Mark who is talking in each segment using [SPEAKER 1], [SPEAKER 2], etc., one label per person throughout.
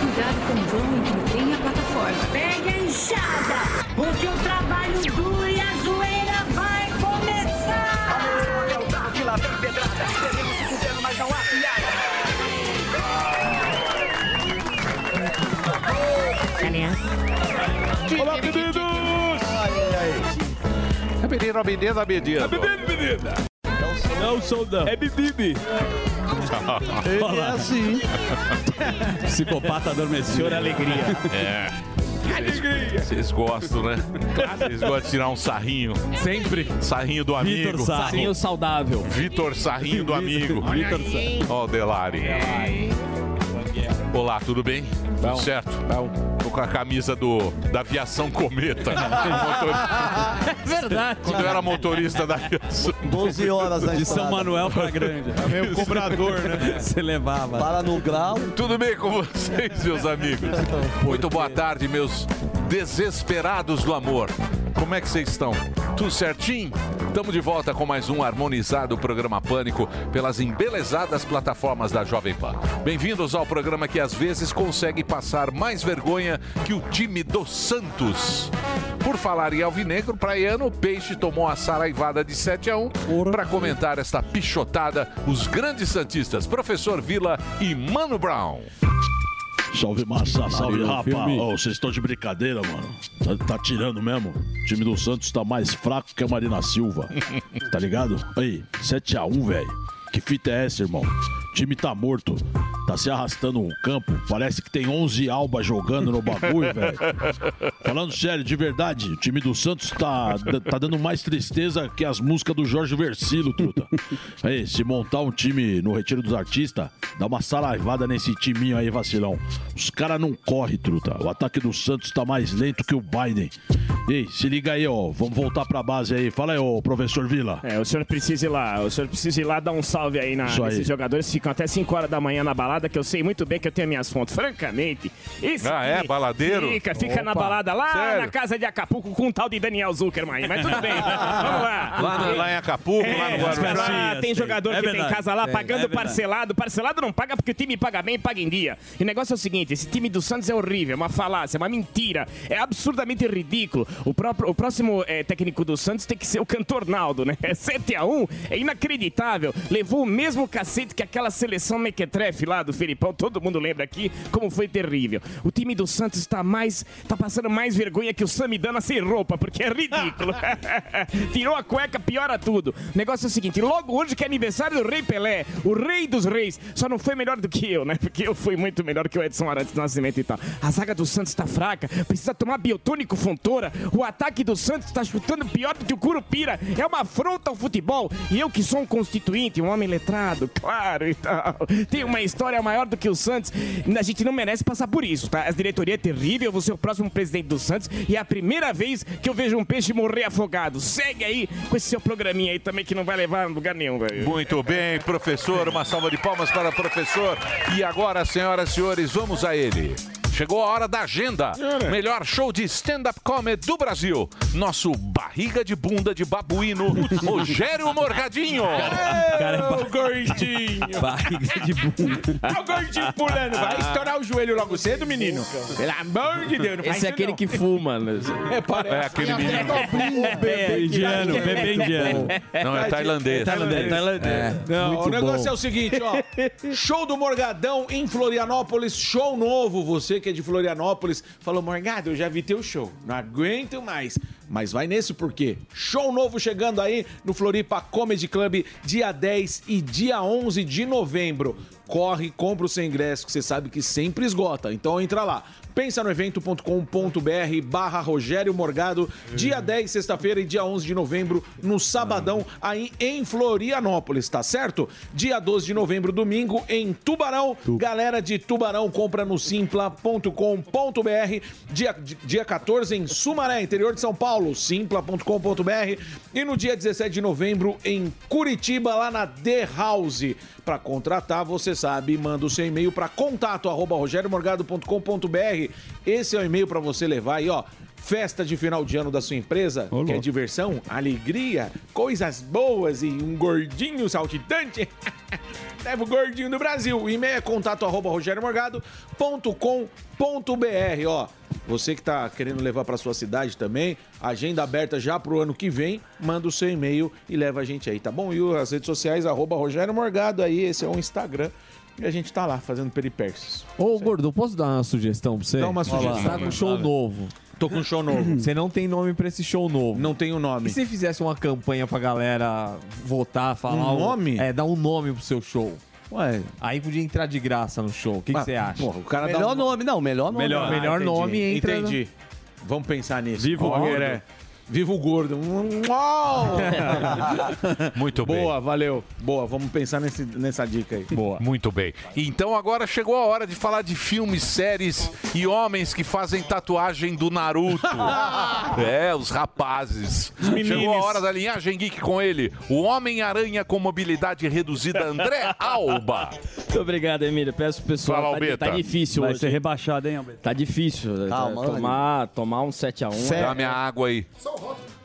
[SPEAKER 1] Cuidado com o vão entre o trem e a plataforma.
[SPEAKER 2] Pegue a enxada, porque o trabalho duro e a zoeira vai começar.
[SPEAKER 3] É o carro que lá vem pedrada. Devemos se fuder, mas não há piada.
[SPEAKER 4] Olá, meninos! É menino, a menina, a menina.
[SPEAKER 5] É Menino, menina. Não sou não. É bibibi.
[SPEAKER 4] Ele é assim.
[SPEAKER 6] Tá
[SPEAKER 5] Psicopata adormeceu na alegria.
[SPEAKER 6] É. Vocês, vocês gostam, né? Vocês gostam de tirar um sarrinho.
[SPEAKER 5] Sempre.
[SPEAKER 6] Sarrinho do amigo.
[SPEAKER 5] Vitor Sarro. Sarrinho
[SPEAKER 6] saudável. Vitor Sarrinho do amigo.
[SPEAKER 5] Vitor Sarro.
[SPEAKER 6] Ó, o Delari. Olá, tudo bem? Tudo certo? Tô com a camisa do, da aviação Cometa.
[SPEAKER 5] É verdade.
[SPEAKER 6] Quando eu era motorista da aviação.
[SPEAKER 7] 12 horas na
[SPEAKER 5] De São Manuel pra Grande. É
[SPEAKER 6] meio cobrador, né?
[SPEAKER 5] Você levava.
[SPEAKER 7] Para no grau.
[SPEAKER 6] Tudo bem com vocês, meus amigos? Muito boa tarde, meus desesperados do amor. Como é que vocês estão? Tudo certinho? Estamos de volta com mais um harmonizado programa Pânico pelas embelezadas plataformas da Jovem Pan. Bem-vindos ao programa que às vezes consegue passar mais vergonha que o time do Santos. Por falar em Alvinegro, Praiano, o Peixe tomou a saraivada de 7 a 1 para comentar esta pichotada, os grandes Santistas, Professor Vila e Mano Brown.
[SPEAKER 8] Salve massa, salve
[SPEAKER 6] Maria,
[SPEAKER 8] rapa.
[SPEAKER 6] filme.
[SPEAKER 8] Ô, vocês estão de brincadeira, mano. Tá, tá tirando mesmo. O time do Santos tá mais fraco que a Marina Silva. Tá ligado? Aí, 7x1, velho. um, Que fita é essa, irmão? O time tá morto. Tá se arrastando no campo. Parece que tem 11 albas jogando no bagulho, velho. Falando sério, de verdade, o time do Santos tá, tá dando mais tristeza que as músicas do Jorge Versilo, truta. Aí, se montar um time no Retiro dos Artistas, dá uma salaivada nesse timinho aí, vacilão. Os caras não correm, truta. O ataque do Santos tá mais lento que o Biden. Ei, se liga aí, ó. Vamos voltar pra base aí. Fala aí, ô, professor Vila.
[SPEAKER 9] É, o senhor precisa ir lá, o senhor precisa ir lá dar um salve aí na,
[SPEAKER 8] Isso aí.
[SPEAKER 9] nesses jogadores que ficam até 5 horas da manhã na balada, que eu sei muito bem que eu tenho minhas fontes, francamente. Isso
[SPEAKER 6] Ah, é?
[SPEAKER 9] aqui
[SPEAKER 6] Baladeiro?
[SPEAKER 9] Fica, fica na
[SPEAKER 6] Opa.
[SPEAKER 9] balada lá
[SPEAKER 6] Sério?
[SPEAKER 9] na casa de Acapulco com um tal de Daniel Zuckerman aí, mas tudo bem, né? vamos lá.
[SPEAKER 6] Lá, no- lá em Acapulco, lá
[SPEAKER 9] É,
[SPEAKER 6] no Guarujá.
[SPEAKER 9] lá tem jogador que tem casa lá pagando parcelado. Parcelado não paga porque o time paga bem, paga em dia. E o negócio é o seguinte: esse time do Santos é horrível, é uma falácia, é uma mentira, é absurdamente ridículo. O, próprio, o próximo eh, técnico do Santos tem que ser o Cantornaldo, né? É 7x1, é inacreditável. Levou o mesmo cacete que aquela seleção mequetrefe lá do Felipão, todo mundo lembra aqui como foi terrível. O time do Santos tá mais. tá passando mais vergonha que o Samidana sem roupa, porque é ridículo. Tirou a cueca, piora tudo. O negócio é o seguinte: logo hoje que é aniversário do Rei Pelé, o rei dos reis, só não foi melhor do que eu, né? Porque eu fui muito melhor que o Edson Arantes do Nascimento e tal. A zaga do Santos tá fraca, precisa tomar biotônico Fontoura. O ataque do Santos tá chutando pior do que o Curupira. É uma afronta ao futebol. E eu que sou um constituinte, um homem letrado, claro e tal. Tem uma história maior do que o Santos. A gente não merece passar por isso, tá? A diretoria é terrível, eu vou ser o próximo presidente do Santos e é a primeira vez que eu vejo um peixe morrer afogado. Segue aí com esse seu programinha aí também que não vai levar a lugar nenhum, velho.
[SPEAKER 6] Muito bem, professor. Uma salva de palmas para o professor. E agora, senhoras e senhores, vamos a ele. Chegou a hora da agenda. Melhor show de stand-up comedy do Brasil. Nosso barriga de bunda de babuíno, Rogério Morgadinho. É,
[SPEAKER 5] Ô, gordinho. Barriga de bunda.
[SPEAKER 9] Olha o Tá gordinho pulando,
[SPEAKER 10] Ah.
[SPEAKER 9] vai estourar o joelho logo cedo, menino. Pelo amor de Deus, não faz
[SPEAKER 10] Esse é
[SPEAKER 9] isso,
[SPEAKER 10] aquele
[SPEAKER 9] não.
[SPEAKER 10] que fuma, né?
[SPEAKER 9] É, parece.
[SPEAKER 6] É aquele menino.
[SPEAKER 5] Bebê indiano, bebê indiano.
[SPEAKER 6] Não, é tailandês.
[SPEAKER 5] Tailandês.
[SPEAKER 11] Tá
[SPEAKER 5] Tailandês.
[SPEAKER 10] Não,
[SPEAKER 11] o negócio é o seguinte, ó. Show do Morgadão em Florianópolis, show novo. Você que é de Florianópolis, falou, Morgado, eu já vi teu show. Não aguento mais. Mas vai nesse porque show novo chegando aí no Floripa Comedy Club, dia 10 e dia 11 de novembro. Corre, compra o seu ingresso, que você sabe que sempre esgota. Então entra lá. Pensa no evento.com.br barra Rogério Morgado, dia 10, sexta-feira e dia 11 de novembro, no Sabadão, aí em Florianópolis, tá certo? Dia 12 de novembro, domingo, em Tubarão. Galera de Tubarão, compra no simpla.com.br. Dia, dia 14 em Sumaré, interior de São Paulo, simpla.com.br. E no dia 17 de novembro, em Curitiba, lá na The House. Para contratar, você sabe, manda o seu e-mail para contato arroba rogeriomorgado.com.br. Esse é o e-mail para você levar aí, ó. Festa de final de ano da sua empresa, quer diversão, alegria, coisas boas e um gordinho saltitante? Leva o gordinho do Brasil. E-mail é contato arroba rogeriomorgado.com.br, ó. Você que tá querendo levar para sua cidade também, agenda aberta já pro ano que vem, manda o seu e-mail e leva a gente aí, tá bom? E as redes sociais, arroba Rogério Morgado aí, esse é o Instagram. E a gente tá lá fazendo peripécias.
[SPEAKER 7] Ô, gordo, posso dar uma sugestão pra você?
[SPEAKER 11] Dá uma
[SPEAKER 7] Olha lá.
[SPEAKER 11] sugestão,
[SPEAKER 7] Você tá com
[SPEAKER 11] mano.
[SPEAKER 7] um show
[SPEAKER 11] Fala.
[SPEAKER 7] novo.
[SPEAKER 11] Tô com um show novo.
[SPEAKER 7] Você não tem nome pra esse show novo.
[SPEAKER 11] Não tenho nome.
[SPEAKER 7] E se fizesse uma campanha pra galera votar, falar...
[SPEAKER 11] Um
[SPEAKER 7] algo-
[SPEAKER 11] nome?
[SPEAKER 7] É, dar um nome pro seu show.
[SPEAKER 11] Ué.
[SPEAKER 7] Aí podia entrar de graça no show. O que que você acha?
[SPEAKER 11] Porra, o cara dá
[SPEAKER 7] melhor
[SPEAKER 11] um-
[SPEAKER 7] nome, não, melhor nome.
[SPEAKER 11] Melhor,
[SPEAKER 7] Ah,
[SPEAKER 11] Ah,
[SPEAKER 7] melhor
[SPEAKER 11] entendi.
[SPEAKER 7] nome entra...
[SPEAKER 11] Entendi. Vamos pensar nisso.
[SPEAKER 7] Viva o
[SPEAKER 11] Ó,
[SPEAKER 7] gordo.
[SPEAKER 11] é. Viva o gordo. Uau!
[SPEAKER 6] Muito bem.
[SPEAKER 11] Boa, valeu. Boa, vamos pensar nesse- nessa dica aí.
[SPEAKER 7] Boa.
[SPEAKER 6] Muito bem. Então agora chegou a hora de falar de filmes, séries e homens que fazem tatuagem do Naruto. é, os rapazes. Chegou a hora da linhagem geek com ele, o Homem-Aranha com mobilidade reduzida, André Alba.
[SPEAKER 10] Muito obrigado, Emílio. Peço pro pessoal.
[SPEAKER 6] Fala,
[SPEAKER 10] tá di-
[SPEAKER 6] Albeta.
[SPEAKER 10] tá, difícil
[SPEAKER 6] Vai
[SPEAKER 10] hoje.
[SPEAKER 6] ser
[SPEAKER 10] rebaixado, hein, Albeta? Tá difícil.
[SPEAKER 6] Calma,
[SPEAKER 10] Tá- tomar, tomar um 7x1.
[SPEAKER 6] Dá minha água aí.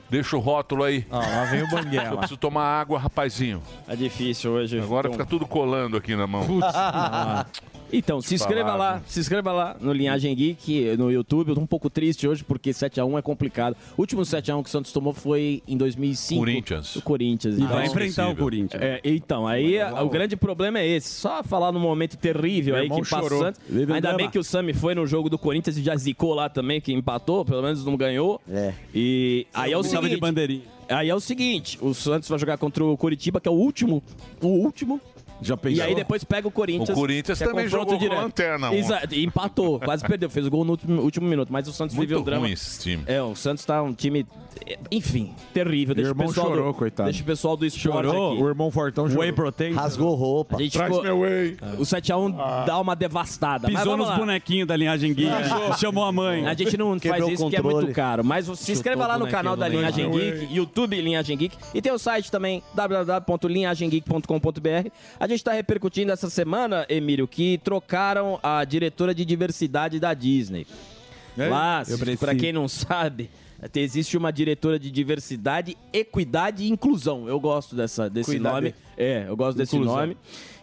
[SPEAKER 6] Deixa o rótulo aí. Ah, lá vem o banguela. Eu preciso tomar água, rapazinho.
[SPEAKER 10] É difícil hoje. então.
[SPEAKER 6] Agora fica tudo colando aqui na mão.
[SPEAKER 10] Ah. Então, se
[SPEAKER 6] Te falar,
[SPEAKER 10] inscreva lá, se inscreva lá no Linhagem Geek, no YouTube. Eu tô um pouco triste hoje porque 7x1 é complicado. O último 7x1 que o Santos tomou foi em 2005.
[SPEAKER 6] Corinthians.
[SPEAKER 10] O Corinthians.
[SPEAKER 6] E vai enfrentar o
[SPEAKER 10] Corinthians. então, aí a- o grande problema é esse. Só falar num momento terrível
[SPEAKER 9] Meu
[SPEAKER 10] aí
[SPEAKER 9] irmão
[SPEAKER 10] que passa o
[SPEAKER 9] chorou.
[SPEAKER 10] Santos.
[SPEAKER 9] Vive o
[SPEAKER 10] Ainda
[SPEAKER 9] drama.
[SPEAKER 10] bem que o Sami foi no jogo do Corinthians e já zicou lá também, que empatou, pelo menos não ganhou. É. E aí é o
[SPEAKER 12] Tava de
[SPEAKER 10] seguinte... bandeirinha. Aí é o seguinte, o Santos vai jogar contra o Curitiba, que é o último, o último.
[SPEAKER 11] Já
[SPEAKER 10] E aí depois pega o Corinthians.
[SPEAKER 6] O Corinthians
[SPEAKER 10] que é
[SPEAKER 6] também
[SPEAKER 10] confronto
[SPEAKER 6] jogou com a
[SPEAKER 10] direto.
[SPEAKER 6] lanterna ontem.
[SPEAKER 10] Exato, e empatou, quase perdeu, fez o gol no último, último minuto, mas o Santos
[SPEAKER 6] Muito
[SPEAKER 10] viveu o drama.
[SPEAKER 6] ruim esse time.
[SPEAKER 10] É, o Santos tá um time, enfim, terrível. Deixa o
[SPEAKER 11] irmão
[SPEAKER 10] pessoal
[SPEAKER 11] chorou,
[SPEAKER 10] do,
[SPEAKER 11] coitado.
[SPEAKER 10] Deixa o pessoal do esporte
[SPEAKER 11] Chorou?
[SPEAKER 10] aqui.
[SPEAKER 11] O irmão Fortão Whey chorou. protein. Rasgou roupa.
[SPEAKER 10] A gente
[SPEAKER 11] Traz
[SPEAKER 10] ficou-
[SPEAKER 11] meu whey. Ah.
[SPEAKER 10] O 7x1 dá uma devastada. mas
[SPEAKER 12] Pisou
[SPEAKER 10] vamos
[SPEAKER 12] nos
[SPEAKER 10] lá.
[SPEAKER 12] bonequinhos da linhagem Geek.
[SPEAKER 10] Achou.
[SPEAKER 12] né? Chamou a mãe.
[SPEAKER 10] A gente não faz isso porque é muito caro. Mas você se inscreva lá no canal da Linhagem Geek, YouTube Linhagem Geek. E tem o site também, www.linhagemgeek.com.br. A gente está repercutindo essa semana, Emílio, que trocaram a diretora de diversidade da Disney.
[SPEAKER 12] É,
[SPEAKER 10] Lá,
[SPEAKER 12] eu preciso.
[SPEAKER 10] para quem não sabe, existe uma diretora de diversidade, equidade e inclusão. Eu gosto dessa, desse
[SPEAKER 9] Cuidado.
[SPEAKER 10] nome. É, eu gosto desse
[SPEAKER 9] Inclusão.
[SPEAKER 10] nome.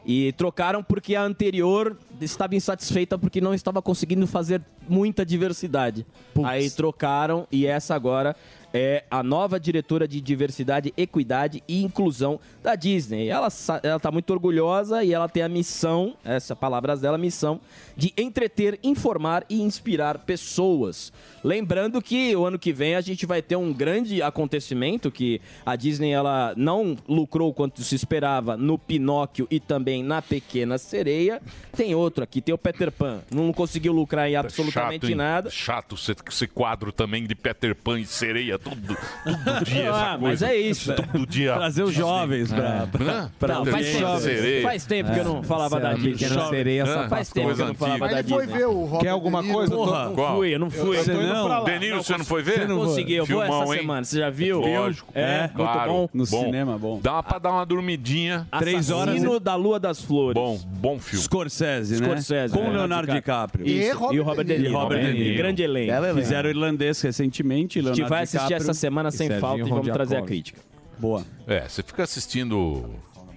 [SPEAKER 10] E trocaram porque a anterior estava insatisfeita porque não estava conseguindo fazer muita diversidade. Aí trocaram e essa agora é a nova diretora de diversidade, equidade e inclusão da Disney. Ela sa- ela está muito orgulhosa e ela tem a missão, essa palavras dela, missão de entreter, informar e inspirar pessoas. Lembrando que o ano que vem a gente vai ter um grande acontecimento que a Disney ela não lucrou quanto se esperava no Pinóquio e também na Pequena Sereia. Tem outro aqui, tem o Peter Pan. Não conseguiu lucrar em absolutamente
[SPEAKER 6] Tá Chato, hein?
[SPEAKER 10] nada.
[SPEAKER 6] Chato esse, esse quadro também de Peter Pan e sereia, todo, todo dia essa coisa.
[SPEAKER 10] Ah, mas é isso.
[SPEAKER 6] Todo dia. É.
[SPEAKER 12] Trazer os jovens pra- pra-
[SPEAKER 6] Hã?
[SPEAKER 12] pra Não, faz
[SPEAKER 6] Pequena
[SPEAKER 12] jovens. Ah, é
[SPEAKER 6] sereia.
[SPEAKER 10] Faz tempo que eu
[SPEAKER 6] É.
[SPEAKER 10] não falava da Disney.
[SPEAKER 6] Jovem. Hã?
[SPEAKER 10] Faz tempo que eu não falava da
[SPEAKER 6] Coisa
[SPEAKER 10] Disney.
[SPEAKER 6] antiga.
[SPEAKER 11] Quer alguma coisa? Eu tô-
[SPEAKER 10] Porra, não fui, eu não fui.
[SPEAKER 11] tô indo pra lá.
[SPEAKER 6] De Niro, você não foi ver?
[SPEAKER 10] Você não consegui, eu vou
[SPEAKER 6] Filmão,
[SPEAKER 10] essa
[SPEAKER 6] hein?
[SPEAKER 10] semana. Você já viu?
[SPEAKER 6] Lógico.
[SPEAKER 10] É, muito
[SPEAKER 6] claro.
[SPEAKER 10] bom.
[SPEAKER 6] No cinema, bom. Dá pra dar uma dormidinha.
[SPEAKER 10] Três horas. Assassino da Lua das Flores.
[SPEAKER 6] Bom, bom filme.
[SPEAKER 12] Scorsese, né?
[SPEAKER 10] Scorsese,
[SPEAKER 12] Com
[SPEAKER 10] né?
[SPEAKER 12] o Leonardo DiCaprio.
[SPEAKER 10] Isso, E Robert e o Robert De Niro.
[SPEAKER 12] E Robert De Niro.
[SPEAKER 10] Grande elenco. Belo elenco.
[SPEAKER 12] Fizeram o irlandês recentemente.
[SPEAKER 10] A
[SPEAKER 12] Leonardo
[SPEAKER 10] gente vai assistir
[SPEAKER 12] DiCaprio
[SPEAKER 10] essa semana sem
[SPEAKER 12] Serginho
[SPEAKER 10] falta e vamos
[SPEAKER 12] Rodriakov.
[SPEAKER 10] trazer a crítica.
[SPEAKER 12] Boa.
[SPEAKER 6] É, você fica assistindo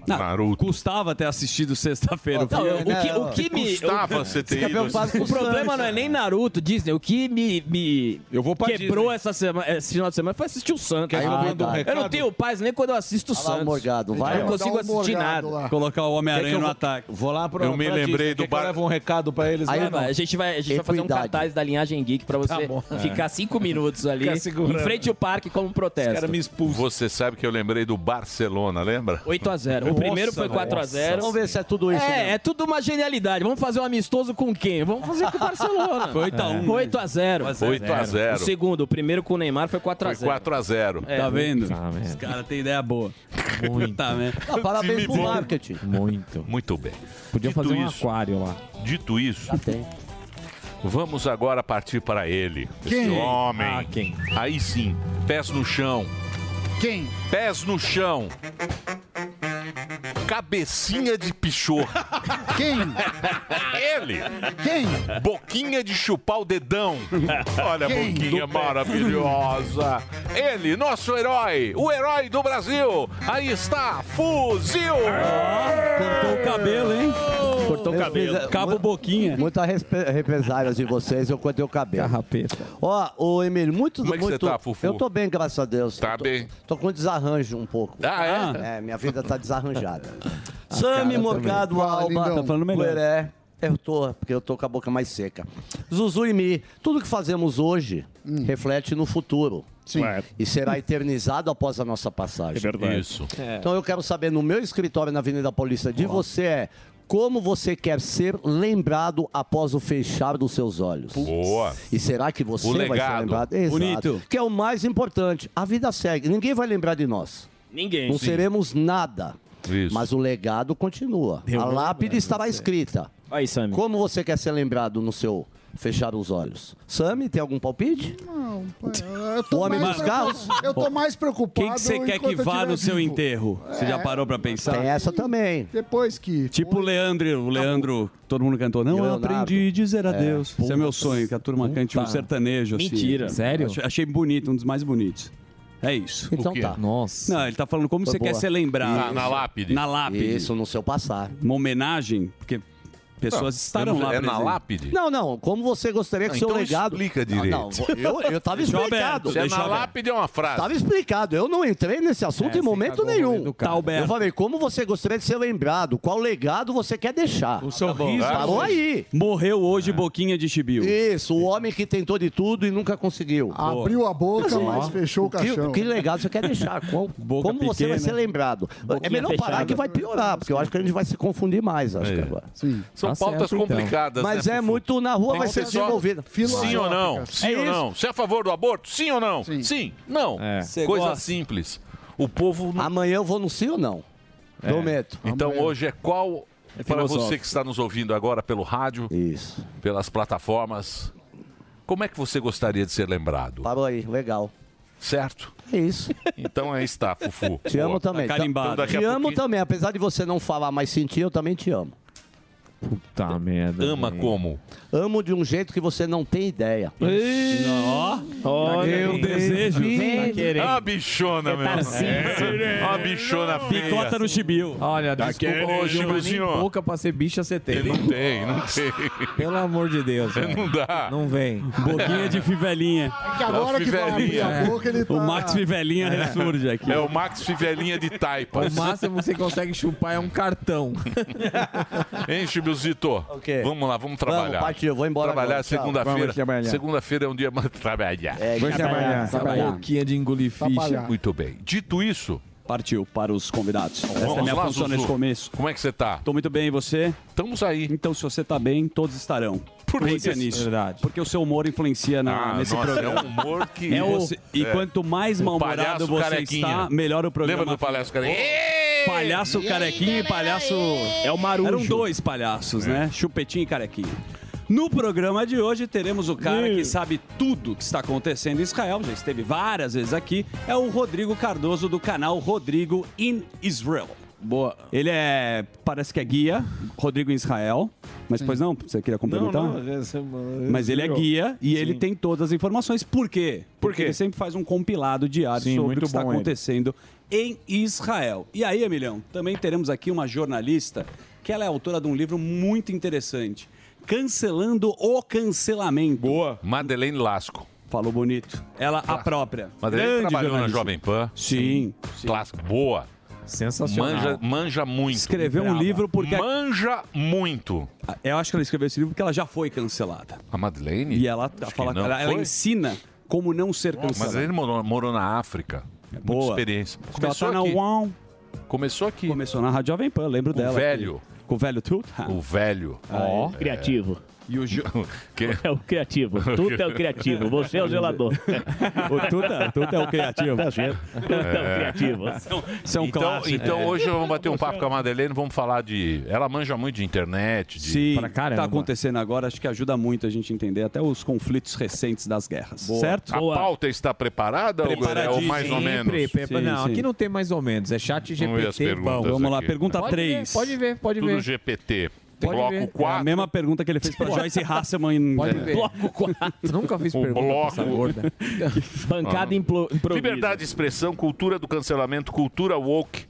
[SPEAKER 12] Não,
[SPEAKER 6] Naruto.
[SPEAKER 12] Custava ter assistido sexta-feira.
[SPEAKER 10] Não,
[SPEAKER 12] filme.
[SPEAKER 10] tá, o
[SPEAKER 11] né?
[SPEAKER 10] que, o que me.
[SPEAKER 12] Custava
[SPEAKER 10] o-
[SPEAKER 12] você ter ido
[SPEAKER 10] um
[SPEAKER 12] assim.
[SPEAKER 10] O
[SPEAKER 12] assistir.
[SPEAKER 10] problema não é nem Naruto, Disney. O que me, me eu vou
[SPEAKER 11] pra
[SPEAKER 10] quebrou essa semana, esse final de semana foi assistir o Santos. Ah,
[SPEAKER 12] Quer que eu mando
[SPEAKER 10] eu
[SPEAKER 12] um
[SPEAKER 10] não
[SPEAKER 12] recado?
[SPEAKER 10] tenho paz nem quando eu assisto o
[SPEAKER 12] Olha lá o
[SPEAKER 10] Santos.
[SPEAKER 12] Morgado, vai.
[SPEAKER 10] Eu não consigo
[SPEAKER 12] Dá um
[SPEAKER 10] assistir
[SPEAKER 12] Morgado
[SPEAKER 10] nada.
[SPEAKER 12] lá. Colocar o Homem-Aranha
[SPEAKER 11] Quer que eu
[SPEAKER 12] no
[SPEAKER 11] vou-
[SPEAKER 12] ataque.
[SPEAKER 11] Vou lá pro
[SPEAKER 12] Eu me
[SPEAKER 11] pra
[SPEAKER 12] lembrei
[SPEAKER 11] Disney.
[SPEAKER 12] do
[SPEAKER 11] Quer que
[SPEAKER 12] bar-
[SPEAKER 11] eu leve um recado pra eles
[SPEAKER 10] Aí
[SPEAKER 11] lá,
[SPEAKER 10] vai,
[SPEAKER 11] não?
[SPEAKER 10] a gente vai, a gente vai fazer um
[SPEAKER 11] Equidade. Tá
[SPEAKER 10] cartaz da linhagem geek pra você
[SPEAKER 11] bom.
[SPEAKER 10] ficar cinco minutos ali
[SPEAKER 11] Ficar segurando.
[SPEAKER 10] em frente ao parque como protesto.
[SPEAKER 6] Você sabe que eu lembrei do Barcelona, lembra?
[SPEAKER 10] 8 a 0. O primeiro foi 4 a 0. É, é tudo uma genialidade. Vamos fazer um amistoso com quem? Vamos fazer com o Barcelona.
[SPEAKER 6] Foi 8 a 1, né?
[SPEAKER 10] 8 a 0.
[SPEAKER 6] 8 a 0.
[SPEAKER 10] O segundo, o primeiro com o Neymar foi 4 a
[SPEAKER 6] Foi
[SPEAKER 10] 0.
[SPEAKER 6] 4 a 0.
[SPEAKER 10] É.
[SPEAKER 12] Tá vendo?
[SPEAKER 6] Tá vendo.
[SPEAKER 12] Os caras têm ideia boa. Muito. Tá, né?
[SPEAKER 6] Ah, parabéns Time pro bom. marketing.
[SPEAKER 7] Muito.
[SPEAKER 6] Muito bem.
[SPEAKER 7] Podia fazer um aquário lá.
[SPEAKER 6] Dito isso, vamos agora partir para ele. Esse
[SPEAKER 7] Quem?
[SPEAKER 6] homem.
[SPEAKER 7] Ah, quem?
[SPEAKER 6] Aí sim, pés no chão.
[SPEAKER 13] Quem?
[SPEAKER 6] Pés no chão. Cabecinha de pichorra. Quem? Ele. Quem? Boquinha de chupar o dedão. Olha a
[SPEAKER 2] Quem?
[SPEAKER 6] boquinha
[SPEAKER 2] Do-
[SPEAKER 6] maravilhosa. Ele, nosso herói, o herói do Brasil. Aí está, fuzil.
[SPEAKER 12] Ah, Cortou o cabelo, hein?
[SPEAKER 13] Cortou
[SPEAKER 12] o cabelo. Cabo boquinha.
[SPEAKER 13] Muita respe- represália de vocês, eu cortei o cabelo. Carrapeta. Ó, ô Emílio, muito...
[SPEAKER 6] Como é que
[SPEAKER 13] muito...
[SPEAKER 6] você tá, Fufu?
[SPEAKER 13] Eu tô bem, graças a Deus. Tá
[SPEAKER 6] bem.
[SPEAKER 13] Tô com desarranjo um pouco.
[SPEAKER 6] Ah,
[SPEAKER 13] é? É, minha vida tá desarranjada. Sami
[SPEAKER 12] cara
[SPEAKER 13] Morgado,
[SPEAKER 12] também. Fala,
[SPEAKER 13] Alba,
[SPEAKER 12] lindão. Tá falando melhor.
[SPEAKER 13] Gueré. Eu tô, porque eu tô com a boca mais seca. Zuzu e Mi, tudo que fazemos hoje
[SPEAKER 6] Hum.
[SPEAKER 13] reflete no futuro. Sim. E será eternizado após a nossa passagem. É
[SPEAKER 6] verdade. Isso. É.
[SPEAKER 13] Então eu quero saber, no meu escritório na Avenida Paulista, de você é como você quer ser lembrado após o fechar dos seus olhos.
[SPEAKER 6] Boa.
[SPEAKER 13] E será que você
[SPEAKER 6] O
[SPEAKER 13] vai ser
[SPEAKER 6] legado.
[SPEAKER 13] lembrado?
[SPEAKER 6] Bonito.
[SPEAKER 13] Que é o mais importante. A vida segue. Ninguém vai lembrar de nós.
[SPEAKER 9] Ninguém.
[SPEAKER 13] Não
[SPEAKER 9] Sim.
[SPEAKER 13] seremos nada. Mas o legado continua. a lápide estará escrita.
[SPEAKER 10] Aí, Sammy.
[SPEAKER 13] Como você quer ser lembrado no seu fechar os olhos? Sami, tem algum palpite?
[SPEAKER 14] Não, pô, eu tô
[SPEAKER 13] O homem
[SPEAKER 14] mais
[SPEAKER 13] dos
[SPEAKER 14] preocu-
[SPEAKER 13] carros?
[SPEAKER 14] Eu tô mais preocupado.
[SPEAKER 12] Quem que você quer que
[SPEAKER 14] enquanto eu
[SPEAKER 12] vá
[SPEAKER 14] tiver
[SPEAKER 12] no seu
[SPEAKER 14] vivo.
[SPEAKER 12] enterro? Você já
[SPEAKER 14] É.
[SPEAKER 12] parou pra pensar?
[SPEAKER 13] Tem essa também.
[SPEAKER 14] Depois que.
[SPEAKER 12] Tipo o Leandro, o Leandro, todo mundo cantou. Não, eu
[SPEAKER 14] Leonardo.
[SPEAKER 12] aprendi a dizer adeus.
[SPEAKER 14] É.
[SPEAKER 12] Esse é meu sonho, que a turma cante um
[SPEAKER 14] Puta.
[SPEAKER 12] sertanejo. assim.
[SPEAKER 14] Mentira. Sério?
[SPEAKER 12] Acho- achei bonito, um dos mais bonitos. É isso.
[SPEAKER 13] Então
[SPEAKER 12] O quê?
[SPEAKER 13] tá.
[SPEAKER 12] Nossa. Não, ele tá falando como
[SPEAKER 13] Foi
[SPEAKER 12] você quer
[SPEAKER 13] boa.
[SPEAKER 12] ser lembrado.
[SPEAKER 13] Na- na lápide.
[SPEAKER 12] Na lápide.
[SPEAKER 13] Isso, no seu passar.
[SPEAKER 12] Uma homenagem, porque pessoas
[SPEAKER 13] Não,
[SPEAKER 12] estarão
[SPEAKER 13] temos-
[SPEAKER 12] lá
[SPEAKER 13] é na
[SPEAKER 12] presentes.
[SPEAKER 6] lápide?
[SPEAKER 13] Não, não. Como você gostaria que
[SPEAKER 12] Não,
[SPEAKER 13] seu
[SPEAKER 12] então
[SPEAKER 13] legado.
[SPEAKER 12] explica
[SPEAKER 6] direito.
[SPEAKER 13] Não, não, eu, eu tava
[SPEAKER 6] Deixa aberto,
[SPEAKER 13] explicado.
[SPEAKER 6] deixa Na aberto. lápide é uma frase.
[SPEAKER 13] Tava explicado. Eu não entrei nesse assunto em momento nenhum. Tá eu falei, como você gostaria de ser lembrado? Qual legado você quer deixar? Tá O seu
[SPEAKER 12] Bom,
[SPEAKER 13] Parou aí.
[SPEAKER 12] Morreu hoje Boquinha de Chibiu.
[SPEAKER 13] Isso, o homem que tentou de tudo e nunca conseguiu. Assim,
[SPEAKER 14] Abriu a boca, mas fechou o caixão.
[SPEAKER 13] Que, que legado você quer deixar? Qual- como você vai
[SPEAKER 14] pequena.
[SPEAKER 13] ser lembrado? é melhor parar
[SPEAKER 14] fechada.
[SPEAKER 13] que vai piorar, porque eu acho que a gente vai se confundir mais, acho que agora.
[SPEAKER 6] São
[SPEAKER 13] Tá
[SPEAKER 6] pautas
[SPEAKER 13] certo, então.
[SPEAKER 6] complicadas.
[SPEAKER 13] Mas
[SPEAKER 6] né,
[SPEAKER 13] é
[SPEAKER 6] Fufu?
[SPEAKER 13] muito na rua,
[SPEAKER 6] Tem
[SPEAKER 13] vai
[SPEAKER 6] que
[SPEAKER 13] ser
[SPEAKER 6] só
[SPEAKER 13] desenvolvida.
[SPEAKER 6] Sim ou não? Sim
[SPEAKER 13] É
[SPEAKER 6] ou
[SPEAKER 13] isso. É.
[SPEAKER 6] não? Você é a favor do aborto? Sim ou não? Sim. Não.
[SPEAKER 13] Você
[SPEAKER 6] Coisa assim.
[SPEAKER 13] gosta?
[SPEAKER 6] simples. O povo.
[SPEAKER 13] Amanhã eu vou no sim ou não? Prometo.
[SPEAKER 6] Então
[SPEAKER 13] Amanhã.
[SPEAKER 6] hoje é qual.
[SPEAKER 13] É
[SPEAKER 6] para
[SPEAKER 13] filosófico.
[SPEAKER 6] você que está nos ouvindo agora pelo rádio, pelas plataformas, como é que você gostaria de ser lembrado?
[SPEAKER 13] Parou aí, legal.
[SPEAKER 6] Certo?
[SPEAKER 13] É isso.
[SPEAKER 6] Então aí está, Fufu.
[SPEAKER 13] Te amo também. Tá-
[SPEAKER 6] daqui
[SPEAKER 13] Te
[SPEAKER 6] a
[SPEAKER 13] amo
[SPEAKER 6] pouquinho-
[SPEAKER 13] também. Apesar de você não falar mais sentir, eu também te amo. Tá
[SPEAKER 7] Puta merda.
[SPEAKER 6] Ama
[SPEAKER 7] velho.
[SPEAKER 6] como?
[SPEAKER 13] Amo de um jeito que você não tem ideia.
[SPEAKER 7] Ó.
[SPEAKER 13] Olha,
[SPEAKER 7] o desejo.
[SPEAKER 13] Tá querendo.
[SPEAKER 6] Ah, bichona, meu. É. Ah, bichona feia.
[SPEAKER 12] Picota no Chibiu.
[SPEAKER 7] Olha,
[SPEAKER 6] Tá querendo,
[SPEAKER 7] desculpa, hoje, mas nem
[SPEAKER 6] Gilbertinho?
[SPEAKER 7] pouca pra ser bicha você tem.
[SPEAKER 6] assim, Não tem, não tem.
[SPEAKER 7] Pelo amor de Deus. velho.
[SPEAKER 6] Não dá.
[SPEAKER 7] Não vem.
[SPEAKER 12] Boquinha de fivelinha.
[SPEAKER 14] É Que agora que vai abrir a boca, ele tá.
[SPEAKER 12] O Max Fivelinha
[SPEAKER 7] É.
[SPEAKER 12] ressurge aqui.
[SPEAKER 6] É o Max Fivelinha de
[SPEAKER 7] O
[SPEAKER 6] Taipas.
[SPEAKER 13] é
[SPEAKER 7] máximo que você consegue chupar é um cartão.
[SPEAKER 6] Hein, Chibiuzito? Vamos lá, vamos trabalhar.
[SPEAKER 13] Vamos, partiu, vou embora
[SPEAKER 6] Trabalhar
[SPEAKER 13] agora, tchau.
[SPEAKER 6] segunda-feira.
[SPEAKER 7] Vamos trabalhar.
[SPEAKER 6] Segunda-feira é um dia mais trabalhar.
[SPEAKER 13] É, Vamos trabalhar, trabalhar. trabalhar.
[SPEAKER 7] Boquinha de engolir
[SPEAKER 14] Tá
[SPEAKER 7] ficha.
[SPEAKER 6] Muito bem. Dito isso...
[SPEAKER 12] Partiu para os convidados. Essa é
[SPEAKER 6] Vamos
[SPEAKER 12] minha
[SPEAKER 6] lá,
[SPEAKER 12] função
[SPEAKER 6] Zuzu.
[SPEAKER 12] nesse começo.
[SPEAKER 6] Como é que você tá?
[SPEAKER 12] Tô muito bem, e você?
[SPEAKER 6] Estamos aí.
[SPEAKER 12] Então, se você tá bem, todos estarão.
[SPEAKER 6] Por
[SPEAKER 12] Pensa
[SPEAKER 6] isso.
[SPEAKER 12] nisso. Porque o seu humor influencia na,
[SPEAKER 6] Ah,
[SPEAKER 12] nesse
[SPEAKER 6] nossa,
[SPEAKER 12] programa.
[SPEAKER 6] é um humor que-
[SPEAKER 12] É o- E
[SPEAKER 6] É.
[SPEAKER 12] quanto mais
[SPEAKER 6] O
[SPEAKER 12] mal-humorado
[SPEAKER 6] palhaço
[SPEAKER 12] você
[SPEAKER 6] carequinha.
[SPEAKER 12] está, melhor o programa.
[SPEAKER 6] Lembra do palhaço carequinha?
[SPEAKER 12] Palhaço carequinha e palhaço. É o Marujo. Eram dois palhaços, né? Chupetinho e carequinha. No programa de hoje teremos o cara que sabe tudo que está acontecendo em Israel, já esteve várias vezes aqui, é o Rodrigo Cardoso do canal Rodrigo in Israel. Boa. Ele é, parece que é guia, Rodrigo em Israel, mas pois não, você queria complementar? Mas ele é guia e ele tem todas as informações. Por quê? Porque ele sempre faz um compilado diário
[SPEAKER 7] Sim,
[SPEAKER 12] sobre o
[SPEAKER 7] muito
[SPEAKER 12] que está
[SPEAKER 7] bom ele.
[SPEAKER 12] acontecendo em Israel. E aí, Emilhão, também teremos aqui uma jornalista que ela é autora de um livro muito interessante. Cancelando o cancelamento. Boa.
[SPEAKER 6] Madeleine Lasco.
[SPEAKER 12] Falou bonito. Ela, a própria.
[SPEAKER 6] Madeleine
[SPEAKER 12] Grande
[SPEAKER 6] trabalhou na
[SPEAKER 12] jornalista.
[SPEAKER 6] Jovem Pan.
[SPEAKER 12] Sim.
[SPEAKER 6] Clássico. Boa.
[SPEAKER 12] Sensacional.
[SPEAKER 6] Manja, manja muito.
[SPEAKER 12] Escreveu um livro porque... Ah,
[SPEAKER 6] Manja muito.
[SPEAKER 12] Eu acho que ela escreveu esse livro porque ela já foi cancelada.
[SPEAKER 6] A Madeleine?
[SPEAKER 12] E ela, tá fala,
[SPEAKER 6] não.
[SPEAKER 12] ela, ela
[SPEAKER 6] Foi?
[SPEAKER 12] ensina como não ser cancelado.
[SPEAKER 6] Mas ele morou, morou na África. Muita
[SPEAKER 12] É Boa.
[SPEAKER 6] experiência.
[SPEAKER 12] Acho que ela tá na UAM.
[SPEAKER 6] Começou aqui.
[SPEAKER 12] Começou na Rádio Jovem Pan, lembro
[SPEAKER 6] Com o
[SPEAKER 12] dela.
[SPEAKER 6] velho.
[SPEAKER 12] Com o velho Tuta.
[SPEAKER 6] O velho.
[SPEAKER 12] Ó.
[SPEAKER 6] É.
[SPEAKER 12] Criativo.
[SPEAKER 6] E o Gil...
[SPEAKER 15] É o criativo. Tudo é o criativo. Você é o zelador.
[SPEAKER 6] O Tuta- o Tuta é o criativo.
[SPEAKER 15] Tá certo. Tuta é o criativo.
[SPEAKER 6] Isso é um então,
[SPEAKER 15] clássico.
[SPEAKER 6] Então
[SPEAKER 15] É.
[SPEAKER 6] hoje vamos bater um papo com a Madeleine, vamos falar de... Ela manja muito de internet, de...
[SPEAKER 12] Sim, o que tá acontecendo agora, acho que ajuda muito a gente entender até os conflitos recentes das guerras, certo?
[SPEAKER 6] A pauta está preparada ou é o mais ou menos?
[SPEAKER 12] Sim,
[SPEAKER 7] não,
[SPEAKER 12] sim.
[SPEAKER 7] aqui não tem mais ou menos. É chat
[SPEAKER 6] Vamos ver as
[SPEAKER 7] GPT.
[SPEAKER 6] perguntas
[SPEAKER 12] Vamos lá,
[SPEAKER 6] aqui.
[SPEAKER 12] pergunta
[SPEAKER 7] Pode ver,
[SPEAKER 12] três.
[SPEAKER 7] pode ver, pode
[SPEAKER 6] Tudo
[SPEAKER 7] ver.
[SPEAKER 6] GPT.
[SPEAKER 12] Pode
[SPEAKER 6] bloco
[SPEAKER 12] ver.
[SPEAKER 6] 4.
[SPEAKER 12] É a mesma pergunta que ele fez pra Joyce Hasselman em É.
[SPEAKER 6] Pode ver.
[SPEAKER 12] bloco 4.
[SPEAKER 7] Nunca fiz
[SPEAKER 6] O pergunta pra bloco. essa gorda.
[SPEAKER 12] Bancada
[SPEAKER 6] Liberdade de expressão, cultura do cancelamento, cultura woke,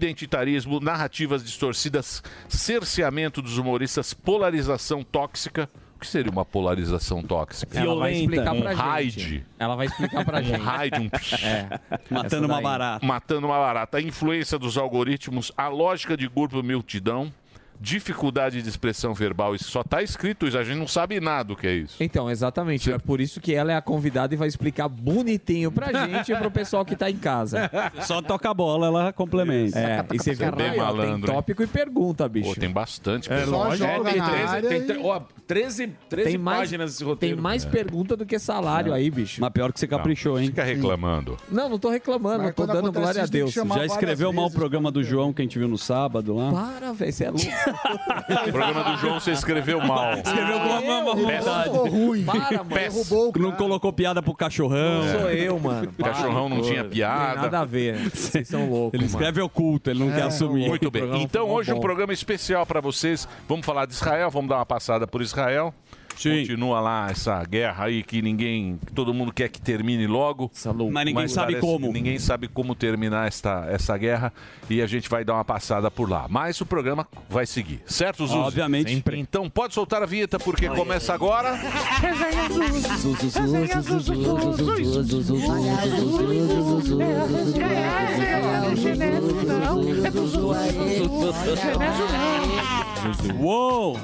[SPEAKER 6] identitarismo, narrativas distorcidas, cerceamento dos humoristas, polarização tóxica. O que seria uma polarização tóxica?
[SPEAKER 7] Ela vai explicar pra
[SPEAKER 6] um
[SPEAKER 7] gente.
[SPEAKER 12] É.
[SPEAKER 6] raid.
[SPEAKER 7] Ela vai explicar pra gente.
[SPEAKER 6] Um raid, um...
[SPEAKER 7] É. Essa daí.
[SPEAKER 6] Matando uma barata. A influência dos algoritmos, a lógica de grupo multidão, dificuldade de expressão verbal. Isso só está escrito, isso a gente não sabe nada do que é isso.
[SPEAKER 7] Então, exatamente. É por isso que ela é a convidada e vai explicar bonitinho pra gente e pro pessoal que tá em casa.
[SPEAKER 12] Só toca a bola, ela complementa.
[SPEAKER 7] É, e você vê
[SPEAKER 6] Bem
[SPEAKER 7] bem tem
[SPEAKER 6] malandro, hein?
[SPEAKER 7] tópico e pergunta, bicho.
[SPEAKER 6] Pô, tem bastante.
[SPEAKER 7] É,
[SPEAKER 6] pessoal.
[SPEAKER 7] lógico. Só joga
[SPEAKER 11] tem
[SPEAKER 7] na
[SPEAKER 11] 13,
[SPEAKER 7] área
[SPEAKER 11] tem
[SPEAKER 7] e-
[SPEAKER 11] tre- ó, 13, 13
[SPEAKER 7] Tem mais,
[SPEAKER 11] páginas esse roteiro.
[SPEAKER 7] Tem mais
[SPEAKER 11] É.
[SPEAKER 7] pergunta do que salário aí, bicho.
[SPEAKER 12] Mas pior que você caprichou, hein?
[SPEAKER 6] Fica reclamando.
[SPEAKER 7] Não, não tô reclamando, não tô dando glória a Deus.
[SPEAKER 12] Já escreveu mal o programa do João que a gente viu no sábado lá?
[SPEAKER 7] Para, velho, você é louco.
[SPEAKER 6] O programa do João você escreveu mal. É.
[SPEAKER 12] Escreveu com uma má vontade.
[SPEAKER 7] Para, mano, derrubou
[SPEAKER 12] Não colocou piada pro cachorrão.
[SPEAKER 6] Não sou eu,
[SPEAKER 7] mano.
[SPEAKER 6] O cachorrão não tinha piada.
[SPEAKER 7] Nada a ver. Vocês são loucos.
[SPEAKER 12] né? Ele escreve oculto, ele não quer assumir.
[SPEAKER 6] É. Muito
[SPEAKER 12] O
[SPEAKER 6] bem.
[SPEAKER 12] É, programa
[SPEAKER 6] Então
[SPEAKER 12] ficou
[SPEAKER 6] hoje um
[SPEAKER 12] bom.
[SPEAKER 6] programa especial para vocês. Vamos falar de Israel, vamos dar uma passada por Israel. Continua lá essa guerra aí que ninguém, que todo mundo quer que termine logo.
[SPEAKER 12] Mas ninguém sabe
[SPEAKER 6] parece
[SPEAKER 12] como.
[SPEAKER 6] que Ninguém sabe como terminar esta, essa guerra e a gente vai dar uma passada por lá. Mas o programa vai seguir, certo, Zuzu?
[SPEAKER 12] Obviamente.
[SPEAKER 6] Então pode soltar a vinheta porque começa agora.
[SPEAKER 12] Uou!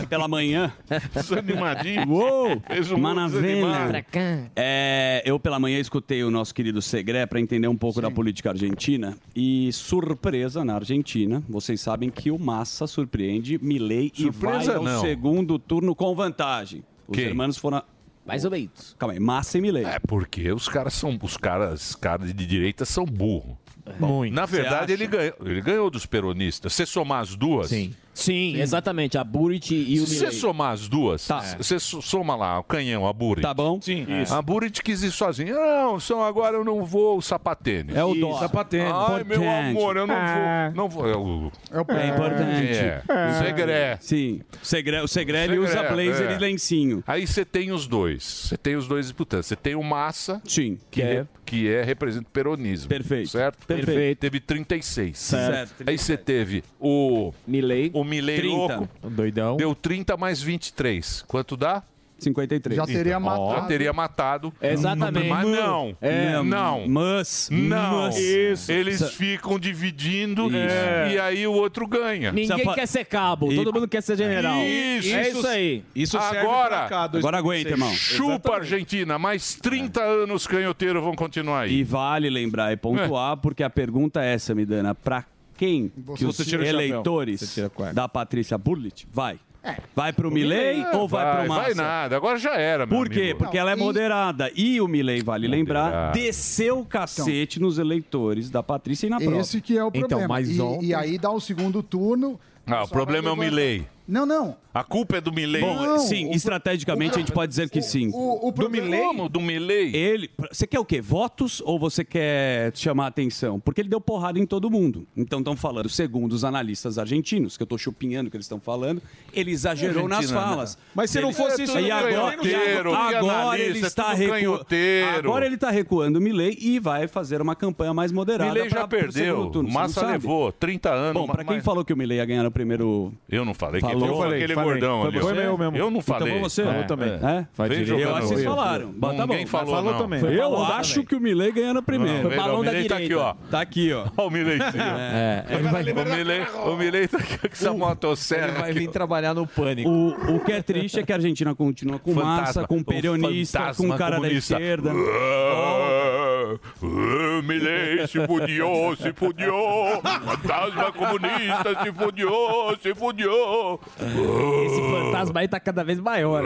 [SPEAKER 12] É Pela manhã.
[SPEAKER 6] Desanimadinho.
[SPEAKER 12] Uou!
[SPEAKER 6] Ah. Fez um desanimado. Pra
[SPEAKER 12] Manavena.
[SPEAKER 6] cá.
[SPEAKER 12] É, eu pela manhã escutei o nosso querido Segré para entender um pouco da política argentina. E surpresa na Argentina, vocês sabem que o Massa surpreende Milei e vai
[SPEAKER 6] Surpresa
[SPEAKER 12] ao
[SPEAKER 6] não.
[SPEAKER 12] segundo turno com vantagem. Os
[SPEAKER 6] Quem?
[SPEAKER 12] hermanos foram... Mais ou menos. Calma aí, Massa e Milei.
[SPEAKER 6] É porque os caras são. Os caras, caras de direita são burro. Muito. Na verdade,
[SPEAKER 12] Você acha?
[SPEAKER 6] ele ganhou, ele ganhou dos peronistas. Se você somar as duas. Sim.
[SPEAKER 12] Sim, exatamente. A Buriti e Tá.
[SPEAKER 6] Se você somar as duas, você so- soma lá o canhão, a Burit. Tá
[SPEAKER 12] bom?
[SPEAKER 6] Sim.
[SPEAKER 12] isso.
[SPEAKER 6] A Burit quis ir sozinha. Não, são agora eu não vou o sapatênis.
[SPEAKER 12] É o dó. Sapatênis.
[SPEAKER 6] Ai, meu
[SPEAKER 12] Importante.
[SPEAKER 6] amor, eu não
[SPEAKER 12] Ah.
[SPEAKER 6] vou. Não vou. É o,
[SPEAKER 12] É, importante.
[SPEAKER 6] É. O Segré.
[SPEAKER 12] Sim. O Segré, o Segré, ele usa blazer e lencinho.
[SPEAKER 6] É, Aí você tem os dois. Você tem os dois disputando. Você tem o Massa,
[SPEAKER 12] Sim,
[SPEAKER 6] que,
[SPEAKER 12] é-
[SPEAKER 6] é. que é representa o peronismo. Perfeito. Certo?
[SPEAKER 12] Perfeito.
[SPEAKER 6] Teve 36.
[SPEAKER 12] Certo.
[SPEAKER 6] Aí você teve o
[SPEAKER 12] Milei.
[SPEAKER 6] O Milei
[SPEAKER 12] 30.
[SPEAKER 6] louco.
[SPEAKER 7] Doidão.
[SPEAKER 6] Deu 30 mais 23. Quanto dá?
[SPEAKER 12] 53.
[SPEAKER 6] Já teria matado. Já teria matado.
[SPEAKER 12] Exatamente.
[SPEAKER 6] Mas não.
[SPEAKER 12] É,
[SPEAKER 6] não.
[SPEAKER 12] Mas.
[SPEAKER 6] Não.
[SPEAKER 12] mas-
[SPEAKER 6] Eles
[SPEAKER 12] Sa-
[SPEAKER 6] ficam dividindo
[SPEAKER 12] Isso.
[SPEAKER 6] e aí o outro ganha.
[SPEAKER 15] Ninguém quer ser cabo, todo mundo quer ser general. é isso aí.
[SPEAKER 6] Agora,
[SPEAKER 12] Agora aguenta, irmão.
[SPEAKER 6] Chupa Argentina, mais 30
[SPEAKER 12] É.
[SPEAKER 6] anos canhoteiro vão continuar aí.
[SPEAKER 12] E vale lembrar e pontuar, porque a pergunta é essa, Midana. Pra quem que os
[SPEAKER 6] Você tira o chapéu.
[SPEAKER 12] eleitores da Patrícia Burlit vai?
[SPEAKER 14] É.
[SPEAKER 12] Vai pro Milley
[SPEAKER 6] É,
[SPEAKER 12] ou vai, pro Massa?
[SPEAKER 6] Vai nada, agora já era, meu
[SPEAKER 12] Por quê?
[SPEAKER 6] amigo.
[SPEAKER 12] Porque ela é moderada. E o Milley, vale lembrar,
[SPEAKER 14] Então.
[SPEAKER 12] desceu o cacete nos eleitores da Patrícia e na prova. Então,
[SPEAKER 14] Esse que é o problema. e, e aí dá o segundo turno.
[SPEAKER 6] Ah, o problema é o Milley.
[SPEAKER 14] Não, não.
[SPEAKER 6] A culpa é do Milley.
[SPEAKER 12] Bom,
[SPEAKER 14] Não,
[SPEAKER 12] sim,
[SPEAKER 14] o-
[SPEAKER 12] estrategicamente a gente pode dizer que sim.
[SPEAKER 14] o- o Do problema-
[SPEAKER 6] Milei? Como? Do Milley?
[SPEAKER 12] Ele, você quer o quê? Votos ou você quer chamar atenção? Porque ele deu porrada em todo mundo. Então estão falando, segundo os analistas argentinos, que eu estou chupinhando o que eles estão falando, ele exagerou nas
[SPEAKER 11] Argentina, né?
[SPEAKER 12] falas.
[SPEAKER 11] Mas se
[SPEAKER 12] Ele-
[SPEAKER 11] não fosse isso,
[SPEAKER 12] e
[SPEAKER 11] ele não ganhou,
[SPEAKER 12] agora,
[SPEAKER 11] ele não ganhou.
[SPEAKER 12] e agora,
[SPEAKER 11] Que
[SPEAKER 12] agora
[SPEAKER 11] analista,
[SPEAKER 12] ele
[SPEAKER 11] tudo
[SPEAKER 12] está recuando.
[SPEAKER 6] canhoteiro.
[SPEAKER 12] Agora ele está recuando o Milley e vai fazer uma campanha mais moderada.
[SPEAKER 6] Milley já
[SPEAKER 12] pra- pro
[SPEAKER 6] perdeu.
[SPEAKER 12] segundo turno, você não
[SPEAKER 6] Massa
[SPEAKER 12] sabe?
[SPEAKER 6] levou 30 anos.
[SPEAKER 12] Bom, pra quem falou que o Milley ia ganhar no primeiro.
[SPEAKER 6] Eu não falei. Quem
[SPEAKER 12] Falou.
[SPEAKER 6] falou
[SPEAKER 12] Eu falei,
[SPEAKER 6] aquele
[SPEAKER 12] falei.
[SPEAKER 6] gordão
[SPEAKER 12] Foi
[SPEAKER 6] ali.
[SPEAKER 12] você?
[SPEAKER 6] ó.
[SPEAKER 12] Eu mesmo.
[SPEAKER 6] Eu não
[SPEAKER 12] Então
[SPEAKER 6] falei.
[SPEAKER 12] foi você. Falou também. É? Vai
[SPEAKER 6] Vem
[SPEAKER 12] direito.
[SPEAKER 6] jogando
[SPEAKER 12] Eu acho que vocês
[SPEAKER 6] eu.
[SPEAKER 12] falaram. Bom, tá
[SPEAKER 6] Ninguém
[SPEAKER 12] bom.
[SPEAKER 6] falou,
[SPEAKER 12] Falou
[SPEAKER 6] não.
[SPEAKER 12] também. Foi Eu balão da acho também. que o Milley ganha na primeira. Foi
[SPEAKER 6] veja,
[SPEAKER 12] balão
[SPEAKER 6] o
[SPEAKER 12] da
[SPEAKER 6] Milley tá aqui,
[SPEAKER 12] direita.
[SPEAKER 6] ó.
[SPEAKER 12] Tá aqui, ó.
[SPEAKER 6] Ó, o Milleyzinho.
[SPEAKER 12] É, ele vai-
[SPEAKER 6] O Milley- O Milley tá aqui com essa motosserra. Ele vai vir
[SPEAKER 7] trabalhar no pânico.
[SPEAKER 12] O, o que é triste é que a Argentina continua com
[SPEAKER 6] Fantasma.
[SPEAKER 12] massa, com
[SPEAKER 6] O
[SPEAKER 12] peronista,
[SPEAKER 6] fantasma
[SPEAKER 12] com cara
[SPEAKER 6] comunista.
[SPEAKER 12] da esquerda.
[SPEAKER 16] Milley se fudiou, se fudiou. Fantasma comunista se fudiou, se fudiou.
[SPEAKER 7] Esse fantasma aí tá cada vez maior.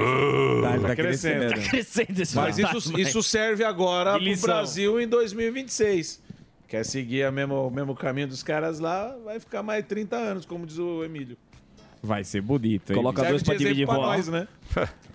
[SPEAKER 7] Tá, tá crescendo.
[SPEAKER 11] Tá crescendo
[SPEAKER 7] esse
[SPEAKER 11] Mas isso,
[SPEAKER 7] fantasma
[SPEAKER 11] isso
[SPEAKER 7] aí.
[SPEAKER 11] serve agora
[SPEAKER 7] Que
[SPEAKER 11] pro
[SPEAKER 7] lição.
[SPEAKER 11] Brasil em 2026. Quer seguir a mesmo- o mesmo caminho dos caras lá, vai ficar mais 30 anos, como diz o Emílio.
[SPEAKER 7] Vai ser bonito, hein?
[SPEAKER 11] Coloca Serve dois pra de dividir exemplo pra voto. nós, né?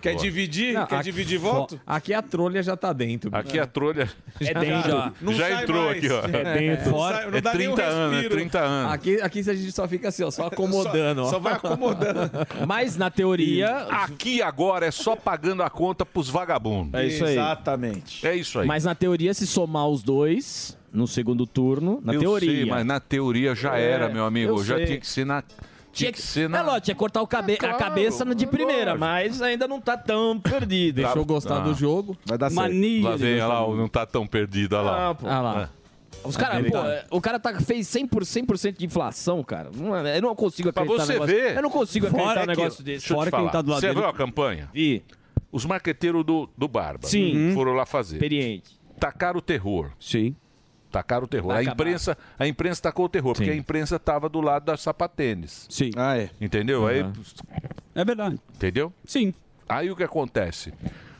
[SPEAKER 11] Quer dividir? Quer dividir voto?
[SPEAKER 7] Aqui a trolha já tá dentro.
[SPEAKER 6] Aqui a trolha
[SPEAKER 7] É dentro.
[SPEAKER 6] Já,
[SPEAKER 7] Não
[SPEAKER 6] já
[SPEAKER 7] sai
[SPEAKER 6] entrou
[SPEAKER 7] mais.
[SPEAKER 6] aqui, ó.
[SPEAKER 7] É
[SPEAKER 6] Fora-
[SPEAKER 7] dentro. Não sai- não
[SPEAKER 6] é
[SPEAKER 7] dá nem um
[SPEAKER 6] 30 anos, é
[SPEAKER 7] respiro.
[SPEAKER 6] 30 anos.
[SPEAKER 7] Aqui, aqui a gente só fica assim, ó, só acomodando. ó.
[SPEAKER 6] Só- só vai acomodando.
[SPEAKER 7] Mas na teoria.
[SPEAKER 6] Aqui agora é só pagando a conta pros vagabundos.
[SPEAKER 10] É isso aí.
[SPEAKER 11] Exatamente.
[SPEAKER 6] É isso aí.
[SPEAKER 10] Mas na teoria, se somar os dois no segundo turno, na
[SPEAKER 6] Eu
[SPEAKER 10] teoria.
[SPEAKER 6] sei, mas na teoria já
[SPEAKER 10] É,
[SPEAKER 6] era, meu amigo.
[SPEAKER 10] eu
[SPEAKER 6] Já
[SPEAKER 10] sei.
[SPEAKER 6] tinha que ser na. Tinha que ser na.
[SPEAKER 10] É lógico, tinha que cortar o cabe a cabeça de primeira, mas ainda não tá tão perdido.
[SPEAKER 6] Deixa eu gostar do
[SPEAKER 7] jogo.
[SPEAKER 11] Ah. Vai dar
[SPEAKER 10] Mania
[SPEAKER 6] Ah. Lá
[SPEAKER 10] de
[SPEAKER 6] vem, olha
[SPEAKER 10] gostar
[SPEAKER 6] lá,
[SPEAKER 10] do
[SPEAKER 6] o não tá tão perdido, olha lá.
[SPEAKER 10] Ah, pô. Olha lá. Os cara,
[SPEAKER 6] Aquele
[SPEAKER 10] pô,
[SPEAKER 6] tá.
[SPEAKER 10] é, o cara tá, fez 100%, 100 de inflação, cara. Não é- Eu não consigo
[SPEAKER 6] Pra
[SPEAKER 10] acreditar
[SPEAKER 6] você
[SPEAKER 10] no negócio.
[SPEAKER 6] ver.
[SPEAKER 10] Eu não consigo acreditar no negócio desse. tá
[SPEAKER 6] Deixa eu te falar. Você viu a campanha?
[SPEAKER 10] Vi.
[SPEAKER 6] Os marqueteiros do, do Barba
[SPEAKER 10] Sim.
[SPEAKER 6] Uhum. foram lá fazer.
[SPEAKER 10] Experiente.
[SPEAKER 6] Tacaram o terror.
[SPEAKER 12] Sim.
[SPEAKER 6] Tacaram o terror.
[SPEAKER 12] Vai
[SPEAKER 6] A
[SPEAKER 12] acabar.
[SPEAKER 6] imprensa, a imprensa tacou o terror, porque a imprensa tava do lado da sapatênis.
[SPEAKER 12] Sim.
[SPEAKER 11] Ah, é.
[SPEAKER 6] Entendeu? Aí,
[SPEAKER 12] Uhum. É verdade.
[SPEAKER 6] entendeu?
[SPEAKER 12] Sim.
[SPEAKER 6] Aí o que acontece?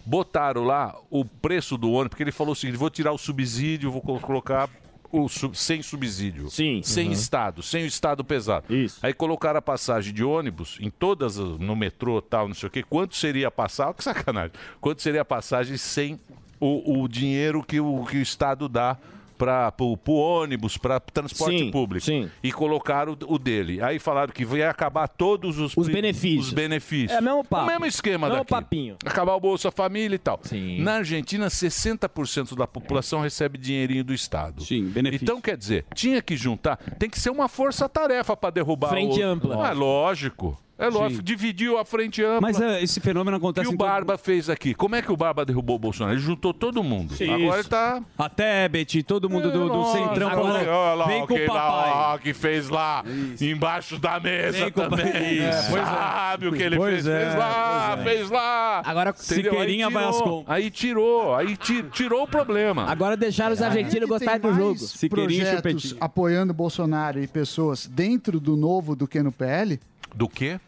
[SPEAKER 6] Botaram lá o preço do ônibus, porque ele falou o seguinte: vou tirar o subsídio, vou co- colocar o sub- sem subsídio. Sim. Sem
[SPEAKER 12] Uhum.
[SPEAKER 6] Estado, sem o Estado pesado. Isso. Aí colocaram a passagem de ônibus em todas, as- no metrô tal, não sei o quê. Quanto seria a passagem? Que sacanagem. Quanto seria a passagem sem o, o dinheiro que o, que o Estado dá para o ônibus, para transporte
[SPEAKER 10] Sim,
[SPEAKER 6] público? Sim. E colocaram o, o dele. Aí falaram que ia acabar todos os, os benefícios. Os benefícios.
[SPEAKER 10] É o mesmo papo.
[SPEAKER 6] O mesmo esquema
[SPEAKER 10] Mesmo
[SPEAKER 6] daqui. papinho. Acabar o Bolsa Família e tal. Sim. Na Argentina, 60% da população recebe dinheirinho do Estado. Sim, benefício. Então, quer dizer, tinha que juntar, tem que ser uma força-tarefa para derrubar
[SPEAKER 12] Frente
[SPEAKER 6] o...
[SPEAKER 12] ampla.
[SPEAKER 6] É lógico. É lógico,
[SPEAKER 12] Sim.
[SPEAKER 6] dividiu a frente ampla.
[SPEAKER 12] Mas é, esse fenômeno acontece
[SPEAKER 6] E o
[SPEAKER 12] em todo-
[SPEAKER 6] Barba fez aqui. Como é que o Barba derrubou o Bolsonaro? Ele juntou todo mundo.
[SPEAKER 12] Sim,
[SPEAKER 6] Agora
[SPEAKER 12] isso.
[SPEAKER 6] ele tá
[SPEAKER 12] Até, Beti, todo mundo do, do
[SPEAKER 6] Nossa,
[SPEAKER 12] centrão
[SPEAKER 6] agora-
[SPEAKER 12] falou,
[SPEAKER 6] olha lá,
[SPEAKER 12] vem
[SPEAKER 6] o
[SPEAKER 12] com
[SPEAKER 6] que
[SPEAKER 12] o
[SPEAKER 6] lá,
[SPEAKER 12] papai.
[SPEAKER 6] ó, que fez lá embaixo da mesa
[SPEAKER 12] Vem com o
[SPEAKER 6] também.
[SPEAKER 12] papai. É, pois é.
[SPEAKER 6] Sabe o que ele
[SPEAKER 12] Pois
[SPEAKER 6] fez?
[SPEAKER 12] é,
[SPEAKER 6] fez lá,
[SPEAKER 12] pois é.
[SPEAKER 6] fez lá.
[SPEAKER 12] Agora,
[SPEAKER 6] Entendeu?
[SPEAKER 12] Siqueirinha
[SPEAKER 6] Aí um
[SPEAKER 12] vai
[SPEAKER 6] tirou,
[SPEAKER 12] às compras.
[SPEAKER 6] Aí tirou, aí ti- tirou o problema.
[SPEAKER 10] Agora deixaram os argentinos gostarem do jogo.
[SPEAKER 14] É. projetos apoiando Bolsonaro e pessoas dentro do novo do que no PL,
[SPEAKER 6] Do quê?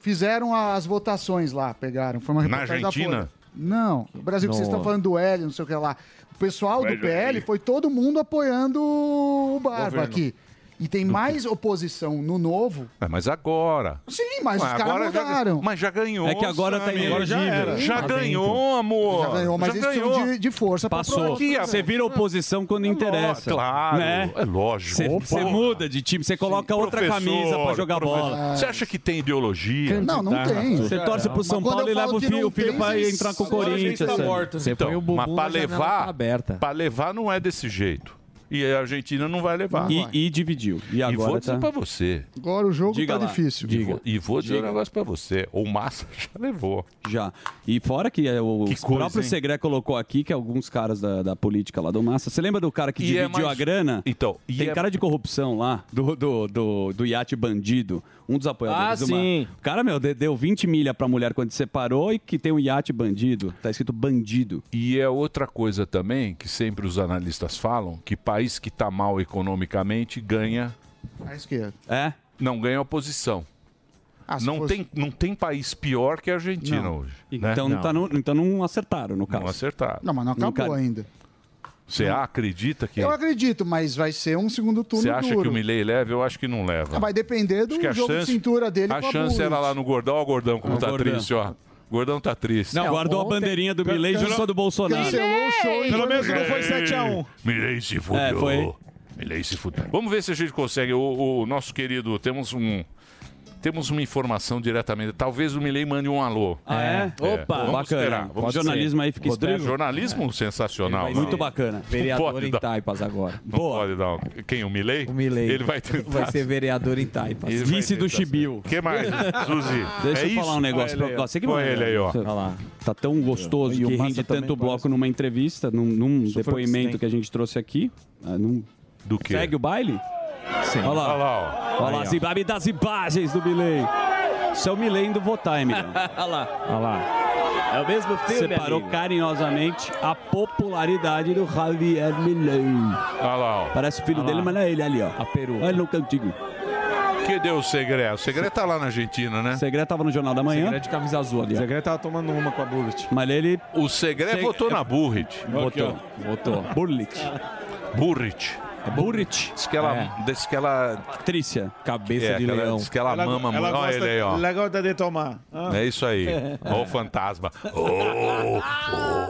[SPEAKER 14] fizeram as votações lá, pegaram. Foi uma
[SPEAKER 6] Na
[SPEAKER 14] reportagem da
[SPEAKER 6] Argentina?
[SPEAKER 14] Folha. Não, no Brasil que vocês
[SPEAKER 6] Não.
[SPEAKER 14] estão falando do L, não sei o que lá. O pessoal do
[SPEAKER 6] Veja
[SPEAKER 14] PL foi todo mundo apoiando o Barba
[SPEAKER 6] Governo.
[SPEAKER 14] aqui. E tem mais oposição no novo.
[SPEAKER 6] É, mas agora.
[SPEAKER 14] Sim, mas os
[SPEAKER 6] agora
[SPEAKER 14] caras
[SPEAKER 6] já-
[SPEAKER 14] mudaram.
[SPEAKER 6] mas já ganhou.
[SPEAKER 12] É que agora tá
[SPEAKER 6] Sammy.
[SPEAKER 12] inelegível.
[SPEAKER 6] Já, era. Já
[SPEAKER 12] Tá
[SPEAKER 6] ganhou,
[SPEAKER 12] dentro.
[SPEAKER 6] amor.
[SPEAKER 14] Já ganhou, mas
[SPEAKER 6] já
[SPEAKER 14] eles precisam
[SPEAKER 6] ganhou.
[SPEAKER 14] de, de força pra provar
[SPEAKER 12] Passou.
[SPEAKER 14] que-
[SPEAKER 12] Você vira oposição quando interessa.
[SPEAKER 6] É claro, é lógico.
[SPEAKER 12] Você você
[SPEAKER 6] Porra.
[SPEAKER 12] muda de time, você coloca outra
[SPEAKER 6] Professor,
[SPEAKER 12] camisa pra jogar
[SPEAKER 6] professor.
[SPEAKER 12] bola.
[SPEAKER 6] Você acha que tem ideologia?
[SPEAKER 14] Não, não tem. É,
[SPEAKER 12] Você torce pro
[SPEAKER 14] Mas
[SPEAKER 12] São
[SPEAKER 14] quando
[SPEAKER 12] Paulo
[SPEAKER 14] eu
[SPEAKER 12] e leva
[SPEAKER 14] falo
[SPEAKER 12] o
[SPEAKER 14] que
[SPEAKER 12] filho,
[SPEAKER 14] não
[SPEAKER 12] o filho
[SPEAKER 14] tem,
[SPEAKER 12] pra
[SPEAKER 14] vocês-
[SPEAKER 12] entrar com o
[SPEAKER 14] agora a gente
[SPEAKER 12] Corinthians.
[SPEAKER 14] tá
[SPEAKER 12] sabe?
[SPEAKER 14] morto. Você
[SPEAKER 6] Então,
[SPEAKER 12] põe o bumbum
[SPEAKER 6] mas pra
[SPEAKER 12] na janela
[SPEAKER 6] levar,
[SPEAKER 12] tá aberta.
[SPEAKER 6] pra levar não é desse jeito. E a Argentina não vai levar.
[SPEAKER 12] E- e dividiu. E agora
[SPEAKER 6] vou dizer
[SPEAKER 12] tá-
[SPEAKER 6] pra você.
[SPEAKER 14] Agora o jogo tá difícil.
[SPEAKER 6] E vou, e vou dizer um negócio pra você. O Massa já levou.
[SPEAKER 12] Já. E fora que é, o
[SPEAKER 6] Que
[SPEAKER 12] os
[SPEAKER 6] coisa,
[SPEAKER 12] próprio
[SPEAKER 6] hein?
[SPEAKER 12] Segré colocou aqui que alguns caras da, da política lá do Massa. Você lembra do cara que
[SPEAKER 6] E é
[SPEAKER 12] dividiu
[SPEAKER 6] mais-
[SPEAKER 12] a grana?
[SPEAKER 6] Então, e
[SPEAKER 12] Tem
[SPEAKER 6] é-
[SPEAKER 12] cara de corrupção lá, do, do, do, do iate bandido. Um dos apoiadores
[SPEAKER 10] Ah,
[SPEAKER 12] do Massa.
[SPEAKER 10] sim.
[SPEAKER 12] O cara, meu, de- deu 20 milha pra mulher quando separou e que tem um iate bandido. Tá escrito bandido.
[SPEAKER 6] E é outra coisa também que sempre os analistas falam, que país que tá mal economicamente ganha...
[SPEAKER 14] A esquerda.
[SPEAKER 12] É?
[SPEAKER 6] Não, ganha oposição.
[SPEAKER 14] Ah,
[SPEAKER 6] não, tem, não tem país pior que a Argentina
[SPEAKER 12] Não.
[SPEAKER 6] hoje. né?
[SPEAKER 12] Então não. tá no- então não acertaram, no caso. Não
[SPEAKER 6] acertaram.
[SPEAKER 14] Não, mas não acabou ainda.
[SPEAKER 6] Você acredita que...
[SPEAKER 14] Eu acredito, mas vai ser um segundo turno
[SPEAKER 6] Você acha
[SPEAKER 14] duro.
[SPEAKER 6] que o Milley leva? Eu acho que não leva.
[SPEAKER 14] Vai depender do
[SPEAKER 6] Acho que a
[SPEAKER 14] jogo
[SPEAKER 6] chance,
[SPEAKER 14] de cintura dele
[SPEAKER 6] a
[SPEAKER 14] com a
[SPEAKER 6] chance é
[SPEAKER 14] Bullrich.
[SPEAKER 6] era lá no Gordão. Olha o Gordão como
[SPEAKER 12] Ó,
[SPEAKER 6] tá
[SPEAKER 12] É Gordão.
[SPEAKER 6] triste, ó. Gordão tá triste.
[SPEAKER 14] É,
[SPEAKER 12] Não, guardou a bandeirinha do Milei e jogou do Bolsonaro.
[SPEAKER 14] Cancelou o show.
[SPEAKER 12] Pelo menos não
[SPEAKER 16] É.
[SPEAKER 12] foi um.
[SPEAKER 6] 7 a 1. Milei se fudeu.
[SPEAKER 12] É, foi.
[SPEAKER 6] Milei se fudeu. Vamos ver se a gente consegue. O, o nosso querido, temos um... Temos uma informação diretamente. Talvez o Milei mande um alô.
[SPEAKER 12] Ah, é? Opa,
[SPEAKER 6] vamos
[SPEAKER 12] bacana.
[SPEAKER 6] esperar. Vamos
[SPEAKER 12] Pode
[SPEAKER 6] jornalismo
[SPEAKER 12] ser. aí fica esperto.
[SPEAKER 6] Jornalismo sensacional.
[SPEAKER 12] Ele vai Muito
[SPEAKER 6] não.
[SPEAKER 12] bacana.
[SPEAKER 6] Não
[SPEAKER 12] Vereador
[SPEAKER 6] pode
[SPEAKER 12] em
[SPEAKER 6] dar-
[SPEAKER 7] Taipas agora.
[SPEAKER 6] Não pode dar. um- Quem? O Milei? O Milei. Ele vai tentar.
[SPEAKER 7] Vai ser vereador em Taipas.
[SPEAKER 6] Ele vai Vice do tentar. Chibiu. O que mais, Suzy?
[SPEAKER 12] Deixa
[SPEAKER 6] É
[SPEAKER 12] eu falar
[SPEAKER 6] isso?
[SPEAKER 12] um negócio
[SPEAKER 6] Põe
[SPEAKER 12] pra
[SPEAKER 6] ele aí, ó.
[SPEAKER 12] você. que né?
[SPEAKER 6] Põe
[SPEAKER 12] manda.
[SPEAKER 6] ele aí, ó.
[SPEAKER 12] Olha lá. Tá tão gostoso
[SPEAKER 6] E o
[SPEAKER 12] que
[SPEAKER 6] Massa
[SPEAKER 12] rende
[SPEAKER 6] também
[SPEAKER 12] tanto bloco numa entrevista, num, num
[SPEAKER 6] Isso foi o que
[SPEAKER 12] depoimento
[SPEAKER 6] tem.
[SPEAKER 12] que a gente trouxe aqui. Ah, num-
[SPEAKER 6] Do quê?
[SPEAKER 12] Segue o baile?
[SPEAKER 6] Sim.
[SPEAKER 12] Olha lá.
[SPEAKER 6] Olha lá, ó.
[SPEAKER 12] Olha
[SPEAKER 6] Aí,
[SPEAKER 12] lá,
[SPEAKER 6] ó.
[SPEAKER 12] Zibabe das imagens do Milei. Isso é o Milei do Votar, hein, Milei? Olha lá. Olha lá. É o mesmo
[SPEAKER 10] filme,
[SPEAKER 12] Separou
[SPEAKER 10] amigo.
[SPEAKER 12] carinhosamente a popularidade do Javier Milei.
[SPEAKER 6] Olha lá, ó.
[SPEAKER 12] Parece filho
[SPEAKER 6] Olha
[SPEAKER 12] dele,
[SPEAKER 6] lá.
[SPEAKER 12] mas não é ele ali, ó. A peru. Olha no cantinho.
[SPEAKER 6] Que deu o Segré? O Segré tá lá na Argentina, né?
[SPEAKER 12] O Segredo tava no Jornal da Manhã.
[SPEAKER 6] Segré de
[SPEAKER 12] camisa azul ali. O
[SPEAKER 11] Segredo tava tomando uma com a Bullet.
[SPEAKER 12] Mas ele.
[SPEAKER 6] O Segré
[SPEAKER 12] Seg- é-
[SPEAKER 6] votou na Burrit.
[SPEAKER 12] Votou, votou. Burlit.
[SPEAKER 6] Burrit.
[SPEAKER 12] É Burrit.
[SPEAKER 6] Diz que ela.
[SPEAKER 12] É.
[SPEAKER 6] Diz que ela...
[SPEAKER 12] Trícia. Cabeça
[SPEAKER 6] É,
[SPEAKER 12] de
[SPEAKER 6] que ela-
[SPEAKER 12] leão.
[SPEAKER 6] diz que ela Ela- mama ela muito. Olha gosta- ele aí, ó.
[SPEAKER 11] Ela gosta de tomar. Ah.
[SPEAKER 6] É isso aí. Ó o fantasma. Ô,
[SPEAKER 11] Ah.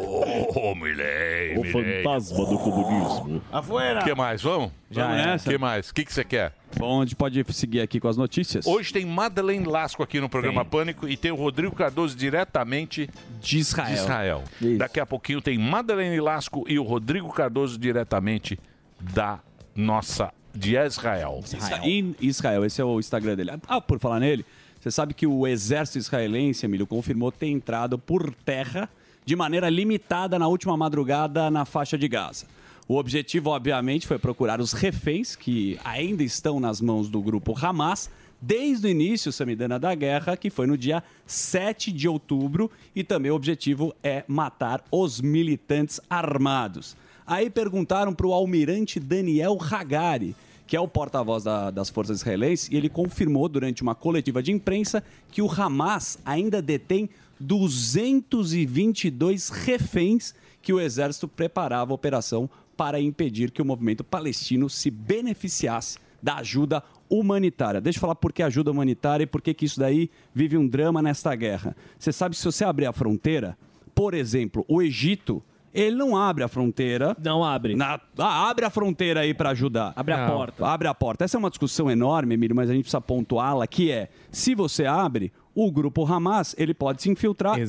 [SPEAKER 6] ô, ô, Milei,
[SPEAKER 8] O
[SPEAKER 6] Milei.
[SPEAKER 8] fantasma do comunismo.
[SPEAKER 6] O que mais? Vamos?
[SPEAKER 12] Já
[SPEAKER 6] Vamos
[SPEAKER 12] é.
[SPEAKER 6] nessa? O que mais? O que que você quer?
[SPEAKER 12] Onde pode seguir aqui com as notícias?
[SPEAKER 6] Hoje tem Madeleine Lasco aqui no programa Pânico e tem o Rodrigo Cardoso diretamente
[SPEAKER 12] de Israel.
[SPEAKER 6] Daqui a pouquinho tem Madeleine Lasco e o Rodrigo Cardoso diretamente da nossa de Israel.
[SPEAKER 12] Israel. Em Israel, esse é o Instagram dele. Ah, por falar nele, você sabe que o exército israelense, Emílio, confirmou ter entrado por terra de maneira limitada na última madrugada na faixa de Gaza. O objetivo, obviamente, foi procurar os reféns que ainda estão nas mãos do grupo Hamas desde o início, Samidana, da guerra, que foi no dia 7 de outubro, e também o objetivo é matar os militantes armados. Aí perguntaram para o almirante Daniel Hagari, que é o porta-voz da- das forças israelenses, e ele confirmou durante uma coletiva de imprensa que o Hamas ainda detém 222 reféns que o exército preparava a operação para impedir que o movimento palestino se beneficiasse da ajuda humanitária. Deixa eu falar por que ajuda humanitária e por que, que isso daí vive um drama nesta guerra. Você sabe que se você abrir a fronteira, por exemplo, o Egito, ele não abre a fronteira. Não abre. Ah, abre a fronteira aí para ajudar. Abre
[SPEAKER 15] a porta.
[SPEAKER 12] Abre a porta. Essa é uma discussão enorme, Emílio, mas a gente precisa pontuá-la, que é, se você abre, o grupo Hamas, ele pode se infiltrar entre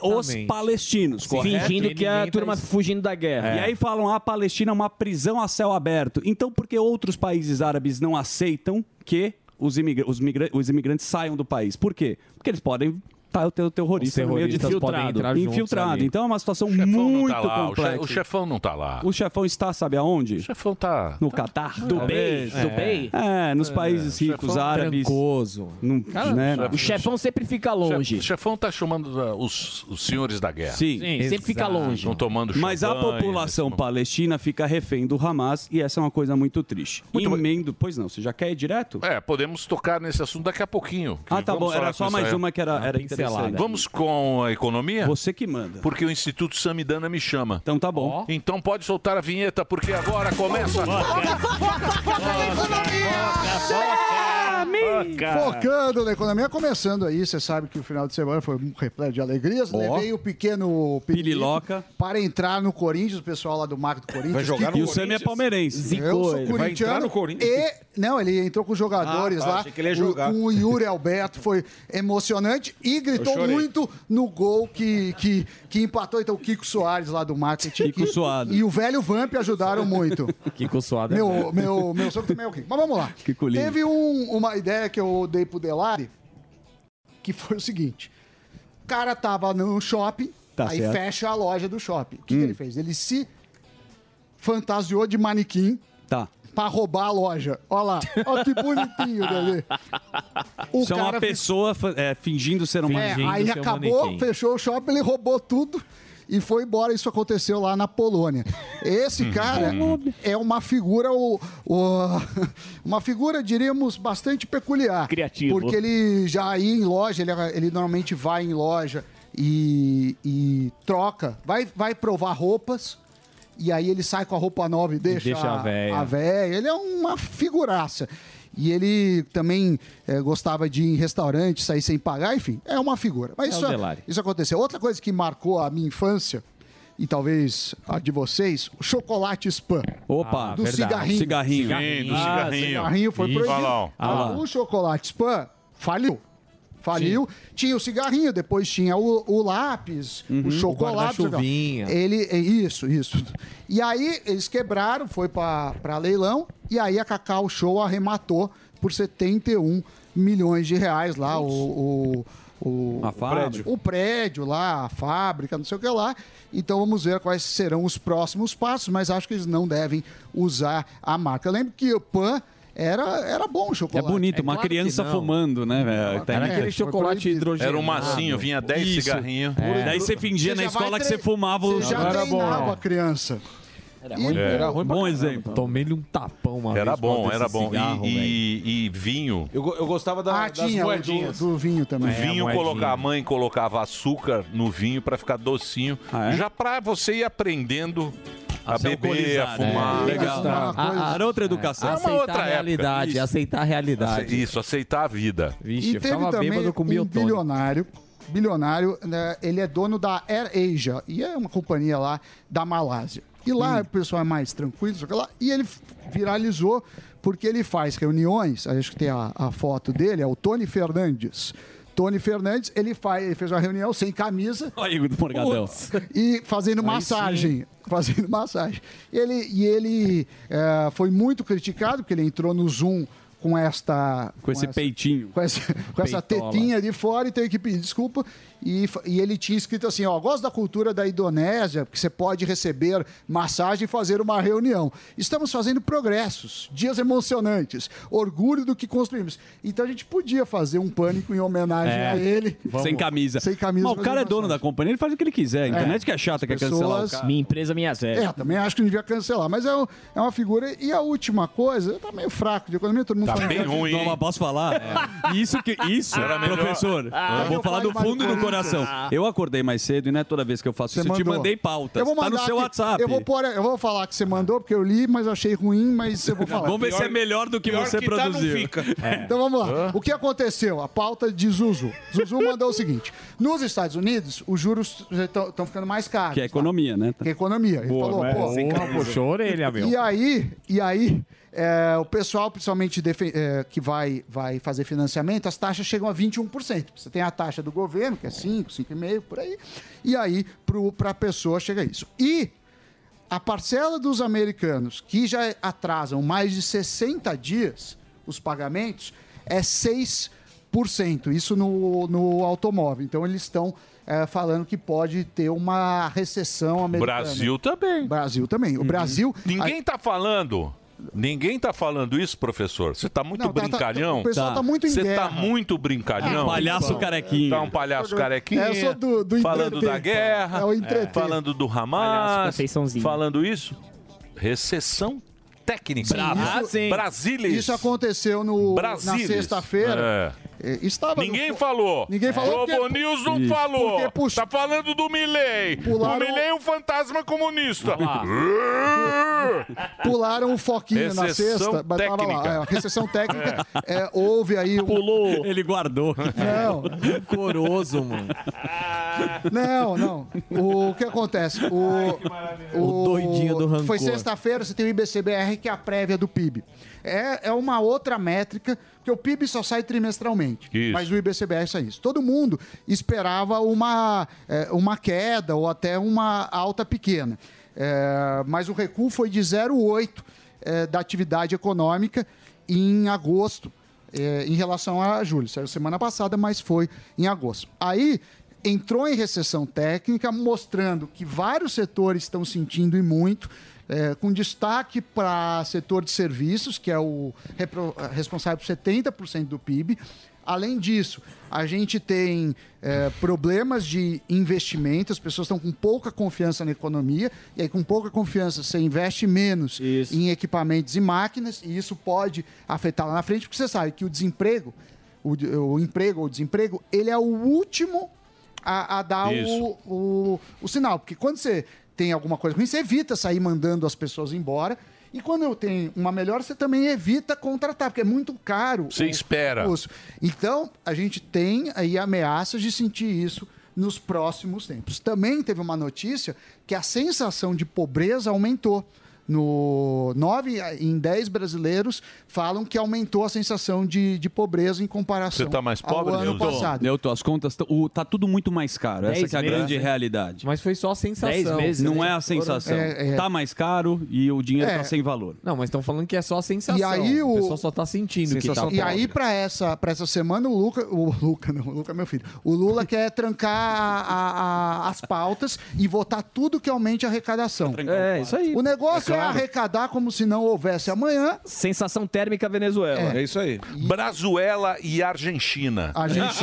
[SPEAKER 12] os
[SPEAKER 10] Exatamente.
[SPEAKER 12] palestinos, correto?
[SPEAKER 10] Fingindo que é a turma fugindo da guerra.
[SPEAKER 12] E aí falam, ah, a Palestina é uma prisão a céu aberto. Então, por que outros países árabes não aceitam que os, imigra- os migra- os imigrantes saiam do país? Por quê? Porque eles podem estar o ter- terrorista
[SPEAKER 7] Os
[SPEAKER 12] no meio de
[SPEAKER 7] terroristas podem
[SPEAKER 12] infiltrado.
[SPEAKER 7] entrar juntos
[SPEAKER 12] infiltrado.
[SPEAKER 7] ali.
[SPEAKER 12] Então é uma situação
[SPEAKER 6] Não
[SPEAKER 12] muito
[SPEAKER 6] tá lá, o che-
[SPEAKER 12] complexa.
[SPEAKER 6] O chefão não tá lá.
[SPEAKER 12] Ah. O chefão está, sabe aonde? O
[SPEAKER 6] chefão está
[SPEAKER 12] No Catar.
[SPEAKER 6] Dubai.
[SPEAKER 12] talvez.
[SPEAKER 6] É. Dubai?
[SPEAKER 12] Tá É, nos países
[SPEAKER 6] É, o
[SPEAKER 12] ricos
[SPEAKER 6] chefão
[SPEAKER 12] árabes.
[SPEAKER 6] trancoso.
[SPEAKER 12] Num- né?
[SPEAKER 6] o chefão
[SPEAKER 10] sempre fica
[SPEAKER 6] longe. O chefão tá chamando ah, os, os senhores da guerra.
[SPEAKER 12] Sim, Exato.
[SPEAKER 6] Estão tomando
[SPEAKER 12] Mas a
[SPEAKER 6] champanhe, né?
[SPEAKER 12] população palestina fica refém do Hamas e essa é uma coisa muito triste. Muito Emendo, pois não, você já quer ir direto?
[SPEAKER 6] É, podemos tocar nesse assunto daqui a pouquinho.
[SPEAKER 12] Ah, tá
[SPEAKER 6] Vamos
[SPEAKER 12] bom,
[SPEAKER 6] falar
[SPEAKER 12] era
[SPEAKER 6] com
[SPEAKER 12] só
[SPEAKER 6] isso
[SPEAKER 12] mais
[SPEAKER 6] aí.
[SPEAKER 12] uma que era, era interessante.
[SPEAKER 6] Vamos com a economia?
[SPEAKER 12] Você que manda.
[SPEAKER 6] Porque o Instituto Samidana me chama.
[SPEAKER 12] Então tá bom.
[SPEAKER 6] Então pode soltar a vinheta, porque agora começa. Ah,
[SPEAKER 14] Focando na economia, começando aí, você sabe que o final de semana foi um repleto de alegrias.
[SPEAKER 12] Ó.
[SPEAKER 14] Levei o pequeno Pirulito
[SPEAKER 12] Piriloca.
[SPEAKER 14] para entrar no Corinthians, o pessoal lá do Marco do Corinthians.
[SPEAKER 12] Vai jogar
[SPEAKER 14] que-
[SPEAKER 12] no E o Sam é Corinthians? palmeirense. Zicou
[SPEAKER 14] Eu
[SPEAKER 12] ele. Vai entrar
[SPEAKER 14] sou corintiano.
[SPEAKER 12] no Corinthians?
[SPEAKER 14] E, não, ele entrou com os jogadores
[SPEAKER 11] Ah, tá,
[SPEAKER 14] lá.
[SPEAKER 11] achei que ele ia jogar.
[SPEAKER 14] o- Com o Yuri Alberto, foi emocionante e gritou
[SPEAKER 11] chorei.
[SPEAKER 14] muito no gol que, que, que empatou. Então, o Kiko Soares lá do marketing.
[SPEAKER 7] Kiko
[SPEAKER 14] e-
[SPEAKER 7] Suado.
[SPEAKER 14] E o velho Vamp ajudaram muito.
[SPEAKER 7] Kiko Suado. é
[SPEAKER 14] Meu,
[SPEAKER 7] bom.
[SPEAKER 12] né?
[SPEAKER 14] meu, meu sogro também é o Kiko. Mas vamos lá.
[SPEAKER 7] Kiko lindo.
[SPEAKER 14] Teve um- uma ideia que eu dei pro Delari, que foi o seguinte. O cara tava no shopping,
[SPEAKER 15] Tá
[SPEAKER 14] aí
[SPEAKER 15] certo.
[SPEAKER 14] fecha a loja do shopping. O que, que
[SPEAKER 15] Hum.
[SPEAKER 14] ele fez? Ele se fantasiou de manequim
[SPEAKER 12] tá.
[SPEAKER 14] pra roubar a loja. Olha lá. Olha que bonitinho, né? Delari. O
[SPEAKER 12] Isso é uma
[SPEAKER 14] cara fi-
[SPEAKER 12] pessoa fa- é, fingindo ser uma
[SPEAKER 14] É, aí acabou, fechou o shopping, ele roubou tudo e foi embora. Isso aconteceu lá na Polônia.
[SPEAKER 7] Uhum.
[SPEAKER 14] Esse cara é uma figura, o- o- uma figura, diríamos, bastante peculiar. Criativo. Porque ele já ia em loja, ele, ele normalmente vai em loja e, e troca, vai, vai provar roupas. E aí ele sai com a roupa nova e deixa,
[SPEAKER 7] deixa a véia.
[SPEAKER 14] a véia. Ele é uma figuraça. E ele também eh, gostava de ir em restaurante, sair sem pagar, enfim, é uma figura.
[SPEAKER 7] É
[SPEAKER 14] Mas
[SPEAKER 7] o
[SPEAKER 14] isso,
[SPEAKER 7] Delari.
[SPEAKER 14] isso aconteceu. Outra coisa que marcou a minha infância, e talvez a de vocês, o chocolate spam. Ah,
[SPEAKER 12] Opa,
[SPEAKER 14] do
[SPEAKER 12] verdade.
[SPEAKER 14] cigarrinho.
[SPEAKER 12] Cigarrinho. Sim, do
[SPEAKER 14] Ah,
[SPEAKER 12] cigarrinho.
[SPEAKER 14] cigarrinho foi
[SPEAKER 12] Isso.
[SPEAKER 14] proibido.
[SPEAKER 12] Olha lá, ó.
[SPEAKER 14] Ah,
[SPEAKER 12] Olha lá.
[SPEAKER 14] O chocolate spam faliu. Faliu. Tinha o cigarrinho, depois tinha o, o lápis,
[SPEAKER 7] Uhum,
[SPEAKER 14] o chocolate.
[SPEAKER 7] o guarda-chuvinha.
[SPEAKER 14] Ele, é isso, isso. E aí eles quebraram, foi para leilão, e aí a Cacau Show arrematou por 71 milhões de reais lá o. o o,
[SPEAKER 12] A fábrica.
[SPEAKER 14] o prédio lá, a fábrica, não sei o que lá. Então vamos ver quais serão os próximos passos, mas acho que eles não devem usar a marca. Eu lembro que o PAN Era, era bom o
[SPEAKER 12] É
[SPEAKER 14] chocolate. É,
[SPEAKER 12] bonito, uma criança fumando, né, velho? Tem
[SPEAKER 14] Era
[SPEAKER 12] que-
[SPEAKER 14] aquele chocolate Ah,
[SPEAKER 12] proibido.
[SPEAKER 14] hidrogenado.
[SPEAKER 6] Era um massinho, vinha 10
[SPEAKER 12] Ah, Isso.
[SPEAKER 6] cigarrinhos.
[SPEAKER 12] É. Daí você
[SPEAKER 14] Você
[SPEAKER 12] fingia na
[SPEAKER 14] já
[SPEAKER 12] escola
[SPEAKER 14] vai
[SPEAKER 12] que você
[SPEAKER 14] tre-
[SPEAKER 12] fumava
[SPEAKER 14] você
[SPEAKER 12] os
[SPEAKER 14] já
[SPEAKER 12] Era bom.
[SPEAKER 14] treinava a criança.
[SPEAKER 12] Era
[SPEAKER 14] ruim,
[SPEAKER 6] era ruim pra
[SPEAKER 12] Bom
[SPEAKER 6] caramba.
[SPEAKER 12] exemplo.
[SPEAKER 7] Tomei-lhe um tapão uma
[SPEAKER 6] Era
[SPEAKER 7] vez.
[SPEAKER 6] bom, era bom. E-
[SPEAKER 7] Cigarro,
[SPEAKER 6] e, e vinho.
[SPEAKER 11] Eu, eu gostava da,
[SPEAKER 14] Ah,
[SPEAKER 11] das
[SPEAKER 14] tinha o do,
[SPEAKER 11] moedinhas.
[SPEAKER 14] do vinho
[SPEAKER 7] é,
[SPEAKER 14] também.
[SPEAKER 6] vinho colocar, É, a mãe colocava açúcar no vinho para ficar docinho,
[SPEAKER 7] Ah, é?
[SPEAKER 6] já para você ir aprendendo a,
[SPEAKER 7] se
[SPEAKER 6] beber, a
[SPEAKER 7] alcoolizar, né?
[SPEAKER 6] fumar.
[SPEAKER 7] É, Legal. gostar. A- a- era outra educação.
[SPEAKER 6] É uma
[SPEAKER 7] Aceitar
[SPEAKER 6] outra
[SPEAKER 7] a
[SPEAKER 6] época.
[SPEAKER 7] realidade,
[SPEAKER 6] Isso.
[SPEAKER 7] aceitar a realidade.
[SPEAKER 6] Ace- Isso, aceitar a vida.
[SPEAKER 14] E teve também um
[SPEAKER 7] né?
[SPEAKER 14] bilionário. Bilionário, né, ele é dono da Air Asia e é uma companhia lá da Malásia. E
[SPEAKER 6] Hum.
[SPEAKER 14] lá o pessoal é mais tranquilo, sei lá, e ele f- viralizou porque ele faz reuniões, acho que tem a, a foto dele, é o Tony Fernandes. Tony Fernandes, ele, faz, ele fez uma reunião sem camisa,
[SPEAKER 12] Olha aí o do Morgadão.
[SPEAKER 14] e fazendo
[SPEAKER 12] Aí
[SPEAKER 14] massagem. Fazendo massagem. Ele, e ele eh, foi muito criticado, porque ele entrou no Zoom com esta.
[SPEAKER 12] Com esse
[SPEAKER 14] essa-
[SPEAKER 12] peitinho.
[SPEAKER 14] Com essa, com essa
[SPEAKER 12] Peitola.
[SPEAKER 14] tetinha de fora e teve que pedir desculpa. E, fa- e ele tinha escrito assim: ó, gosto da cultura da Indonésia, porque você pode receber massagem e fazer uma reunião. Estamos fazendo progressos, dias emocionantes, orgulho do que construímos. Então a gente podia fazer um pânico em homenagem
[SPEAKER 12] É.
[SPEAKER 14] a ele.
[SPEAKER 12] Sem camisa.
[SPEAKER 14] Sem camisa.
[SPEAKER 12] Mas o cara é
[SPEAKER 14] fazendo
[SPEAKER 12] dono da companhia, ele faz o que ele quiser. A internet que é chata,
[SPEAKER 14] As
[SPEAKER 12] quer cancelar o
[SPEAKER 14] pessoas-
[SPEAKER 12] cara.
[SPEAKER 14] Minha
[SPEAKER 12] empresa, minha série.
[SPEAKER 14] É, também acho que não devia cancelar, mas é, um- é uma figura. E a última coisa, tá meio fraco de economia, todo mundo É.
[SPEAKER 12] Tá
[SPEAKER 14] falando
[SPEAKER 12] bem
[SPEAKER 14] de-
[SPEAKER 12] ruim. Não, mas posso falar? Isso que isso,
[SPEAKER 14] Era melhor.
[SPEAKER 12] professor. eu
[SPEAKER 14] Ah,
[SPEAKER 12] vou
[SPEAKER 14] meu
[SPEAKER 12] falar
[SPEAKER 14] pai
[SPEAKER 12] do
[SPEAKER 14] vai no
[SPEAKER 12] fundo do
[SPEAKER 14] Corinthians.
[SPEAKER 12] coração. Eu acordei mais cedo e não é toda vez que eu faço
[SPEAKER 14] Você
[SPEAKER 12] isso. Eu te
[SPEAKER 14] mandou.
[SPEAKER 12] mandei pauta. Tá no
[SPEAKER 14] mandar
[SPEAKER 12] seu
[SPEAKER 14] aqui.
[SPEAKER 12] WhatsApp.
[SPEAKER 14] Eu vou, pôr- eu vou falar que você mandou, porque eu li, mas achei ruim, mas eu vou falar.
[SPEAKER 12] Vamos ver se é melhor do que você produziu. É.
[SPEAKER 14] Então vamos lá. O que aconteceu? A pauta de Zuzu. Zuzu mandou o seguinte: nos Estados Unidos, os juros estão ficando mais caros.
[SPEAKER 12] Que é economia, né?
[SPEAKER 14] Que é economia. Ele falou,
[SPEAKER 12] né?
[SPEAKER 14] pô,
[SPEAKER 12] Sem camisa. Puxou a orelha, meu.
[SPEAKER 14] E aí, e aí é, o pessoal, principalmente defe- é, que vai, vai fazer financiamento, as taxas chegam a 21%. Você tem a taxa do governo, que é 5, 5,5, por aí. E aí, para a pessoa, chega isso. E a parcela dos americanos que já atrasam mais de 60 dias os pagamentos é 6%. Isso no, no automóvel. Então, eles estão é, falando que pode ter uma recessão americana.
[SPEAKER 6] Brasil também.
[SPEAKER 14] Brasil também. O Brasil.
[SPEAKER 6] Ninguém tá falando. Ninguém tá falando isso, professor. Você tá muito
[SPEAKER 14] Não, tá- tá-
[SPEAKER 6] brincalhão.
[SPEAKER 14] o pessoal tá muito em
[SPEAKER 6] Você tá
[SPEAKER 14] guerra.
[SPEAKER 6] muito
[SPEAKER 14] Ah,
[SPEAKER 6] brincalhão.
[SPEAKER 14] um palhaço
[SPEAKER 12] carequinha.
[SPEAKER 6] Tá um palhaço carequinha.
[SPEAKER 14] É, eu sou do- do
[SPEAKER 6] falando
[SPEAKER 14] entreter.
[SPEAKER 6] da guerra.
[SPEAKER 14] É o entreter.
[SPEAKER 6] Falando do
[SPEAKER 12] Palhaço
[SPEAKER 6] Hamas.
[SPEAKER 12] Conceiçãozinho.
[SPEAKER 6] Falando isso. Recessão técnica.
[SPEAKER 14] Brava.
[SPEAKER 6] Brasília.
[SPEAKER 14] Ah, Isso aconteceu no, na
[SPEAKER 6] Brasilis.
[SPEAKER 14] sexta-feira. É, Estava no-
[SPEAKER 6] Ninguém falou.
[SPEAKER 14] Ninguém falou
[SPEAKER 6] Globo
[SPEAKER 14] porque-
[SPEAKER 6] News não
[SPEAKER 14] Isso.
[SPEAKER 6] falou.
[SPEAKER 14] Porque puxa-
[SPEAKER 6] Tá falando do Milley.
[SPEAKER 14] Pularam-
[SPEAKER 6] O Milley é um fantasma comunista.
[SPEAKER 14] Pularam o foquinho na
[SPEAKER 6] Recessão
[SPEAKER 14] sexta. mas tava lá,
[SPEAKER 6] técnica.
[SPEAKER 14] é, a recessão técnica. é, houve aí. Um...
[SPEAKER 12] Pulou. Ele guardou. Um
[SPEAKER 14] Não.
[SPEAKER 7] Coroso, mano.
[SPEAKER 14] Não, não. O que acontece? O,
[SPEAKER 7] O doidinho do rancor.
[SPEAKER 14] Foi sexta-feira, você tem o IBCBR, que é a prévia do PIB. É, é uma outra métrica, porque o PIB só sai trimestralmente.
[SPEAKER 6] Isso.
[SPEAKER 14] Mas o IBCBR sai isso. Todo mundo esperava uma, é, uma queda ou até uma alta pequena. É, mas o recuo foi de 0,8 é, da atividade econômica em agosto. é, em relação a julho, saiu semana passada, mas foi em agosto. Aí entrou em recessão técnica, mostrando que vários setores estão sentindo e muito, eh, com destaque para setor de serviços, que é o repro- responsável por 70% do PIB. Além disso, a gente tem eh, problemas de investimento, as pessoas estão com pouca confiança na economia, e aí com pouca confiança você investe menos em equipamentos e máquinas, e isso pode afetar lá na frente, porque você sabe que o desemprego, o, de- o emprego ou desemprego, ele é o último a, a dar o,
[SPEAKER 6] Isso.
[SPEAKER 14] o, o sinal. Porque quando você tem alguma coisa ruim, você evita sair mandando as pessoas embora. E quando eu tenho uma melhor, você também evita contratar, porque é muito caro.
[SPEAKER 6] Você
[SPEAKER 14] o-
[SPEAKER 6] espera.
[SPEAKER 14] o custo. Então, a gente tem aí ameaças de sentir isso nos próximos tempos. Também teve uma notícia que a sensação de pobreza aumentou. No 9 em 10 brasileiros falam que aumentou a sensação de, de pobreza em comparação
[SPEAKER 6] Você tá mais
[SPEAKER 14] ao
[SPEAKER 6] pobre?
[SPEAKER 14] ano
[SPEAKER 6] Eu tô.
[SPEAKER 14] passado.
[SPEAKER 12] Eu tô, as contas tão- o- tá tudo muito mais caro. Essa
[SPEAKER 7] Dez
[SPEAKER 12] que é a
[SPEAKER 7] meses,
[SPEAKER 12] grande
[SPEAKER 7] né?
[SPEAKER 12] realidade.
[SPEAKER 7] Mas foi só a sensação.
[SPEAKER 12] Dez meses, não é a sensação. Tá mais caro e o dinheiro
[SPEAKER 14] É.
[SPEAKER 12] tá sem valor.
[SPEAKER 7] Não, mas estão falando que é só a sensação.
[SPEAKER 14] E aí o...
[SPEAKER 7] o pessoal só tá sentindo
[SPEAKER 14] Sensação
[SPEAKER 7] que
[SPEAKER 14] E
[SPEAKER 7] tá
[SPEAKER 14] aí, pra essa, pra essa semana, o Luca... O Luca, não. O Luca é meu filho. O Lula quer trancar a- a- a- as pautas e votar tudo que aumente a arrecadação. É, isso aí. O negócio a arrecadar como se não houvesse amanhã.
[SPEAKER 10] Sensação térmica Venezuela.
[SPEAKER 6] É
[SPEAKER 11] isso aí.
[SPEAKER 6] Brazuela e Argentina.
[SPEAKER 14] A gente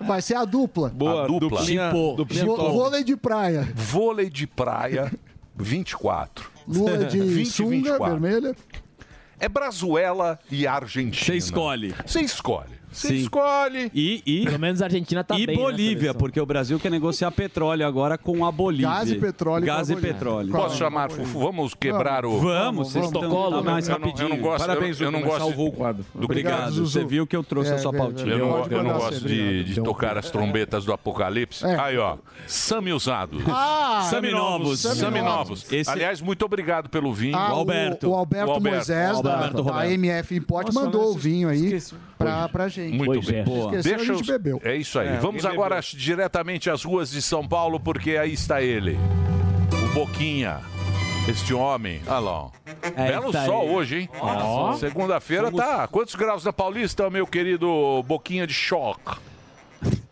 [SPEAKER 14] vai ser a dupla.
[SPEAKER 6] Boa, A dupla. duplinha-
[SPEAKER 14] Vo-
[SPEAKER 6] duplinha top.
[SPEAKER 14] Vôlei de praia.
[SPEAKER 6] Vôlei de praia, 24.
[SPEAKER 14] Lua de
[SPEAKER 6] 20,
[SPEAKER 14] sunga vermelha.
[SPEAKER 6] É Brazuela e Argentina. Você
[SPEAKER 12] escolhe.
[SPEAKER 6] Você escolhe. Você
[SPEAKER 12] Sim.
[SPEAKER 6] escolhe.
[SPEAKER 12] E, e
[SPEAKER 10] pelo menos a Argentina tá
[SPEAKER 12] e
[SPEAKER 10] bem nessa
[SPEAKER 12] Bolívia,
[SPEAKER 10] eleição.
[SPEAKER 12] porque o Brasil quer negociar petróleo agora com a Bolívia.
[SPEAKER 6] Gás e petróleo
[SPEAKER 12] Gás
[SPEAKER 6] com a
[SPEAKER 12] e
[SPEAKER 6] Bolívia.
[SPEAKER 12] petróleo.
[SPEAKER 6] Posso chamar, Fufu? Vamos quebrar o-
[SPEAKER 12] Vamos, vocês
[SPEAKER 6] Vamos,
[SPEAKER 12] estão
[SPEAKER 6] vamos.
[SPEAKER 12] tá mais
[SPEAKER 6] Eu não- eu
[SPEAKER 12] rapidinho.
[SPEAKER 6] não gosto- Parabéns, eu- eu não Zuzu, mas gosto- salvou o quadro.
[SPEAKER 12] Obrigado,
[SPEAKER 6] Obrigado, Zuzu. É,
[SPEAKER 12] Você viu que eu trouxe a sua pautinha.
[SPEAKER 6] Eu não, eu não gosto de, de tocar as trombetas do apocalipse. Aí, ó. Sami Usado.
[SPEAKER 14] Ah,
[SPEAKER 6] Sami Novos.
[SPEAKER 14] Sami
[SPEAKER 6] Sami
[SPEAKER 14] Novos.
[SPEAKER 6] Novos.
[SPEAKER 14] Esse-
[SPEAKER 6] Aliás, muito obrigado pelo vinho.
[SPEAKER 14] Ah, O, o Alberto, Moisés, da-
[SPEAKER 6] Alberto
[SPEAKER 14] da,
[SPEAKER 6] Roberto.
[SPEAKER 14] MF Import, mandou o vinho aí pra, pra gente.
[SPEAKER 6] Muito bem.
[SPEAKER 14] Boa. Esqueceu,
[SPEAKER 6] Deixa
[SPEAKER 14] a gente
[SPEAKER 6] eu-
[SPEAKER 14] bebeu.
[SPEAKER 6] É isso aí.
[SPEAKER 14] É,
[SPEAKER 6] Vamos
[SPEAKER 14] alguém
[SPEAKER 6] agora diretamente às ruas de São Paulo, porque aí está ele. O Boquinha. Este homem. Olha lá. ó.
[SPEAKER 12] É,
[SPEAKER 6] Belo
[SPEAKER 12] está
[SPEAKER 6] sol
[SPEAKER 12] aí.
[SPEAKER 6] hoje, hein?
[SPEAKER 12] Ó.
[SPEAKER 6] Segunda-feira
[SPEAKER 12] Somos-
[SPEAKER 6] tá. Quantos graus na Paulista, meu querido Boquinha de choque?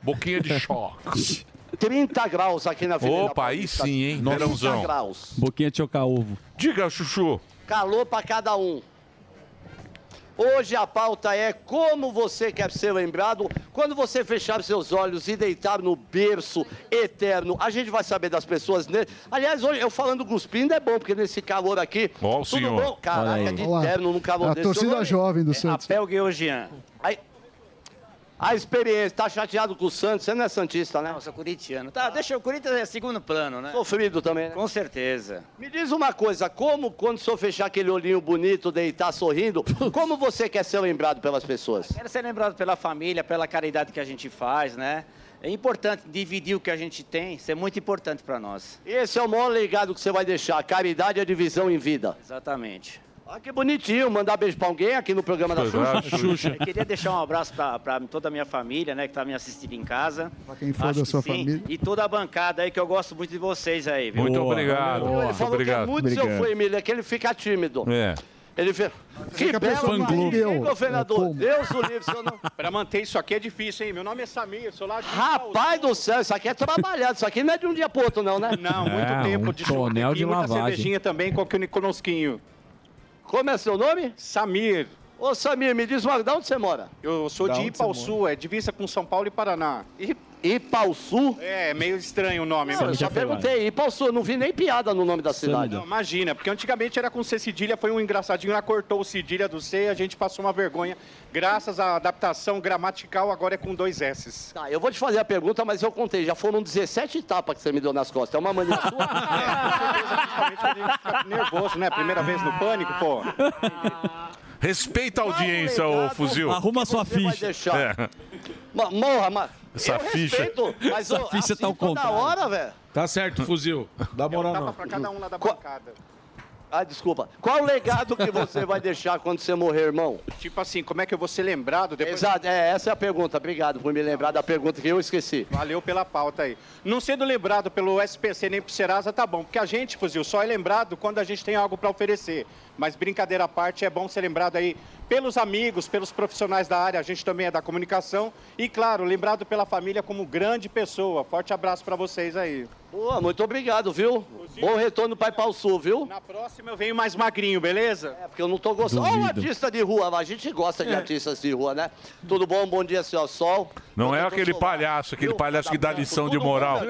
[SPEAKER 6] Boquinha de choque.
[SPEAKER 13] 30 graus aqui na Avenida
[SPEAKER 6] Opa, aí
[SPEAKER 13] Paulista.
[SPEAKER 6] sim, hein?
[SPEAKER 13] 30
[SPEAKER 6] Verãozão.
[SPEAKER 13] graus.
[SPEAKER 12] Boquinha Um de chocar ovo.
[SPEAKER 6] Diga, Chuchu.
[SPEAKER 13] Calor pra cada um. Hoje a pauta é como você quer ser lembrado quando você fechar seus olhos e deitar no berço eterno. A gente vai saber das pessoas. Né? Aliás, hoje eu falando cuspindo é bom, porque nesse calor aqui.
[SPEAKER 6] Ó, o
[SPEAKER 13] tudo
[SPEAKER 6] senhor.
[SPEAKER 13] bom? Caraca,
[SPEAKER 6] Olha aí.
[SPEAKER 13] de
[SPEAKER 14] Olha lá.
[SPEAKER 13] terno num calor
[SPEAKER 14] A
[SPEAKER 13] desse. Seu
[SPEAKER 14] torcida
[SPEAKER 13] nome?
[SPEAKER 14] jovem
[SPEAKER 17] É,
[SPEAKER 14] do Santos.
[SPEAKER 13] Abel Georgian. A, a experiência, tá chateado com o Santos? Você não é Santista, né?
[SPEAKER 17] Não, eu sou corintiano. Tá, deixa o Corinthians é segundo plano, né?
[SPEAKER 13] Sofrido também, né?
[SPEAKER 17] Com certeza.
[SPEAKER 13] Me diz uma coisa, como quando o senhor fechar aquele olhinho bonito, deitar sorrindo, como você quer ser lembrado pelas pessoas?
[SPEAKER 17] Quero ser lembrado pela família, pela caridade que a gente faz, né? É importante dividir o que a gente tem, isso é muito importante pra nós.
[SPEAKER 13] Esse é o maior legado que você vai deixar, a caridade é a divisão em vida.
[SPEAKER 17] Exatamente.
[SPEAKER 13] Olha que bonitinho, mandar beijo pra alguém aqui no programa da Xuxa.
[SPEAKER 17] Eu queria deixar um abraço pra, pra toda a minha família, né, que tá me assistindo em casa. Pra
[SPEAKER 14] quem for da sua família.
[SPEAKER 17] E toda a bancada aí, que eu gosto muito de vocês aí, viu?
[SPEAKER 6] Muito obrigado.
[SPEAKER 13] Ele
[SPEAKER 6] Muito
[SPEAKER 13] falou que é
[SPEAKER 6] obrigado.
[SPEAKER 13] muito seu fã, Emílio, é que ele fica tímido.
[SPEAKER 6] É.
[SPEAKER 13] Ele fica... Que
[SPEAKER 6] Fica
[SPEAKER 13] belo
[SPEAKER 6] pensando,
[SPEAKER 13] marido,
[SPEAKER 6] meu,
[SPEAKER 13] hein,
[SPEAKER 6] é,
[SPEAKER 13] governador?
[SPEAKER 6] como?
[SPEAKER 13] Deus o livre, seu nome.
[SPEAKER 3] Pra manter isso aqui é difícil, hein? Meu nome é Samir, sou lá de...
[SPEAKER 13] Rapaz do céu, isso aqui é trabalhado, isso aqui não é de um dia pro outro, não, né?
[SPEAKER 3] Não, muito
[SPEAKER 13] É,
[SPEAKER 3] tempo
[SPEAKER 13] um
[SPEAKER 3] de churrasquinho,
[SPEAKER 13] tonel de
[SPEAKER 3] muita
[SPEAKER 13] lavagem.
[SPEAKER 3] cervejinha também com aquele conosquinho.
[SPEAKER 13] Como é seu nome?
[SPEAKER 3] Samir.
[SPEAKER 13] Ô, Samir, me diz uma... De onde você mora?
[SPEAKER 3] Eu sou
[SPEAKER 13] Da
[SPEAKER 3] de
[SPEAKER 13] onde você
[SPEAKER 3] Ipaussu, é divisa com São Paulo e Paraná.
[SPEAKER 13] I... Ipaussu?
[SPEAKER 3] É, meio estranho o nome.
[SPEAKER 13] Não, eu só perguntei, Ipaussu, eu não vi nem piada no nome da cidade.
[SPEAKER 3] Não, imagina, porque antigamente era com C cedilha, foi um engraçadinho, ela cortou o cedilha do C e a gente passou uma vergonha. Graças à adaptação gramatical, agora é com dois S's.
[SPEAKER 13] Tá, eu vou te fazer a pergunta, mas eu contei. Já foram 17 tapas que você me deu nas costas. É uma mania sua?
[SPEAKER 3] Nervoso, né? Primeira vez no pânico, pô.
[SPEAKER 6] Respeita a audiência, ô fuzil. É.
[SPEAKER 13] Arruma sua
[SPEAKER 6] Você vai
[SPEAKER 13] ficha.
[SPEAKER 6] deixar.
[SPEAKER 13] Ma- Morra, mas.
[SPEAKER 6] Essa
[SPEAKER 13] eu
[SPEAKER 6] ficha-
[SPEAKER 13] Respeito, mas
[SPEAKER 6] essa
[SPEAKER 13] eu-
[SPEAKER 6] ficha tá ao
[SPEAKER 13] assim, toda
[SPEAKER 6] contrário.
[SPEAKER 13] hora, velho.
[SPEAKER 11] Tá certo, fuzil. Dá moral não.
[SPEAKER 3] Pra cada um lá da bancada.
[SPEAKER 13] Ah, desculpa. Qual o legado que você vai deixar quando você morrer, irmão?
[SPEAKER 3] Tipo assim, como é que eu vou ser lembrado depois?
[SPEAKER 13] Exato, é, essa é a pergunta. Obrigado por me lembrar da pergunta que eu esqueci.
[SPEAKER 3] Valeu pela pauta aí. Não sendo lembrado pelo SPC nem pro Serasa, tá bom. Porque a gente, fuzil, só é lembrado quando a gente tem algo pra oferecer. Mas brincadeira à parte, é bom ser lembrado aí pelos amigos, pelos profissionais da área. A gente também é da comunicação. E, claro, lembrado pela família como grande pessoa. Forte abraço pra vocês aí.
[SPEAKER 13] Boa, muito obrigado, viu? Bom retorno para Ipau Sul, viu?
[SPEAKER 3] Na próxima eu venho mais magrinho, beleza? É.
[SPEAKER 13] É, porque eu não tô gostando. Olha o artista de rua, lá. a gente gosta de artistas de rua, né? Tudo bom? Bom dia, senhor Sol.
[SPEAKER 6] Não é aquele palhaço, aquele palhaço que dá lição de moral.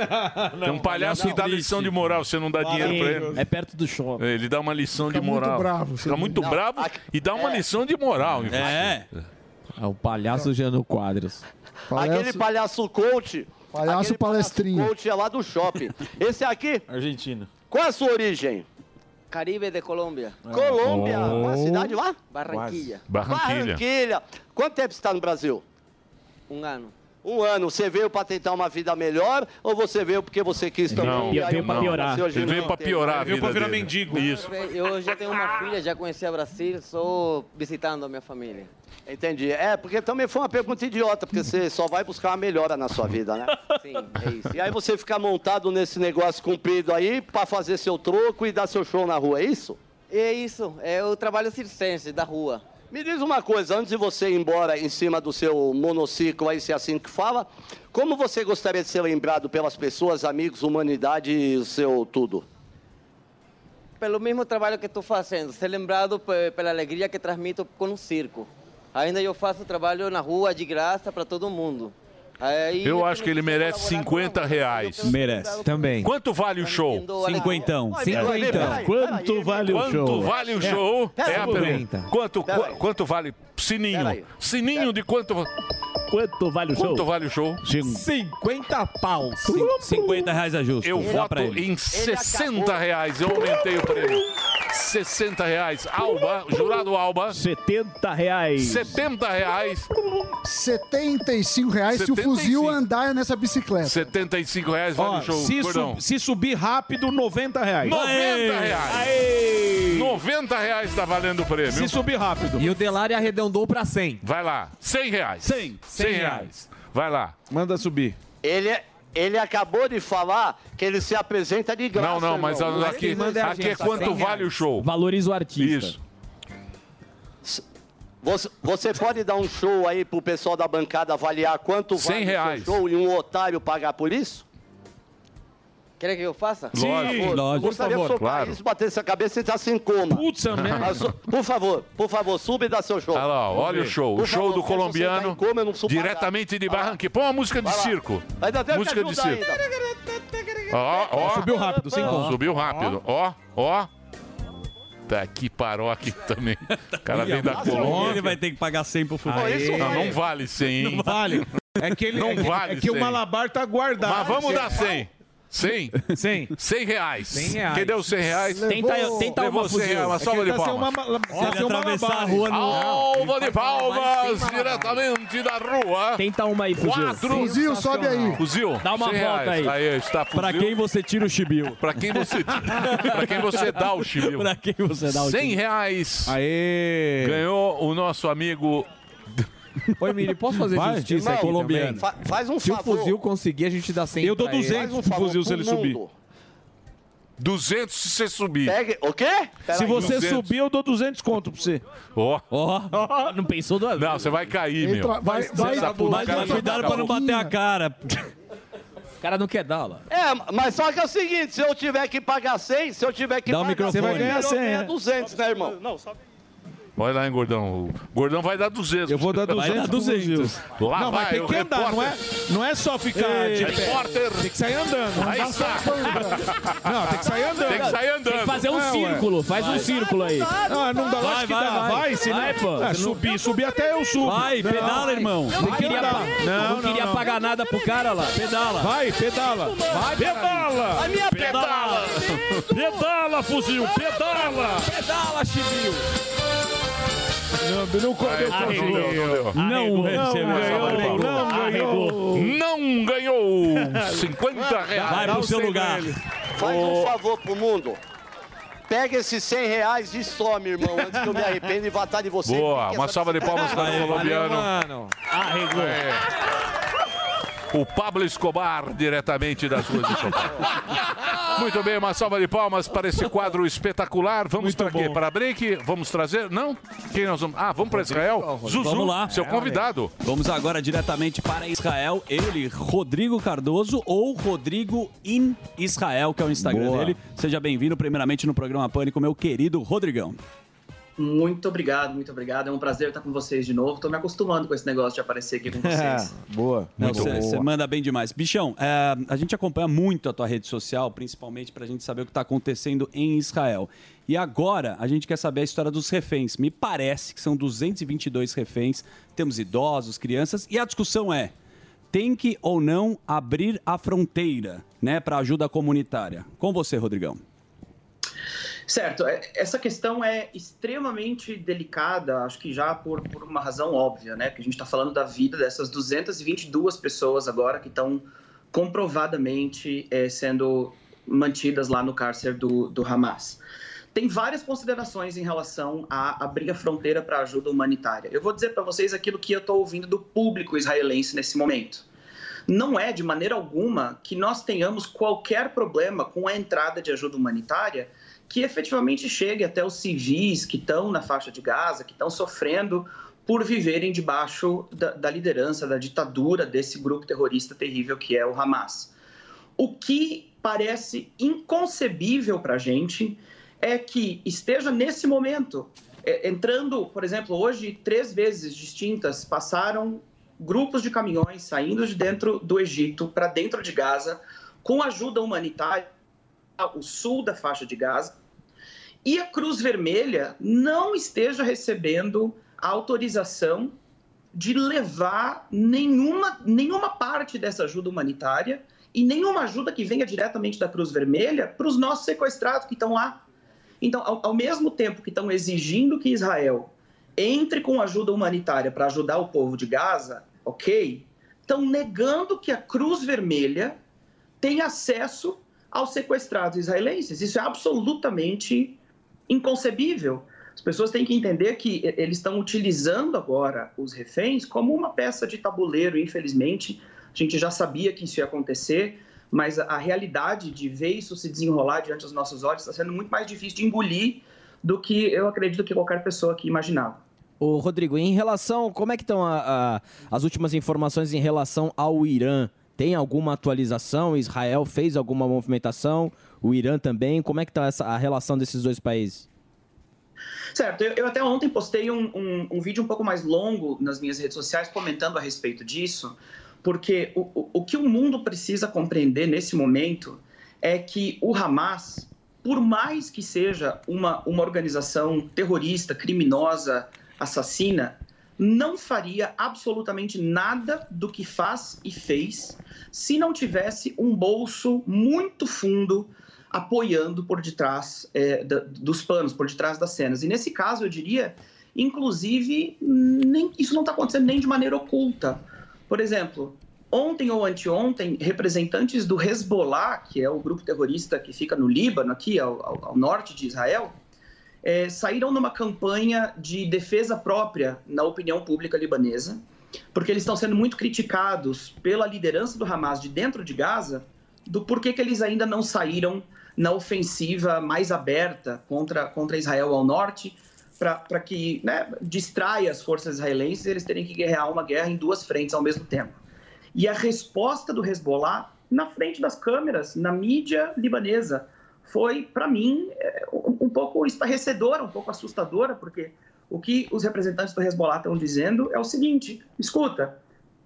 [SPEAKER 6] Tem um palhaço que dá lição de moral, você não dá dinheiro pra ele.
[SPEAKER 10] É perto do show.
[SPEAKER 6] Ele dá uma lição de
[SPEAKER 10] muito
[SPEAKER 6] moral.
[SPEAKER 10] bravo,
[SPEAKER 6] Fica muito
[SPEAKER 10] Não,
[SPEAKER 6] bravo e dá uma
[SPEAKER 13] é.
[SPEAKER 6] lição de moral. em
[SPEAKER 10] É.
[SPEAKER 6] você.
[SPEAKER 7] É o palhaço Jano Quadros.
[SPEAKER 13] Aquele palhaço coach. Palhaço palestrinho. coach é lá do shopping. Esse aqui,
[SPEAKER 11] Argentina.
[SPEAKER 13] qual é a sua origem?
[SPEAKER 17] Caribe de Colômbia.
[SPEAKER 13] É. Colômbia.
[SPEAKER 6] Oh.
[SPEAKER 13] Qual a cidade lá?
[SPEAKER 17] Barranquilla.
[SPEAKER 6] Barranquilha.
[SPEAKER 13] Barranquilha. Quanto tempo você está no Brasil?
[SPEAKER 17] Um ano.
[SPEAKER 13] Um ano. Você veio para tentar uma vida melhor ou você veio porque você quis também?
[SPEAKER 6] Não,
[SPEAKER 13] E aí
[SPEAKER 6] veio
[SPEAKER 13] o
[SPEAKER 6] pra
[SPEAKER 13] Brasil
[SPEAKER 6] piorar.
[SPEAKER 13] hoje
[SPEAKER 6] Ele veio
[SPEAKER 13] não
[SPEAKER 6] pra
[SPEAKER 13] tem.
[SPEAKER 6] piorar a Veio pra vida virar dele.
[SPEAKER 11] mendigo.
[SPEAKER 6] Isso.
[SPEAKER 17] Eu já tenho uma filha, já conheci a Brasil, sou visitando a minha família.
[SPEAKER 13] Entendi. É, porque também foi uma pergunta idiota, porque você só vai buscar uma melhora na sua vida, né?
[SPEAKER 17] Sim, é isso.
[SPEAKER 13] E aí você fica montado nesse negócio comprido aí pra fazer seu troco e dar seu show na rua, é isso?
[SPEAKER 17] E é isso, é o trabalho circense da rua.
[SPEAKER 13] Me diz uma coisa, antes de você ir embora em cima do seu monociclo aí, se é assim que fala, como você gostaria de ser lembrado pelas pessoas, amigos, humanidade e o seu tudo?
[SPEAKER 18] pelo mesmo trabalho que estou fazendo, ser lembrado pe- pela alegria que transmito com o circo. Ainda eu faço trabalho na rua de graça para todo mundo. Aí,
[SPEAKER 6] Eu acho que ele merece 50 reais.
[SPEAKER 12] Merece.
[SPEAKER 7] Também.
[SPEAKER 6] Quanto vale o show?
[SPEAKER 12] Cinquentão. Cinquentão.
[SPEAKER 6] Quanto vale
[SPEAKER 12] o show?
[SPEAKER 6] Quanto vale o show?
[SPEAKER 12] É,
[SPEAKER 6] É, a pergunta.
[SPEAKER 12] 50.
[SPEAKER 6] Quanto, qu- quanto vale sininho? Sininho de quanto...
[SPEAKER 12] Quanto vale
[SPEAKER 6] o show? Quanto vale o show?
[SPEAKER 7] 50 pau.
[SPEAKER 12] 50 reais é justo.
[SPEAKER 6] Eu
[SPEAKER 12] Dá
[SPEAKER 6] voto
[SPEAKER 12] pra ele.
[SPEAKER 6] em 60 reais. Eu aumentei o prêmio. 60 reais. Alba, jurado Alba.
[SPEAKER 5] 70 reais.
[SPEAKER 6] 70 reais.
[SPEAKER 14] 75 reais se o fuzil andar nessa bicicleta.
[SPEAKER 6] 75 reais vale
[SPEAKER 14] Ó,
[SPEAKER 6] o show.
[SPEAKER 14] se su-
[SPEAKER 6] Gordão.
[SPEAKER 11] Se subir rápido, 90 reais.
[SPEAKER 6] 90 reais. 90 reais tá valendo o prêmio.
[SPEAKER 11] Se subir rápido.
[SPEAKER 7] E o Delari arredondou pra 100.
[SPEAKER 6] Vai lá. 100 reais. 100. 100 reais. Vai lá.
[SPEAKER 11] Manda subir.
[SPEAKER 13] Ele, é, ele acabou de falar que ele se apresenta de graça.
[SPEAKER 6] Não, não, mas
[SPEAKER 13] irmão.
[SPEAKER 6] aqui, aqui
[SPEAKER 10] tá
[SPEAKER 6] é quanto vale o show.
[SPEAKER 10] Valoriza o artista. Isso.
[SPEAKER 13] Você, você pode dar um show aí pro pessoal da bancada avaliar quanto
[SPEAKER 6] 100
[SPEAKER 13] vale o seu
[SPEAKER 6] reais.
[SPEAKER 13] show e um otário pagar por isso?
[SPEAKER 18] Quer que eu faça?
[SPEAKER 13] Por favor. Gostaria de socar isso, bater essa cabeça e tá sem coma. Putz,
[SPEAKER 6] merda.
[SPEAKER 13] Por favor, por favor, sube e dá seu show.
[SPEAKER 6] Olha lá, ó,
[SPEAKER 13] Por
[SPEAKER 6] olha o
[SPEAKER 13] favor.
[SPEAKER 6] show. O
[SPEAKER 13] Por
[SPEAKER 6] show
[SPEAKER 13] favor,
[SPEAKER 6] do
[SPEAKER 13] se você tá
[SPEAKER 6] colombiano,
[SPEAKER 13] em coma, eu não sou
[SPEAKER 6] diretamente de Barranque. Põe uma música de
[SPEAKER 13] Vai lá.
[SPEAKER 6] circo.
[SPEAKER 13] Ainda deve
[SPEAKER 6] Música de
[SPEAKER 13] ajudar
[SPEAKER 6] circo. Ó, ó.
[SPEAKER 13] Subiu rápido, sem
[SPEAKER 6] Ó,
[SPEAKER 13] conta.
[SPEAKER 6] Subiu rápido. Ó, ó. Tá aqui, parou aqui também.
[SPEAKER 11] Tá
[SPEAKER 6] O cara vem da
[SPEAKER 12] Ele
[SPEAKER 6] Colômbia.
[SPEAKER 12] vai ter que pagar 100 pro
[SPEAKER 11] Ah,
[SPEAKER 12] futuro.
[SPEAKER 6] Não, não vale 100, hein?
[SPEAKER 12] Não vale.
[SPEAKER 11] É que ele-
[SPEAKER 6] Não
[SPEAKER 11] é que-
[SPEAKER 6] vale
[SPEAKER 11] é que o
[SPEAKER 6] 100.
[SPEAKER 11] Malabar tá guardado.
[SPEAKER 6] Mas vamos
[SPEAKER 11] Cê-
[SPEAKER 6] dar 100. 100?
[SPEAKER 11] 100.
[SPEAKER 6] 100 reais.
[SPEAKER 11] 100 reais.
[SPEAKER 6] Quem deu 100 reais?
[SPEAKER 11] Tenta- tenta
[SPEAKER 6] Levou
[SPEAKER 11] uma
[SPEAKER 6] 100 reais,
[SPEAKER 11] fuzil.
[SPEAKER 6] uma
[SPEAKER 11] É que
[SPEAKER 6] salva de
[SPEAKER 11] ele tá sem
[SPEAKER 6] palmas.
[SPEAKER 11] uma- la- Olha, sem uma atravessar malabar. a rua no-
[SPEAKER 6] Salva
[SPEAKER 11] Ele
[SPEAKER 6] de
[SPEAKER 11] faz malabar,
[SPEAKER 6] palmas,
[SPEAKER 11] sem malabar.
[SPEAKER 6] diretamente da rua.
[SPEAKER 10] Tenta tá uma aí, Fuzil.
[SPEAKER 6] Quatro.
[SPEAKER 10] Fuzil, sobe aí.
[SPEAKER 6] Fuzil,
[SPEAKER 10] Dá uma
[SPEAKER 6] 100
[SPEAKER 10] volta
[SPEAKER 6] reais.
[SPEAKER 10] aí.
[SPEAKER 6] Aí está fuzil.
[SPEAKER 12] Pra quem você tira o chibio?
[SPEAKER 6] Pra quem você, pra quem você dá o chibio?
[SPEAKER 12] Pra quem você dá o
[SPEAKER 6] 100
[SPEAKER 12] chibio?
[SPEAKER 6] reais. Aê! Ganhou o nosso amigo...
[SPEAKER 7] Ô, Emílio, posso fazer
[SPEAKER 6] Vai,
[SPEAKER 7] justiça
[SPEAKER 6] irmão,
[SPEAKER 7] aqui
[SPEAKER 6] colombiano.
[SPEAKER 7] também?
[SPEAKER 6] Fa- faz um
[SPEAKER 7] Se
[SPEAKER 6] favor.
[SPEAKER 7] o fuzil conseguir, a gente dá 100
[SPEAKER 6] Eu dou
[SPEAKER 7] pra ele.
[SPEAKER 6] 200 Faz um pro favor fuzil se pro ele subir. mundo. 200 se você subir.
[SPEAKER 13] Pega- O quê?
[SPEAKER 11] Se
[SPEAKER 6] Peraí.
[SPEAKER 11] você
[SPEAKER 6] 200.
[SPEAKER 11] subir, eu dou 200 conto pra você.
[SPEAKER 6] Ó.
[SPEAKER 12] não pensou duas
[SPEAKER 6] Não, você vai cair, meu.
[SPEAKER 11] Entra- vai-
[SPEAKER 6] Você
[SPEAKER 11] vai-
[SPEAKER 6] tá puto,
[SPEAKER 11] vai-
[SPEAKER 6] cara,
[SPEAKER 12] Cuidado
[SPEAKER 11] um.
[SPEAKER 12] pra não bater a cara.
[SPEAKER 10] O cara não quer dar, lá.
[SPEAKER 13] É, mas só que é o seguinte, se eu tiver que pagar 100, se eu tiver que
[SPEAKER 6] Dá o
[SPEAKER 13] pagar
[SPEAKER 6] microfone. Você vai ganhar
[SPEAKER 13] melhor
[SPEAKER 6] 100,
[SPEAKER 13] ganhar
[SPEAKER 6] né?
[SPEAKER 13] 200, né, irmão? Não, só...
[SPEAKER 6] Vai lá, hein, Gordão. O Gordão vai dar 200. Eu vou
[SPEAKER 11] dar 200 pro
[SPEAKER 6] Lá
[SPEAKER 11] não,
[SPEAKER 6] vai,
[SPEAKER 11] mas tem
[SPEAKER 6] o
[SPEAKER 11] que andar,
[SPEAKER 6] repórter.
[SPEAKER 11] não é, não é só ficar
[SPEAKER 6] Ei,
[SPEAKER 11] de pé.
[SPEAKER 6] repórter.
[SPEAKER 11] Tem que sair andando.
[SPEAKER 6] Aí
[SPEAKER 11] Não dá
[SPEAKER 6] está.
[SPEAKER 11] só andando. Não, tem que sair andando.
[SPEAKER 6] Tem que sair andando. Tem que fazer um
[SPEAKER 11] É, ué.
[SPEAKER 6] círculo, faz um
[SPEAKER 11] Vai.
[SPEAKER 6] círculo aí.
[SPEAKER 11] Ah, não dá,
[SPEAKER 6] Vai,
[SPEAKER 11] lógico que
[SPEAKER 6] vai,
[SPEAKER 11] dá.
[SPEAKER 6] vai.
[SPEAKER 11] Vai, senão...
[SPEAKER 6] Vai, pô.
[SPEAKER 11] Ah,
[SPEAKER 6] Você não-
[SPEAKER 11] subir, subir até eu subo.
[SPEAKER 12] Vai,
[SPEAKER 11] Não.
[SPEAKER 12] pedala, irmão.
[SPEAKER 11] Tem
[SPEAKER 12] Não
[SPEAKER 11] que
[SPEAKER 12] queria
[SPEAKER 11] andar.
[SPEAKER 12] pa-
[SPEAKER 11] Não,
[SPEAKER 12] não queria
[SPEAKER 11] não.
[SPEAKER 12] pagar nada pro cara lá. Pedala.
[SPEAKER 11] Vai, pedala. Vai, pedala.
[SPEAKER 12] A minha pedala.
[SPEAKER 5] Pedala, fuzil, pedala.
[SPEAKER 12] Pedala, chibio.
[SPEAKER 11] Não, não correu.
[SPEAKER 6] Não deu,
[SPEAKER 12] Não recebeu essa
[SPEAKER 6] ganhou,
[SPEAKER 12] barriga.
[SPEAKER 6] não ganhou. Não ganhou 50 reais.
[SPEAKER 13] Vai pro seu lugar.
[SPEAKER 6] é
[SPEAKER 13] Faz um favor pro mundo. Pega esses 100 reais e some, irmão, antes que eu me arrependa e vá atrás de você.
[SPEAKER 6] Boa,
[SPEAKER 13] Fique
[SPEAKER 6] uma
[SPEAKER 13] essa-
[SPEAKER 6] salva de palmas para o colombiano.
[SPEAKER 13] Arregou.
[SPEAKER 6] É. O Pablo Escobar, diretamente das ruas de São Paulo. Muito bem, uma salva de palmas para esse quadro espetacular. Vamos para quê? Para break? Vamos trazer? Não? Quem nós vamos? Ah, vamos para Israel? Zuzu,
[SPEAKER 12] Vamos lá. É,
[SPEAKER 6] seu convidado.
[SPEAKER 12] Vamos agora diretamente para Israel. Ele, Rodrigo Cardoso ou Rodrigo in Israel, que é o Instagram
[SPEAKER 19] Boa.
[SPEAKER 12] dele. Seja bem-vindo, primeiramente, no programa Pânico, meu querido Rodrigão.
[SPEAKER 19] Muito obrigado, muito obrigado. É um prazer estar com vocês de novo. Tô me acostumando com esse negócio de aparecer aqui com vocês.
[SPEAKER 11] Boa.
[SPEAKER 12] Não,
[SPEAKER 19] Muito
[SPEAKER 12] você,
[SPEAKER 19] boa.
[SPEAKER 12] você manda bem demais. Bichão, é, a gente acompanha muito a tua rede social, principalmente pra gente saber o que tá acontecendo em Israel. E agora a gente quer saber a história dos reféns. Me parece que são 222 reféns. Temos idosos, crianças. E a discussão é: tem que ou não abrir a fronteira, né, para ajuda comunitária? Com você, Rodrigão.
[SPEAKER 19] Certo, é- essa questão é extremamente delicada, acho que já por, por uma razão óbvia, né? Porque a gente está falando da vida dessas 222 pessoas agora que estão comprovadamente eh, sendo mantidas lá no cárcere do, do Hamas. Tem várias considerações em relação a abrir a fronteira para ajuda humanitária. Eu vou dizer para vocês aquilo que eu estou ouvindo do público israelense nesse momento não é de maneira alguma que nós tenhamos qualquer problema com a entrada de ajuda humanitária que efetivamente chegue até os civis que estão na faixa de Gaza, que estão sofrendo por viverem debaixo da, da liderança, da ditadura desse grupo terrorista terrível que é o Hamas. O que parece inconcebível para a gente é que esteja nesse momento. É, entrando, por exemplo, hoje, três vezes distintas passaram grupos de caminhões saindo de dentro do Egito para dentro de Gaza, com ajuda humanitária, o sul da faixa de Gaza. E a Cruz Vermelha não esteja recebendo a autorização de levar nenhuma, nenhuma parte dessa ajuda humanitária e nenhuma ajuda que venha diretamente da Cruz Vermelha para os nossos sequestrados que estão lá. Então, ao, ao mesmo tempo que estão exigindo que Israel entre com ajuda humanitária para ajudar o povo de Gaza, ok? Estão negando que a Cruz Vermelha tem acesso aos sequestrados israelenses. Isso é absolutamente inconcebível. As pessoas têm que entender que eles estão utilizando agora os reféns como uma peça de tabuleiro, infelizmente. A gente já sabia que isso ia acontecer, mas a realidade de ver isso se desenrolar diante dos nossos olhos está sendo muito mais difícil de engolir do que eu acredito que qualquer pessoa aqui imaginava.
[SPEAKER 10] Ô, Rodrigo, em relação. Como é que estão a- a- as últimas informações em relação ao Irã? Tem alguma atualização? Israel fez alguma movimentação? O Irã também? Como é que está essa, a relação desses dois países?
[SPEAKER 19] Certo, eu, eu até ontem postei um, um- um vídeo um pouco mais longo nas minhas redes sociais comentando a respeito disso, porque o, o- o que o mundo precisa compreender nesse momento é que o Hamas, por mais que seja uma, uma organização terrorista, criminosa, assassina, não faria absolutamente nada do que faz e fez se não tivesse um bolso muito fundo apoiando por detrás eh, da- dos panos, por detrás das cenas. E nesse caso, eu diria, inclusive, nem- isso não está acontecendo nem de maneira oculta. Por exemplo, ontem ou anteontem, representantes do Hezbollah, que é o grupo terrorista que fica no Líbano, aqui ao- ao- ao norte de Israel, é, saíram numa campanha de defesa própria na opinião pública libanesa, porque eles estão sendo muito criticados pela liderança do Hamas de dentro de Gaza, do porquê que eles ainda não saíram na ofensiva mais aberta contra, contra Israel ao norte, para que né, distraia as forças israelenses eles terem que guerrear uma guerra em duas frentes ao mesmo tempo. E a resposta do Hezbollah, na frente das câmeras, na mídia libanesa, foi, para mim, é, um um pouco estarrecedora, um pouco assustadora, porque o que os representantes do Hezbollah estão dizendo é o seguinte: escuta,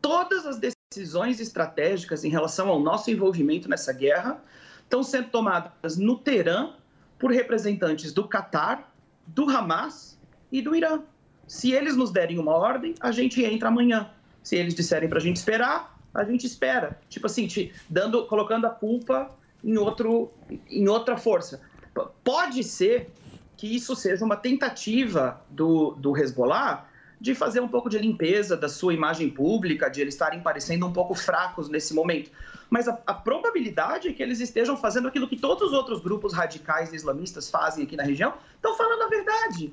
[SPEAKER 19] todas as decisões estratégicas em relação ao nosso envolvimento nessa guerra estão sendo tomadas no Teherã por representantes do Catar, do Hamas e do Irã. Se eles nos derem uma ordem, a gente entra amanhã. Se eles disserem para a gente esperar, a gente espera. Tipo assim, te dando, colocando a culpa em, outro, em outra força. P- Pode ser que isso seja uma tentativa do, do Hezbollah de fazer um pouco de limpeza da sua imagem pública, de eles estarem parecendo um pouco fracos nesse momento. Mas a, a probabilidade é que eles estejam fazendo aquilo que todos os outros grupos radicais islamistas fazem aqui na região, estão falando a verdade.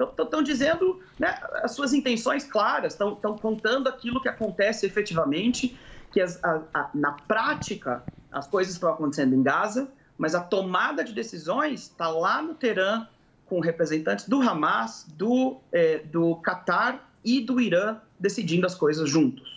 [SPEAKER 19] Estão Então, dizendo né, as suas intenções claras, estão contando aquilo que acontece efetivamente, que as- a- a- na prática as coisas estão acontecendo em Gaza, mas a tomada de decisões está lá no Teherã, com representantes do Hamas, do, eh, do Qatar e do Irã decidindo as coisas juntos.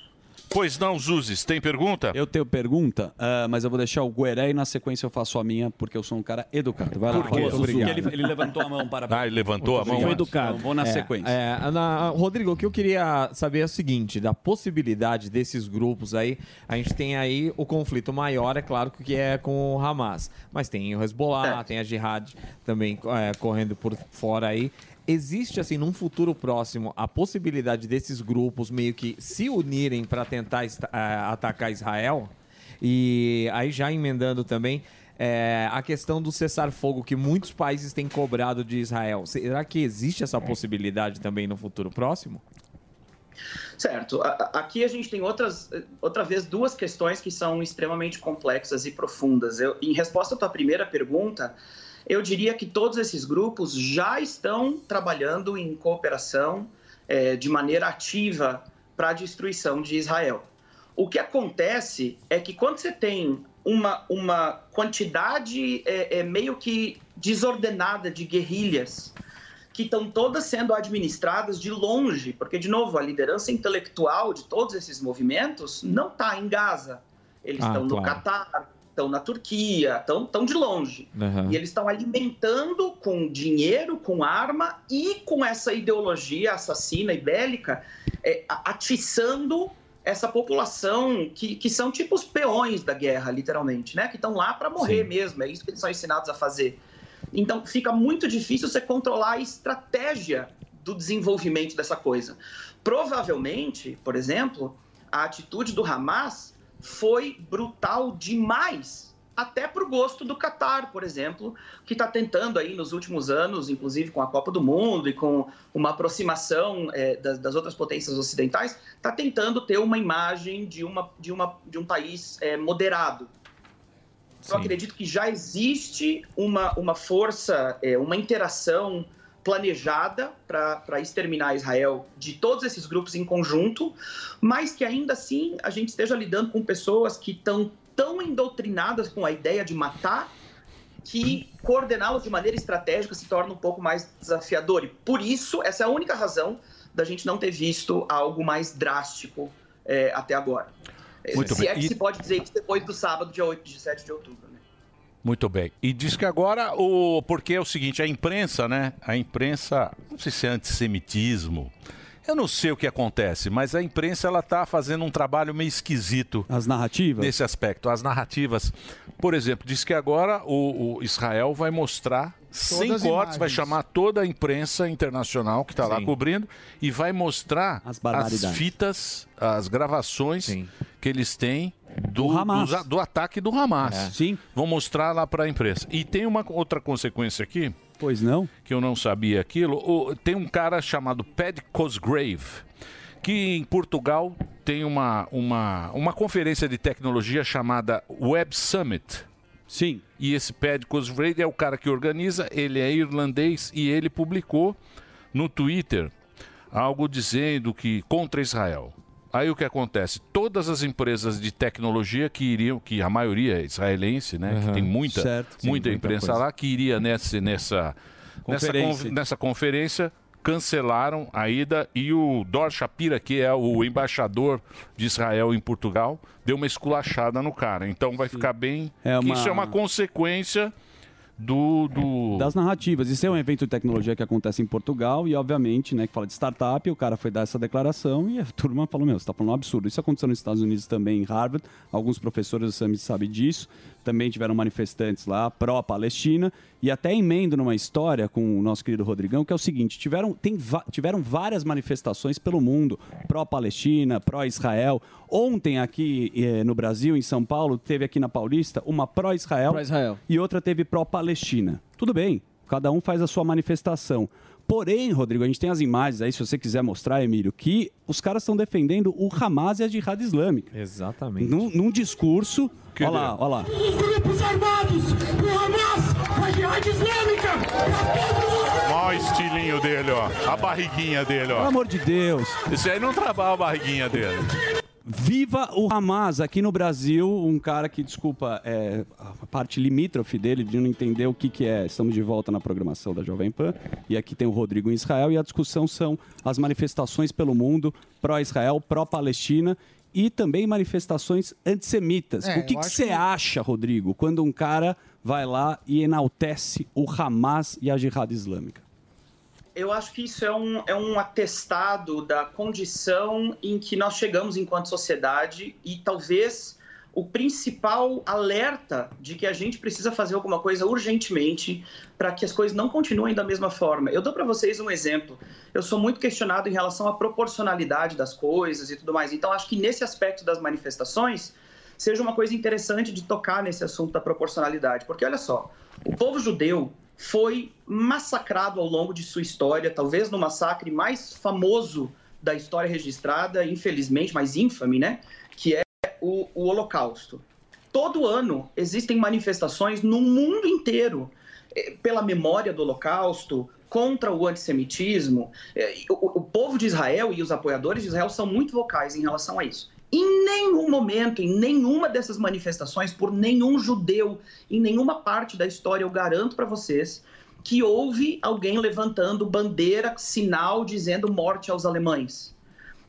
[SPEAKER 6] Pois não, Zuzes, tem pergunta?
[SPEAKER 12] Eu tenho pergunta, ah, mas eu vou deixar o Gueré e na sequência eu faço a minha, porque eu sou um cara educado. Vai lá,
[SPEAKER 6] Por quê?
[SPEAKER 12] fala, Zuzu.
[SPEAKER 6] Obrigado.
[SPEAKER 12] Ele, ele levantou a mão para
[SPEAKER 6] Ah, ele levantou a mão?
[SPEAKER 12] Foi educado. Então, vou na
[SPEAKER 7] É,
[SPEAKER 12] sequência.
[SPEAKER 7] é, Ana- Rodrigo, o que eu queria saber é o seguinte: da possibilidade desses grupos aí, a gente tem aí o conflito maior, é claro, que é com o Hamas. Mas tem o Hezbollah,
[SPEAKER 6] É.
[SPEAKER 7] tem a Jihad também é, correndo por fora aí. Existe, assim, num futuro próximo, a possibilidade desses grupos meio que se unirem para tentar esta- eh, atacar Israel? E aí já emendando também é, a questão do cessar-fogo que muitos países têm cobrado de Israel. Será que existe essa possibilidade também no futuro próximo?
[SPEAKER 19] Certo. A- a- Aqui a gente tem outras, eh, outra vez duas questões que são extremamente complexas e profundas. Eu, em resposta à tua primeira pergunta, eu diria que todos esses grupos já estão trabalhando em cooperação eh, de maneira ativa para a destruição de Israel. O que acontece é que quando você tem uma, uma quantidade eh, eh, meio que desordenada de guerrilhas que estão todas sendo administradas de longe, porque, de novo, a liderança intelectual de todos esses movimentos não está tá em Gaza. Eles
[SPEAKER 2] Ah,
[SPEAKER 19] estão no
[SPEAKER 2] claro.
[SPEAKER 19] Catar, estão na Turquia, estão tão de longe.
[SPEAKER 7] Aham.
[SPEAKER 19] E eles estão alimentando com dinheiro, com arma e com essa ideologia assassina e bélica, é, a- atiçando essa população que, que são tipo os peões da guerra, literalmente, né? Que estão lá para morrer mesmo. É isso que eles são ensinados a fazer. Então fica muito difícil você controlar a estratégia do desenvolvimento dessa coisa. Provavelmente, por exemplo, a atitude do Hamas foi brutal demais, até para o gosto do Qatar, por exemplo, que está tentando aí nos últimos anos, inclusive com a Copa do Mundo e com uma aproximação eh, das, das outras potências ocidentais, está tentando ter uma imagem de, uma, de, uma, de um país eh, moderado. Eu acredito que já existe uma, uma força, é, uma interação planejada para exterminar Israel de todos esses grupos em conjunto, mas que ainda assim a gente esteja lidando com pessoas que estão tão endoctrinadas com a ideia de matar que coordená-los de maneira estratégica se torna um pouco mais desafiador. E por isso, essa é a única razão da gente não ter visto algo mais drástico é, até agora. É,
[SPEAKER 6] Muito
[SPEAKER 19] se
[SPEAKER 6] bem.
[SPEAKER 19] é que
[SPEAKER 6] E-
[SPEAKER 19] se pode dizer isso depois do sábado, dia 8, dia 7 de outubro. né?
[SPEAKER 6] Muito bem. E diz que agora o. Porque é o seguinte, a imprensa, né? A imprensa. Não sei se é antissemitismo. Eu não sei o que acontece, mas a imprensa ela tá fazendo um trabalho meio esquisito.
[SPEAKER 12] As narrativas?
[SPEAKER 6] Nesse aspecto. As narrativas. Por exemplo, diz que agora o, o Israel vai mostrar sem
[SPEAKER 12] as
[SPEAKER 6] cortes, vai
[SPEAKER 12] imagens.
[SPEAKER 6] chamar toda a imprensa internacional que está lá
[SPEAKER 12] Sim.
[SPEAKER 6] cobrindo e vai mostrar as,
[SPEAKER 12] barbaridades.
[SPEAKER 6] fitas, as gravações que eles têm do,
[SPEAKER 12] Do Hamas.
[SPEAKER 6] dos a- do ataque do Hamas. Sim. Vão mostrar lá para a imprensa. E tem uma outra consequência aqui.
[SPEAKER 12] Pois não?
[SPEAKER 6] Que eu não sabia aquilo. O- Tem um cara chamado Pat Cosgrave, que em Portugal tem uma, uma, uma conferência de tecnologia chamada Web Summit.
[SPEAKER 12] Sim.
[SPEAKER 6] E esse Pat Cosgrave é o cara que organiza, ele é irlandês e ele publicou no Twitter algo dizendo que contra Israel. Aí o que acontece? Todas as empresas de tecnologia que iriam, que a maioria é israelense, né? que
[SPEAKER 12] Aham,
[SPEAKER 6] tem muita,
[SPEAKER 12] certo. Sim,
[SPEAKER 6] muita
[SPEAKER 12] muita
[SPEAKER 6] imprensa
[SPEAKER 12] coisa.
[SPEAKER 6] lá, que iria nesse, nessa, nessa,
[SPEAKER 12] Conferência.
[SPEAKER 6] con- nessa conferência, cancelaram a ida e o Dor Shapira, que é o embaixador de Israel em Portugal, deu uma esculachada no cara. Então vai ficar bem.
[SPEAKER 12] É
[SPEAKER 6] que
[SPEAKER 12] uma-
[SPEAKER 6] Isso é uma consequência do, do-
[SPEAKER 12] Das narrativas. Isso é um evento de tecnologia que acontece em Portugal e, obviamente, né, que fala de startup, o cara foi dar essa declaração e a turma falou, meu, você tá falando um absurdo. Isso aconteceu nos Estados Unidos também, em Harvard. Alguns professores do Summit sabem disso. Também tiveram manifestantes lá, pró-Palestina. E até emendo numa história com o nosso querido Rodrigão, que é o seguinte, tiveram, tem, va- tiveram várias manifestações pelo mundo, pró-Palestina, pró-Israel. Ontem aqui eh, no Brasil, em São Paulo, teve aqui na Paulista uma pró-Israel e outra teve pró-Palestina. Tudo bem, cada um faz a sua manifestação. Porém, Rodrigo, a gente tem as imagens aí, se você quiser mostrar, Emílio, que os caras estão defendendo o Hamas e a Jihad Islâmica.
[SPEAKER 7] Exatamente.
[SPEAKER 12] Num, num discurso. Olha lá, olha lá.
[SPEAKER 2] Os grupos armados, o Hamas, a Jihad Islâmica,
[SPEAKER 16] Ó o estilinho dele, ó. A barriguinha dele, ó.
[SPEAKER 12] Pelo amor de Deus.
[SPEAKER 6] Esse aí não trabalha a barriguinha dele.
[SPEAKER 12] Viva o Hamas! Aqui no Brasil, um cara que, desculpa, é, a parte limítrofe dele, de não entender o que, que é. Estamos de volta na programação da Jovem Pan. E aqui tem o Rodrigo em Israel. E a discussão são as manifestações pelo mundo pró-Israel, pró-Palestina e também manifestações antissemitas.
[SPEAKER 11] É,
[SPEAKER 12] o que
[SPEAKER 11] eu
[SPEAKER 12] que
[SPEAKER 11] acho
[SPEAKER 12] você
[SPEAKER 11] que-
[SPEAKER 12] acha, Rodrigo, quando um cara vai lá e enaltece o Hamas e a Jihad Islâmica?
[SPEAKER 19] Eu acho que isso é um, é um atestado da condição em que nós chegamos enquanto sociedade e talvez o principal alerta de que a gente precisa fazer alguma coisa urgentemente para que as coisas não continuem da mesma forma. Eu dou para vocês um exemplo. Eu sou muito questionado em relação à proporcionalidade das coisas e tudo mais. Então, acho que nesse aspecto das manifestações, seja uma coisa interessante de tocar nesse assunto da proporcionalidade. Porque olha só, o povo judeu foi massacrado ao longo de sua história, talvez no massacre mais famoso da história registrada, infelizmente, mais ínfame, né? Que é o, o Holocausto. Todo ano existem manifestações no mundo inteiro eh, pela memória do Holocausto, contra o antissemitismo. Eh, O, o povo de Israel e os apoiadores de Israel são muito vocais em relação a isso. Em nenhum momento, em nenhuma dessas manifestações, por nenhum judeu, em nenhuma parte da história, eu garanto para vocês que houve alguém levantando bandeira, sinal dizendo morte aos alemães.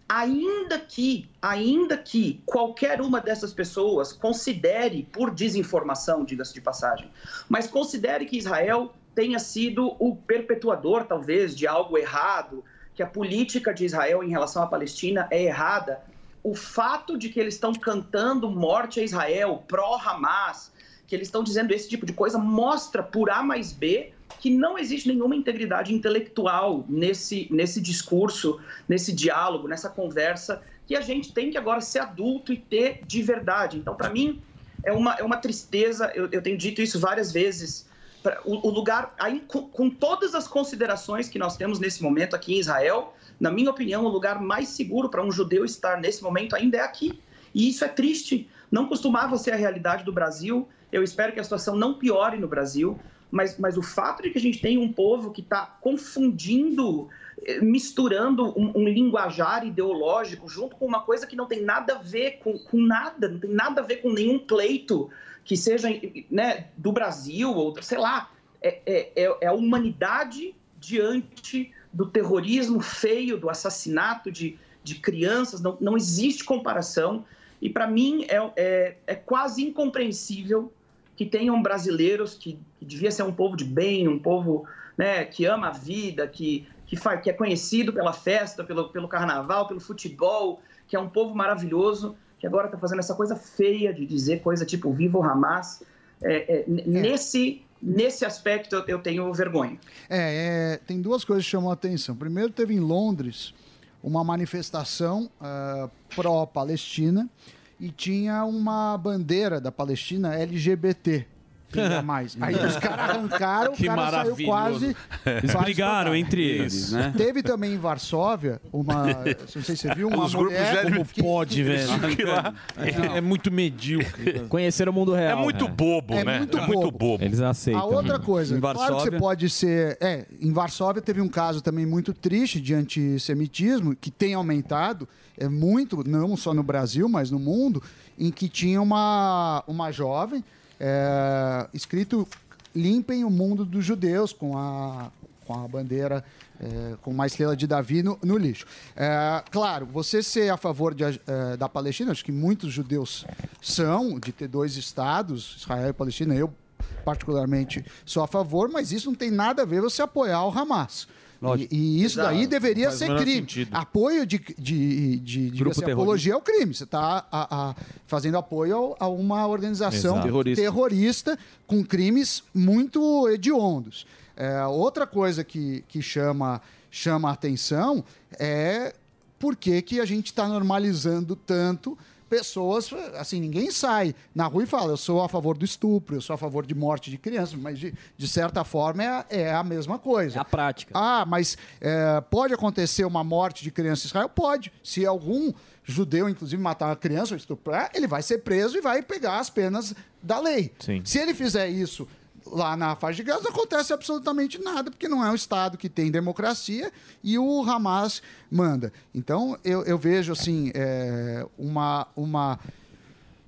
[SPEAKER 19] ainda que, ainda que qualquer uma dessas pessoas considere, por desinformação, diga-se de passagem, mas considere que Israel tenha sido o perpetuador, talvez, de algo errado, que a política de Israel em relação à Palestina é errada, o fato de que eles estão cantando morte a Israel, pró-Hamas, que eles estão dizendo esse tipo de coisa, mostra por A mais B que não existe nenhuma integridade intelectual nesse, nesse discurso, nesse diálogo, nessa conversa, que a gente tem que agora ser adulto e ter de verdade. Então, para mim, é uma, é uma tristeza, eu, eu tenho dito isso várias vezes. pra- o, o lugar, aí, com, com todas as considerações que nós temos nesse momento aqui em Israel, na minha opinião, o lugar mais seguro para um judeu estar nesse momento ainda é aqui. E isso é triste. Não costumava ser a realidade do Brasil. Eu espero que a situação não piore no Brasil. Mas, mas o fato de que a gente tem um povo que está confundindo, eh, misturando um, um linguajar ideológico junto com uma coisa que não tem nada a ver com, com nada, não tem nada a ver com nenhum pleito que seja né, do Brasil ou sei lá, é, é- é- é a humanidade diante do terrorismo feio, do assassinato de, de crianças, não, não existe comparação. E para mim é, é, é quase incompreensível que tenham brasileiros que, que devia ser um povo de bem, um povo né, que ama a vida, que, que, fa- que é conhecido pela festa, pelo, pelo carnaval, pelo futebol, que é um povo maravilhoso, que agora está fazendo essa coisa feia de dizer coisa tipo viva o Hamas. É, é, n- Nesse, nesse aspecto eu- eu tenho vergonha.
[SPEAKER 14] É, é, tem duas coisas que chamam a atenção. Primeiro, teve em Londres uma manifestação ah, pró-Palestina e tinha uma bandeira da Palestina LGBT. Ainda mais. né? Aí os caras arrancaram,
[SPEAKER 12] Que
[SPEAKER 14] o cara saiu
[SPEAKER 12] maravilhoso.
[SPEAKER 14] quase.
[SPEAKER 12] Eles
[SPEAKER 14] quase
[SPEAKER 12] brigaram
[SPEAKER 14] trocado.
[SPEAKER 12] entre eles,
[SPEAKER 14] Isso.
[SPEAKER 12] né?
[SPEAKER 14] Teve também em Varsóvia uma. Não sei se você viu, uma
[SPEAKER 12] Os grupos
[SPEAKER 14] mulher.
[SPEAKER 12] LGBT.
[SPEAKER 14] que-
[SPEAKER 12] Pode, velho.
[SPEAKER 14] que-
[SPEAKER 12] Lá
[SPEAKER 14] Não.
[SPEAKER 12] é- é muito medíocre.
[SPEAKER 10] Conhecer o mundo real.
[SPEAKER 14] É muito bobo,
[SPEAKER 10] é
[SPEAKER 14] né?
[SPEAKER 10] Muito
[SPEAKER 14] É
[SPEAKER 10] bobo.
[SPEAKER 14] muito
[SPEAKER 10] bobo. Eles aceitam.
[SPEAKER 14] A outra
[SPEAKER 7] né?
[SPEAKER 14] coisa,
[SPEAKER 10] Uhum. Em
[SPEAKER 14] claro que
[SPEAKER 10] Varsóvia.
[SPEAKER 14] você pode ser. É, em Varsóvia teve um caso também muito triste de antissemitismo, que tem aumentado, é muito, não só no Brasil, mas no mundo, em que tinha uma, uma jovem é, escrito Limpem o mundo dos judeus com a, com a bandeira. é, com uma estrela de Davi no, no lixo. É, claro, você ser a favor de a- é, da Palestina, acho que muitos judeus são, de ter dois estados, Israel e Palestina, eu particularmente sou a favor, mas isso não tem nada a ver você apoiar o Hamas. E, e isso
[SPEAKER 11] Exato.
[SPEAKER 14] daí deveria
[SPEAKER 11] Faz o
[SPEAKER 14] ser
[SPEAKER 11] menor
[SPEAKER 14] crime.
[SPEAKER 11] sentido.
[SPEAKER 14] Apoio de, de, de, devia
[SPEAKER 11] Grupo
[SPEAKER 14] ser
[SPEAKER 11] terrorista.
[SPEAKER 14] apologia é o crime. Você está fazendo apoio ao- a uma organização
[SPEAKER 11] Exato. Terrorista.
[SPEAKER 14] terrorista com crimes muito hediondos. É, outra coisa que, que chama, chama a atenção é por que, que a gente está normalizando tanto pessoas, assim, ninguém sai na rua e fala, eu sou a favor do estupro, eu sou a favor de morte de crianças, mas de, de certa forma é, a- é a mesma coisa. É a
[SPEAKER 10] prática.
[SPEAKER 14] Ah, mas é, pode acontecer uma morte de criança em Israel? Pode. Se algum judeu, inclusive, matar uma criança ou estuprar, ele vai ser preso e vai pegar as penas da lei.
[SPEAKER 7] Sim.
[SPEAKER 14] Se ele fizer isso lá na faixa de Gaza, não acontece absolutamente nada, porque não é um Estado que tem democracia e o Hamas manda. Então, eu, eu vejo, assim, é, uma... uma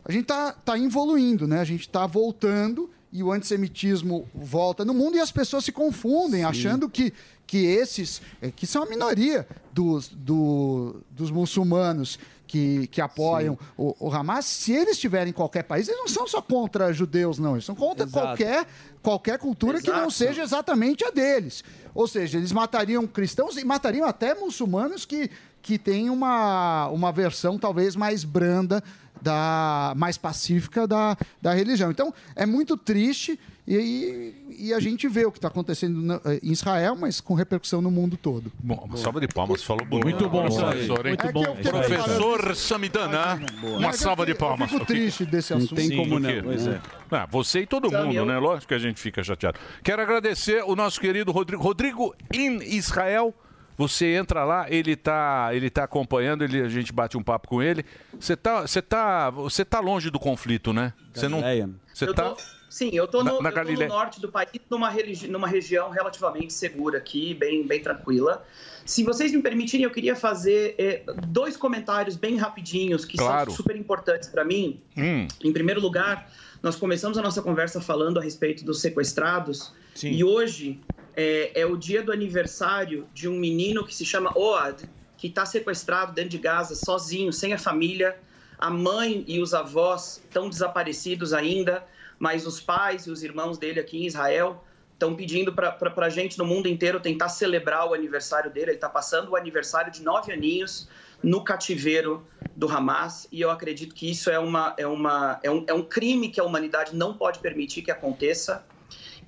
[SPEAKER 14] a gente tá, tá evoluindo, né? A gente tá voltando e o antissemitismo volta no mundo e as pessoas se confundem, achando que, que esses, eh, que são a minoria dos, do- dos muçulmanos que, que apoiam o, o Hamas, se eles estiverem em qualquer país, eles não são só contra judeus, não. Eles são contra
[SPEAKER 11] Exato.
[SPEAKER 14] qualquer, é qualquer cultura que não seja exatamente a deles. Ou seja, eles matariam cristãos e matariam até muçulmanos que, que têm uma, uma versão talvez mais branda, da, mais pacífica da, da religião. Então, é muito triste e, e a gente vê o que está acontecendo na- em Israel, mas com repercussão no mundo todo.
[SPEAKER 6] Bom, uma salva de palmas, falou bonito.
[SPEAKER 14] Muito bom,
[SPEAKER 6] professor,
[SPEAKER 14] Sônia.
[SPEAKER 6] hein?
[SPEAKER 14] Muito bom. É que eu fiquei
[SPEAKER 6] Professor Samidana, uma salva de palmas.
[SPEAKER 14] Eu fico triste desse assunto.
[SPEAKER 6] Sim, do quê? Ah, você e todo
[SPEAKER 14] é. Sabe,
[SPEAKER 6] mundo,
[SPEAKER 14] eu-
[SPEAKER 6] né? Lógico que a gente fica chateado. Quero agradecer o nosso querido Rodrigo. Rodrigo em Israel. Você entra lá, ele tá, ele tá acompanhando, ele, a gente bate um papo com ele. Você tá, você tá, você tá longe do conflito, né? Você não, você
[SPEAKER 19] Eu
[SPEAKER 6] tá
[SPEAKER 19] tô- Sim, eu tô,
[SPEAKER 6] Na-
[SPEAKER 19] no,
[SPEAKER 6] na
[SPEAKER 19] eu tô no
[SPEAKER 6] Galileia.
[SPEAKER 19] norte do país, numa, religi- numa região relativamente segura aqui, bem, bem tranquila. Se vocês me permitirem, eu queria fazer eh, dois comentários bem rapidinhos que
[SPEAKER 6] Claro.
[SPEAKER 19] são super importantes para mim. Em primeiro lugar, nós começamos a nossa conversa falando a respeito dos sequestrados. E hoje é, é o dia do aniversário de um menino que se chama Oad, que está sequestrado dentro de Gaza, sozinho, sem a família. A mãe e os avós estão desaparecidos ainda, mas os pais e os irmãos dele aqui em Israel estão pedindo para a gente no mundo inteiro tentar celebrar o aniversário dele. Ele está passando o aniversário de nove aninhos no cativeiro do Hamas e eu acredito que isso é, uma, é, uma, é, um, é um crime que a humanidade não pode permitir que aconteça.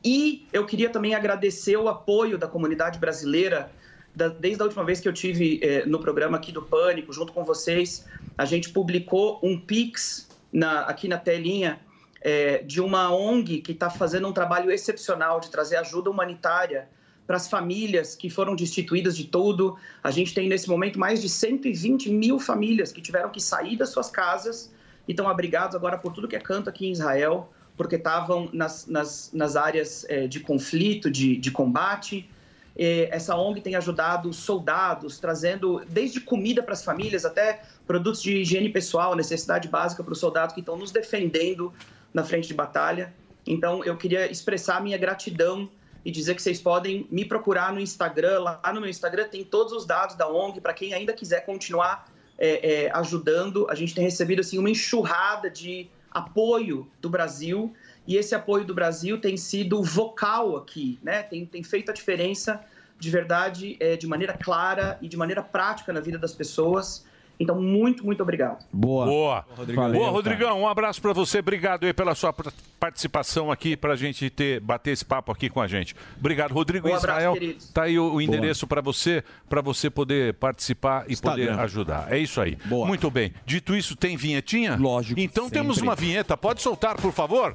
[SPEAKER 19] E eu queria também agradecer o apoio da comunidade brasileira. da- desde a última vez que eu tive eh, no programa aqui do Pânico, junto com vocês, a gente publicou um Pix na- aqui na telinha eh, de uma ONG que está fazendo um trabalho excepcional de trazer ajuda humanitária para as famílias que foram destituídas de tudo. A gente tem nesse momento mais de 120 mil famílias que tiveram que sair das suas casas e estão abrigados agora por tudo que é canto aqui em Israel, porque estavam nas, nas, nas áreas eh, de conflito, de, de combate. Eh, essa ONG tem ajudado soldados, trazendo desde comida para as famílias até produtos de higiene pessoal, necessidade básica para os soldados que estão nos defendendo na frente de batalha. Então, eu queria expressar a minha gratidão e dizer que vocês podem me procurar no Instagram. Lá no meu Instagram tem todos os dados da ONG para quem ainda quiser continuar é, é, ajudando. A gente tem recebido assim uma enxurrada de apoio do Brasil e esse apoio do Brasil tem sido vocal aqui, né? Tem, tem feito a diferença de verdade, é, de maneira clara e de maneira prática na vida das pessoas. Então, muito, muito obrigado.
[SPEAKER 6] Boa. Boa,
[SPEAKER 16] Rodrigão.
[SPEAKER 6] Rodrigão,
[SPEAKER 16] Valeu,
[SPEAKER 6] um abraço pra você. Obrigado aí pela sua pr- participação aqui, pra gente ter, bater esse papo aqui com a gente. Obrigado, Rodrigo
[SPEAKER 16] Um abraço,
[SPEAKER 6] Israel.
[SPEAKER 16] queridos.
[SPEAKER 6] tá aí o, o endereço pra você, pra você poder participar e poder ajudar. É isso aí. Muito bem. Dito isso, tem vinhetinha? Lógico. Então temos
[SPEAKER 16] sempre.
[SPEAKER 6] uma vinheta. Pode soltar, por favor?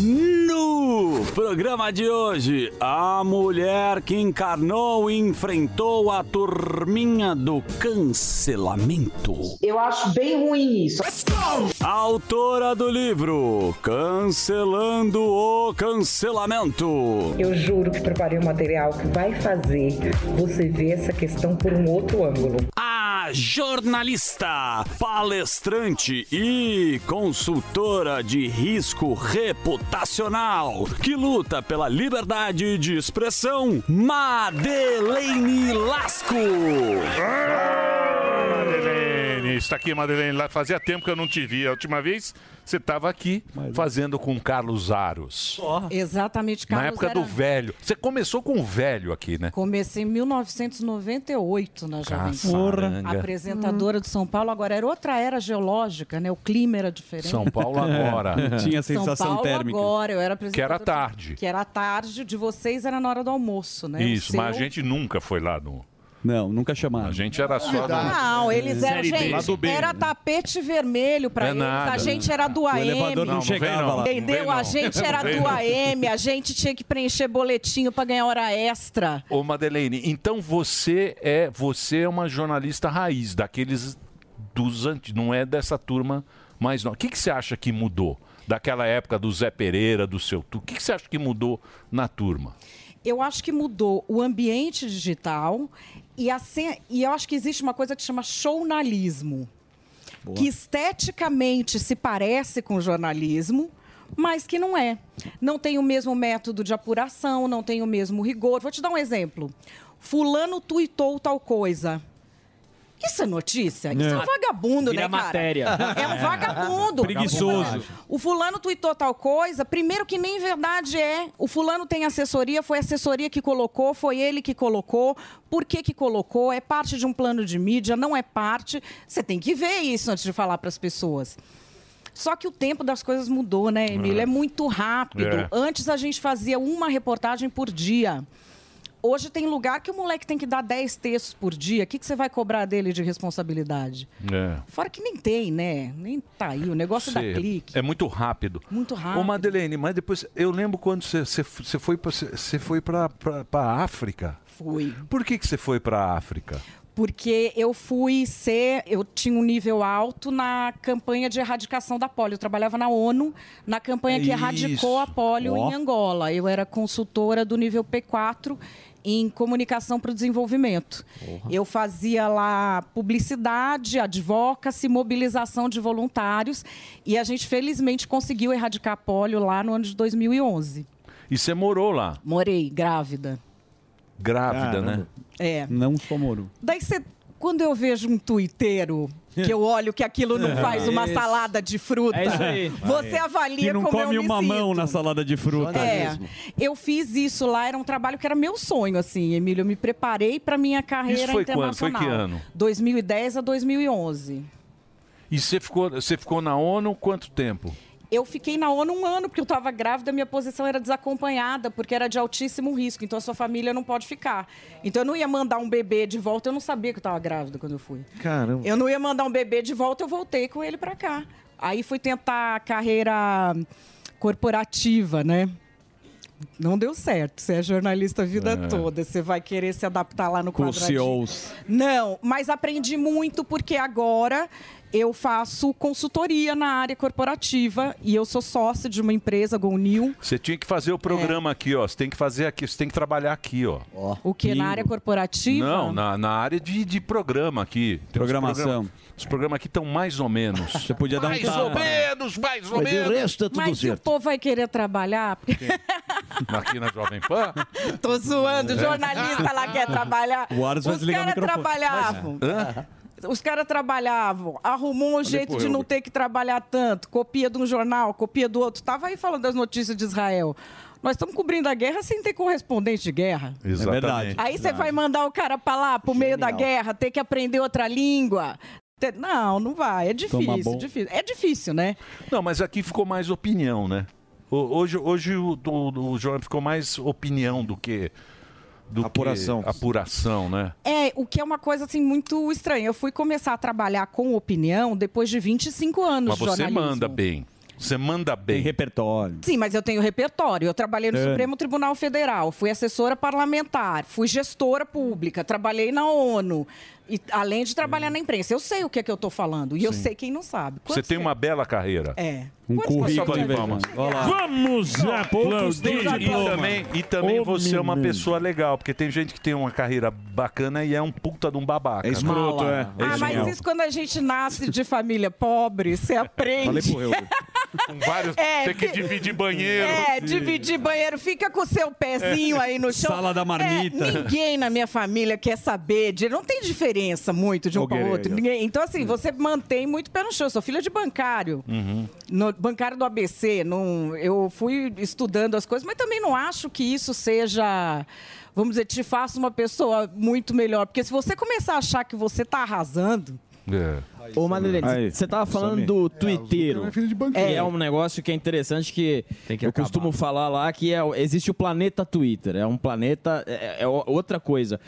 [SPEAKER 12] No programa de hoje, a mulher que encarnou e enfrentou a turminha do cancelamento.
[SPEAKER 2] Eu acho bem ruim isso.
[SPEAKER 12] Autora do livro Cancelando o Cancelamento.
[SPEAKER 2] Eu juro que preparei um material que vai fazer você ver essa questão por um outro ângulo.
[SPEAKER 12] A jornalista, palestrante e consultora de risco reputacional que luta pela liberdade de expressão, Madeleine Lasco.
[SPEAKER 16] Madeleine, está aqui, Madeleine. Lá fazia tempo que eu não te via. A última vez você estava aqui
[SPEAKER 6] Fazendo com Carlos Aros.
[SPEAKER 20] Exatamente, Carlos.
[SPEAKER 6] Na época
[SPEAKER 20] era-
[SPEAKER 6] do velho. Você começou com o velho aqui, né?
[SPEAKER 20] Comecei em 1998 na Jovem Pan.
[SPEAKER 6] Caçaranga.
[SPEAKER 20] Apresentadora de São Paulo. Agora era outra era geológica, né? O clima era diferente.
[SPEAKER 6] São Paulo agora.
[SPEAKER 12] Tinha
[SPEAKER 20] São Paulo agora. Eu era
[SPEAKER 6] Que
[SPEAKER 20] apresentadora.
[SPEAKER 6] era tarde.
[SPEAKER 20] Que era à tarde. De vocês era na hora do almoço, né? O
[SPEAKER 6] Isso,
[SPEAKER 20] seu-
[SPEAKER 6] mas a gente nunca foi lá no.
[SPEAKER 12] Não, nunca chamaram. A
[SPEAKER 6] gente era só. no-
[SPEAKER 20] Não, eles eram,
[SPEAKER 6] Série B.
[SPEAKER 20] gente,
[SPEAKER 6] Lado B.
[SPEAKER 20] era tapete vermelho pra
[SPEAKER 6] É
[SPEAKER 20] eles.
[SPEAKER 6] nada.
[SPEAKER 20] A gente era do
[SPEAKER 6] O
[SPEAKER 20] AM.
[SPEAKER 6] elevador não Não, não chegava vem não. lá. Não
[SPEAKER 20] Entendeu?
[SPEAKER 6] vem não.
[SPEAKER 20] A gente
[SPEAKER 6] Não
[SPEAKER 20] era
[SPEAKER 6] vem
[SPEAKER 20] do
[SPEAKER 6] não.
[SPEAKER 20] AM, a gente tinha que preencher boletinho pra ganhar hora extra.
[SPEAKER 6] Ô, Madeleine, então você é você é uma jornalista raiz, daqueles dos antes, não é dessa turma mais não. O que, que você acha que mudou daquela época do Zé Pereira, do seu tu? O que, que você acha que mudou na turma?
[SPEAKER 20] eu acho que mudou o ambiente digital e, a ce- e eu acho que existe uma coisa que chama jornalismo,
[SPEAKER 1] Boa.
[SPEAKER 20] que esteticamente se parece com jornalismo, mas que não é. Não tem o mesmo método de apuração, não tem o mesmo rigor. Vou te dar um exemplo. Fulano tuitou tal coisa. Isso é notícia? Isso é um
[SPEAKER 1] É.
[SPEAKER 20] vagabundo,
[SPEAKER 1] Vira
[SPEAKER 20] né, cara?
[SPEAKER 1] matéria.
[SPEAKER 20] É um vagabundo.
[SPEAKER 1] Preguiçoso.
[SPEAKER 20] O fulano tweetou tal coisa, primeiro que nem verdade é. O fulano tem assessoria, foi a assessoria que colocou, foi ele que colocou. Por que que colocou? É parte de um plano de mídia, não é parte. Você tem que ver isso antes de falar para as pessoas. Só que o tempo das coisas mudou, né, Emílio?
[SPEAKER 1] É.
[SPEAKER 20] É muito rápido.
[SPEAKER 1] É.
[SPEAKER 20] Antes a gente fazia uma reportagem por dia. Hoje tem lugar que o moleque tem que dar 10 textos por dia. O que, que você vai cobrar dele de responsabilidade?
[SPEAKER 6] É.
[SPEAKER 20] Fora que nem tem, né? Nem tá aí. O negócio da
[SPEAKER 6] Você-
[SPEAKER 20] clique.
[SPEAKER 6] É muito rápido.
[SPEAKER 20] Muito rápido.
[SPEAKER 6] Ô, Madeleine, mas depois. Eu lembro quando você- você você foi pra- você foi pra a África.
[SPEAKER 20] Fui.
[SPEAKER 6] Por que, que você foi pra África?
[SPEAKER 20] Porque eu fui ser, eu tinha um nível alto na campanha de erradicação da polio. Eu trabalhava na ONU, na campanha que
[SPEAKER 1] Isso.
[SPEAKER 20] erradicou a polio
[SPEAKER 1] Ó.
[SPEAKER 20] em Angola. Eu era consultora do nível P4 em comunicação para o desenvolvimento. Eu fazia lá publicidade, advocacy, mobilização de voluntários. E a gente, felizmente, conseguiu erradicar a polio lá no ano de 2011.
[SPEAKER 6] E você morou lá?
[SPEAKER 20] Morei grávida.
[SPEAKER 6] Grávida, né?
[SPEAKER 20] É.
[SPEAKER 12] Não somoru.
[SPEAKER 20] Daí você, quando eu vejo um tuiteiro que eu olho que aquilo não faz uma
[SPEAKER 12] Isso.
[SPEAKER 20] salada de fruta,
[SPEAKER 12] É isso aí.
[SPEAKER 20] você avalia
[SPEAKER 12] que não
[SPEAKER 20] como
[SPEAKER 12] come
[SPEAKER 20] eu me
[SPEAKER 12] uma
[SPEAKER 20] sinto.
[SPEAKER 12] mão na salada de fruta.
[SPEAKER 20] É, eu fiz isso lá, era um trabalho que era meu sonho, assim, Emílio. Eu me preparei para minha carreira
[SPEAKER 6] Isso foi quando? Foi
[SPEAKER 20] internacional.
[SPEAKER 6] que ano?
[SPEAKER 20] 2010 a 2011.
[SPEAKER 6] E você ficou, você ficou na ONU quanto tempo?
[SPEAKER 20] Eu fiquei na ONU um ano, porque eu estava grávida, minha posição era desacompanhada, porque era de altíssimo risco, então a sua família não pode ficar. Então eu não ia mandar um bebê de volta, eu não sabia que eu estava grávida quando eu fui.
[SPEAKER 11] Caramba.
[SPEAKER 20] Eu não ia mandar um bebê de volta, eu voltei com ele pra cá. Aí fui tentar a carreira corporativa, né? Não deu certo. Você é jornalista a vida
[SPEAKER 12] É.
[SPEAKER 20] toda. Você vai querer se adaptar lá no
[SPEAKER 12] Com os
[SPEAKER 20] quadradinho.
[SPEAKER 12] CEOs.
[SPEAKER 20] Não, mas aprendi muito porque agora eu faço consultoria na área corporativa e eu sou sócia de uma empresa, Gonil,
[SPEAKER 6] Você tinha que fazer o programa aqui, ó. Você tem que fazer aqui, você tem que trabalhar aqui, ó.
[SPEAKER 20] É. o que na área corporativa.
[SPEAKER 6] Não, na, na área de, de programa aqui. Tem uns
[SPEAKER 12] Programação.
[SPEAKER 6] programas- Os programas aqui estão mais ou menos. Você
[SPEAKER 12] podia um
[SPEAKER 6] mais ou menos, mais ou menos.
[SPEAKER 12] é
[SPEAKER 20] mas o povo vai querer trabalhar?
[SPEAKER 6] Aqui na Jovem Pan.
[SPEAKER 20] Tô zoando, o
[SPEAKER 6] É.
[SPEAKER 20] jornalista lá quer trabalhar.
[SPEAKER 6] O Aras vai
[SPEAKER 20] Os
[SPEAKER 6] desligar o
[SPEAKER 20] caras
[SPEAKER 6] microfone.
[SPEAKER 20] trabalhavam.
[SPEAKER 6] Mas- é. Hã?
[SPEAKER 20] Os caras trabalhavam, arrumou um jeito
[SPEAKER 6] pro
[SPEAKER 20] de
[SPEAKER 6] Helder.
[SPEAKER 20] não ter que trabalhar tanto, copia de um jornal, copia do outro. Tava aí falando das notícias de Israel. Nós estamos cobrindo a guerra sem ter correspondente de guerra.
[SPEAKER 6] Exatamente.
[SPEAKER 20] Aí você vai mandar o cara pra lá, pro meio da guerra, ter que aprender outra língua. Ter- Não, não vai. É
[SPEAKER 6] Toma bom.
[SPEAKER 20] difícil, difícil. É difícil, né?
[SPEAKER 6] Não, mas aqui ficou mais opinião, né? Ho- Hoje, hoje o, do, do jornal ficou mais opinião do que. Do
[SPEAKER 11] Apuração.
[SPEAKER 6] Que apuração, né?
[SPEAKER 20] É, o que é uma coisa assim muito estranha. Eu fui começar a trabalhar com opinião depois de 25 anos
[SPEAKER 6] mas
[SPEAKER 20] de
[SPEAKER 6] você
[SPEAKER 20] jornalismo.
[SPEAKER 6] manda bem. Você manda bem. Tem
[SPEAKER 12] repertório.
[SPEAKER 20] Sim, mas eu tenho repertório. Eu trabalhei no
[SPEAKER 6] É.
[SPEAKER 20] Supremo Tribunal Federal, fui assessora parlamentar, fui gestora pública, trabalhei na ONU, e, além de trabalhar na imprensa. Eu sei o que é que eu estou falando e eu
[SPEAKER 6] Hum. Sim.
[SPEAKER 20] sei quem não sabe.
[SPEAKER 6] Você tem uma bela carreira.
[SPEAKER 20] É.
[SPEAKER 6] Um
[SPEAKER 12] currículo de verdade. Olha lá.
[SPEAKER 6] Vamos
[SPEAKER 12] aplaudir.
[SPEAKER 6] E também, e também
[SPEAKER 12] Ô,
[SPEAKER 6] você é uma
[SPEAKER 12] menino.
[SPEAKER 6] pessoa legal, porque tem gente que tem uma carreira bacana e é um puta de um babaca.
[SPEAKER 11] É escroto,
[SPEAKER 6] né?
[SPEAKER 11] é.
[SPEAKER 6] É
[SPEAKER 20] Ah, mas
[SPEAKER 6] escroto.
[SPEAKER 20] isso quando a gente nasce de família pobre, você aprende.
[SPEAKER 6] Falei pro Helder. Com vários.
[SPEAKER 20] É,
[SPEAKER 6] tem que
[SPEAKER 20] vi-
[SPEAKER 6] dividir banheiro.
[SPEAKER 20] É, dividir banheiro, fica com o seu pezinho
[SPEAKER 6] É.
[SPEAKER 20] aí no chão.
[SPEAKER 6] Sala da
[SPEAKER 20] É,
[SPEAKER 6] marmita.
[SPEAKER 20] ninguém na minha família quer saber, de, não tem diferença muito de um para
[SPEAKER 12] Alguém.
[SPEAKER 20] outro. Ninguém- então, assim,
[SPEAKER 6] Hum.
[SPEAKER 20] você mantém muito pé no chão. Eu sou filha de bancário. No bancário do ABC, não, eu fui estudando as coisas, mas também não acho que isso seja, vamos dizer, te faça uma pessoa muito melhor. Porque se você começar a achar que você tá arrasando,
[SPEAKER 10] Ô, Manuelene, você tava falando
[SPEAKER 20] Samir.
[SPEAKER 10] do
[SPEAKER 14] o
[SPEAKER 10] Twitter.
[SPEAKER 14] Zuckerberg é filho de banqueiro.
[SPEAKER 10] É, é um negócio que é interessante que, eu costumo falar lá que é, existe o planeta Twitter. É um planeta, é, é o- outra coisa.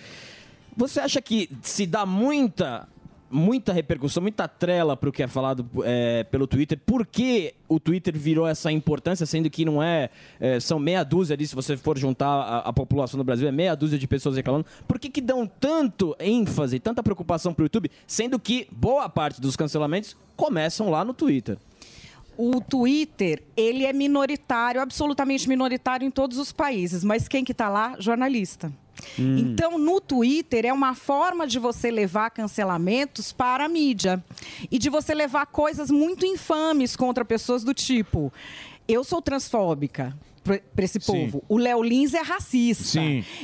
[SPEAKER 10] Você acha que se dá muita, muita repercussão, muita trela para o que é falado é, pelo Twitter? Por que o Twitter virou essa importância, sendo que não é, é, são meia dúzia ali, se você for juntar a, a população do Brasil, é meia dúzia de pessoas reclamando. Por que, que dão tanto ênfase, tanta preocupação para o YouTube, sendo que boa parte dos cancelamentos começam lá no Twitter?
[SPEAKER 20] o Twitter, ele é minoritário, absolutamente minoritário em todos os países, mas quem que tá lá? Jornalista.
[SPEAKER 12] Hum.
[SPEAKER 20] Então, no Twitter é uma forma de você levar cancelamentos para a mídia e de você levar coisas muito infames contra pessoas do tipo: eu sou transfóbica para esse povo, o Léo Lins é racista.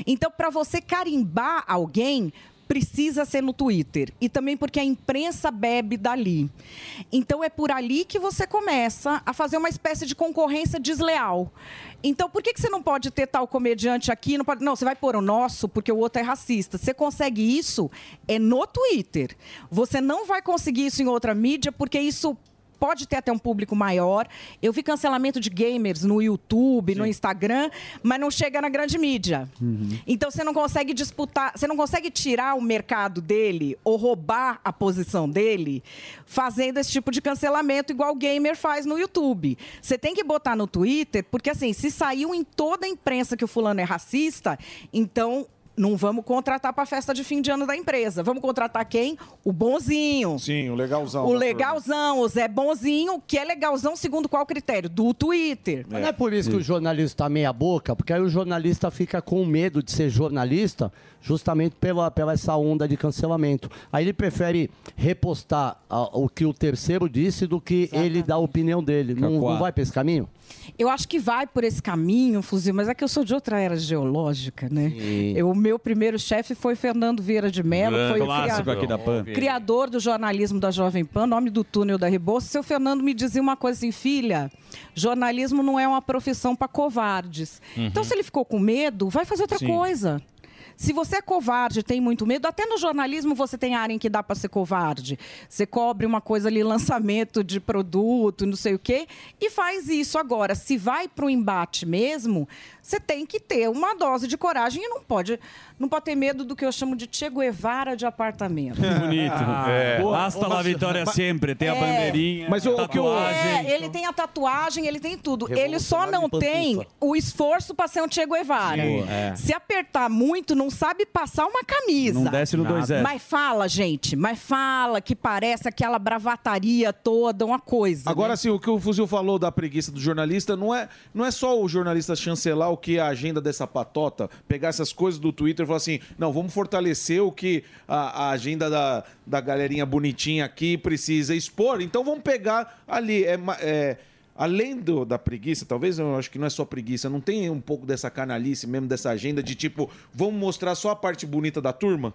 [SPEAKER 20] Então, para você carimbar alguém, precisa ser no Twitter e também porque a imprensa bebe dali. Então é por ali que você começa a fazer uma espécie de concorrência desleal. Então por que, que você não pode ter tal comediante aqui? Não, pode- não, você vai pôr o nosso porque o outro é racista. Você consegue isso é no Twitter. Você não vai conseguir isso em outra mídia porque isso pode ter até um público maior. Eu vi cancelamento de gamers no YouTube, no Instagram, mas não chega na grande mídia. Então você não consegue disputar, você não consegue tirar o mercado dele ou roubar a posição dele fazendo esse tipo de cancelamento igual o gamer faz no YouTube. Você tem que botar no Twitter, porque assim, se saiu em toda a imprensa que o fulano é racista, então não vamos contratar para a festa de fim de ano da empresa. Vamos contratar quem? O bonzinho.
[SPEAKER 11] Sim, o legalzão.
[SPEAKER 20] O
[SPEAKER 11] da
[SPEAKER 20] legalzão, o Zé Bonzinho, que é legalzão segundo qual critério? Do Twitter.
[SPEAKER 21] Mas não é por isso que o jornalista tá meia boca, porque aí o jornalista fica com medo de ser jornalista, justamente pela, pela essa onda de cancelamento. Aí ele prefere repostar ah, o que o terceiro disse do que ele dar a opinião dele. Não, não
[SPEAKER 12] Cacoá.
[SPEAKER 21] vai pra esse caminho?
[SPEAKER 20] Eu acho que vai por esse caminho, Fuzil, mas é que eu sou de outra era geológica, né? Eu- o meu primeiro chefe foi Fernando Vieira de Mello, que foi o
[SPEAKER 12] Clássico
[SPEAKER 20] cria-
[SPEAKER 12] aqui da PAN.
[SPEAKER 20] criador do jornalismo da Jovem Pan, nome do túnel da Rebouça. Seu Fernando me dizia uma coisa assim, filha, jornalismo não é uma profissão para covardes.
[SPEAKER 1] Uhum.
[SPEAKER 20] Então, se ele ficou com medo, vai fazer outra
[SPEAKER 1] Sim.
[SPEAKER 20] coisa. Se você é covarde, tem muito medo, até no jornalismo você tem área em que dá para ser covarde. Você cobre uma coisa ali, lançamento de produto, não sei o quê, e faz isso. Agora, se vai para o embate mesmo, você tem que ter uma dose de coragem e não pode, não pode ter medo do que eu chamo de Che Guevara de apartamento.
[SPEAKER 12] Bonito.
[SPEAKER 16] É.
[SPEAKER 12] Boa. Hasta Ah, la
[SPEAKER 16] Mas-
[SPEAKER 12] vitória sempre. Tem a
[SPEAKER 20] É.
[SPEAKER 12] bandeirinha,
[SPEAKER 20] Mas
[SPEAKER 12] a tatuagem. então.
[SPEAKER 20] É, ele tem a tatuagem, ele tem tudo. Ele só não
[SPEAKER 12] Revolucionário em
[SPEAKER 20] tem o esforço para ser um Che Guevara.
[SPEAKER 12] Sim, é.
[SPEAKER 20] Se apertar muito, não sabe passar uma camisa.
[SPEAKER 12] Não desce no Nada. 2F.
[SPEAKER 20] Mas fala, gente, mas fala que parece aquela bravataria toda, uma coisa.
[SPEAKER 12] Ah.
[SPEAKER 11] Agora,
[SPEAKER 20] né?
[SPEAKER 11] assim, o que o Fuzil falou da preguiça do jornalista, não é, não é só o jornalista chancelar o que é a agenda dessa patota, pegar essas coisas do Twitter e falar assim, não, vamos fortalecer o que a, a agenda da, da galerinha bonitinha aqui precisa expor, então vamos pegar ali, é... ma- é, Além do- da preguiça, talvez eu acho que não é só preguiça, não tem um pouco dessa canalice mesmo, dessa agenda de tipo, vamos mostrar só a parte bonita da turma?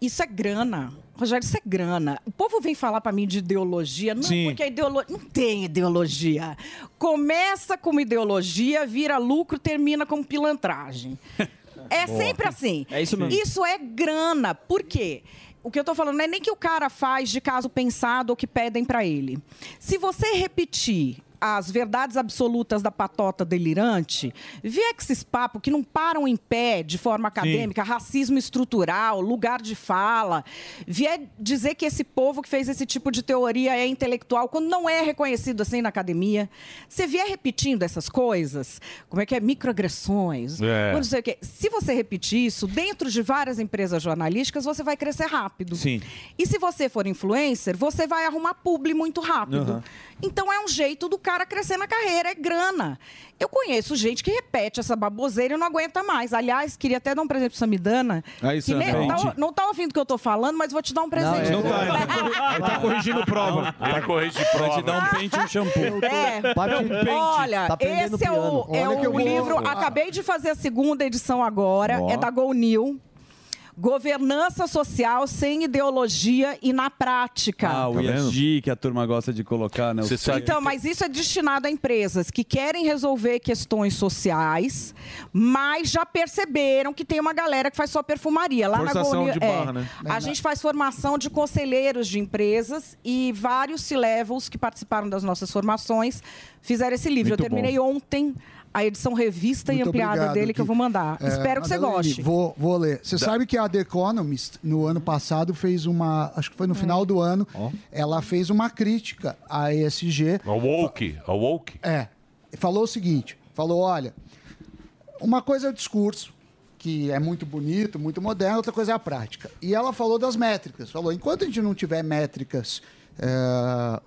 [SPEAKER 20] Isso é grana. Rogério, isso é grana. O povo vem falar pra mim de ideologia. Não,
[SPEAKER 11] Sim.
[SPEAKER 20] porque a ideologia. Não tem ideologia. Começa como ideologia, vira lucro, termina como pilantragem. É
[SPEAKER 1] Boa.
[SPEAKER 20] sempre assim.
[SPEAKER 1] É isso mesmo.
[SPEAKER 20] Isso é grana. Por quê? O que eu tô falando não é nem que o cara faz de caso pensado ou que pedem pra ele. Se você repetir as verdades absolutas da patota delirante, vier que esses papos que não param em pé de forma acadêmica, racismo estrutural, lugar de fala, vier dizer que esse povo que fez esse tipo de teoria é intelectual, quando não é reconhecido assim na academia, você vier repetindo essas coisas, como é que é? Microagressões,
[SPEAKER 1] É.
[SPEAKER 20] não sei o quê. Se você repetir isso dentro de várias empresas jornalísticas, você vai crescer rápido.
[SPEAKER 1] Sim.
[SPEAKER 20] E se você for influencer, você vai arrumar publi muito rápido.
[SPEAKER 1] Uhum.
[SPEAKER 20] Então é um jeito do cara crescer na carreira, é grana. Eu conheço gente que repete essa baboseira e não aguenta mais. Aliás, queria até dar um presente pro Samidana.
[SPEAKER 11] Aí,
[SPEAKER 20] que nem-
[SPEAKER 11] Samidana.
[SPEAKER 20] tá- não tá ouvindo o que eu tô falando, mas vou te dar um presente.
[SPEAKER 11] é Não, é. Não tá, ele
[SPEAKER 20] tá
[SPEAKER 11] corrigindo prova.
[SPEAKER 16] Ele corrige prova.
[SPEAKER 12] Vai te dar um pente e um shampoo.
[SPEAKER 20] É. Olha,
[SPEAKER 12] Tá aprendendo
[SPEAKER 20] esse é o,
[SPEAKER 12] piano.
[SPEAKER 20] é
[SPEAKER 12] Olha que eu
[SPEAKER 20] o
[SPEAKER 12] vou-
[SPEAKER 20] livro.
[SPEAKER 12] Ah.
[SPEAKER 20] Acabei de fazer a segunda edição agora.
[SPEAKER 12] Ó.
[SPEAKER 20] É da Go New. Governança social sem ideologia e na prática.
[SPEAKER 12] Ah, o ESG que a turma gosta de colocar, né? Você
[SPEAKER 6] Tá,
[SPEAKER 20] Então, mas isso é destinado a empresas que querem resolver questões sociais, mas já perceberam que tem uma galera que faz só perfumaria. Lá
[SPEAKER 11] Forçação
[SPEAKER 20] na Gonia,
[SPEAKER 11] de barra, né?
[SPEAKER 20] A gente faz formação de conselheiros de empresas e vários C-levels que participaram das nossas formações fizeram esse livro.
[SPEAKER 14] Muito
[SPEAKER 20] Eu terminei ontem a edição revista e
[SPEAKER 14] Muito
[SPEAKER 20] ampliada
[SPEAKER 14] obrigado,
[SPEAKER 20] dele que eu
[SPEAKER 14] Gui.
[SPEAKER 20] vou mandar.
[SPEAKER 14] É,
[SPEAKER 20] Espero que você
[SPEAKER 14] Madalene,
[SPEAKER 20] goste.
[SPEAKER 14] Vou, vou ler. Você
[SPEAKER 20] Da-
[SPEAKER 14] sabe que a The Economist, no ano passado, fez uma. Acho que foi
[SPEAKER 20] Hum.
[SPEAKER 14] no final do ano. Ela fez uma crítica à ESG.
[SPEAKER 6] A É woke, a woke.
[SPEAKER 14] É. Falou o seguinte: falou, olha, uma coisa é o discurso, que é muito bonito, muito moderno, outra coisa é a prática. E ela falou das métricas. Falou, enquanto a gente não tiver métricas. eh,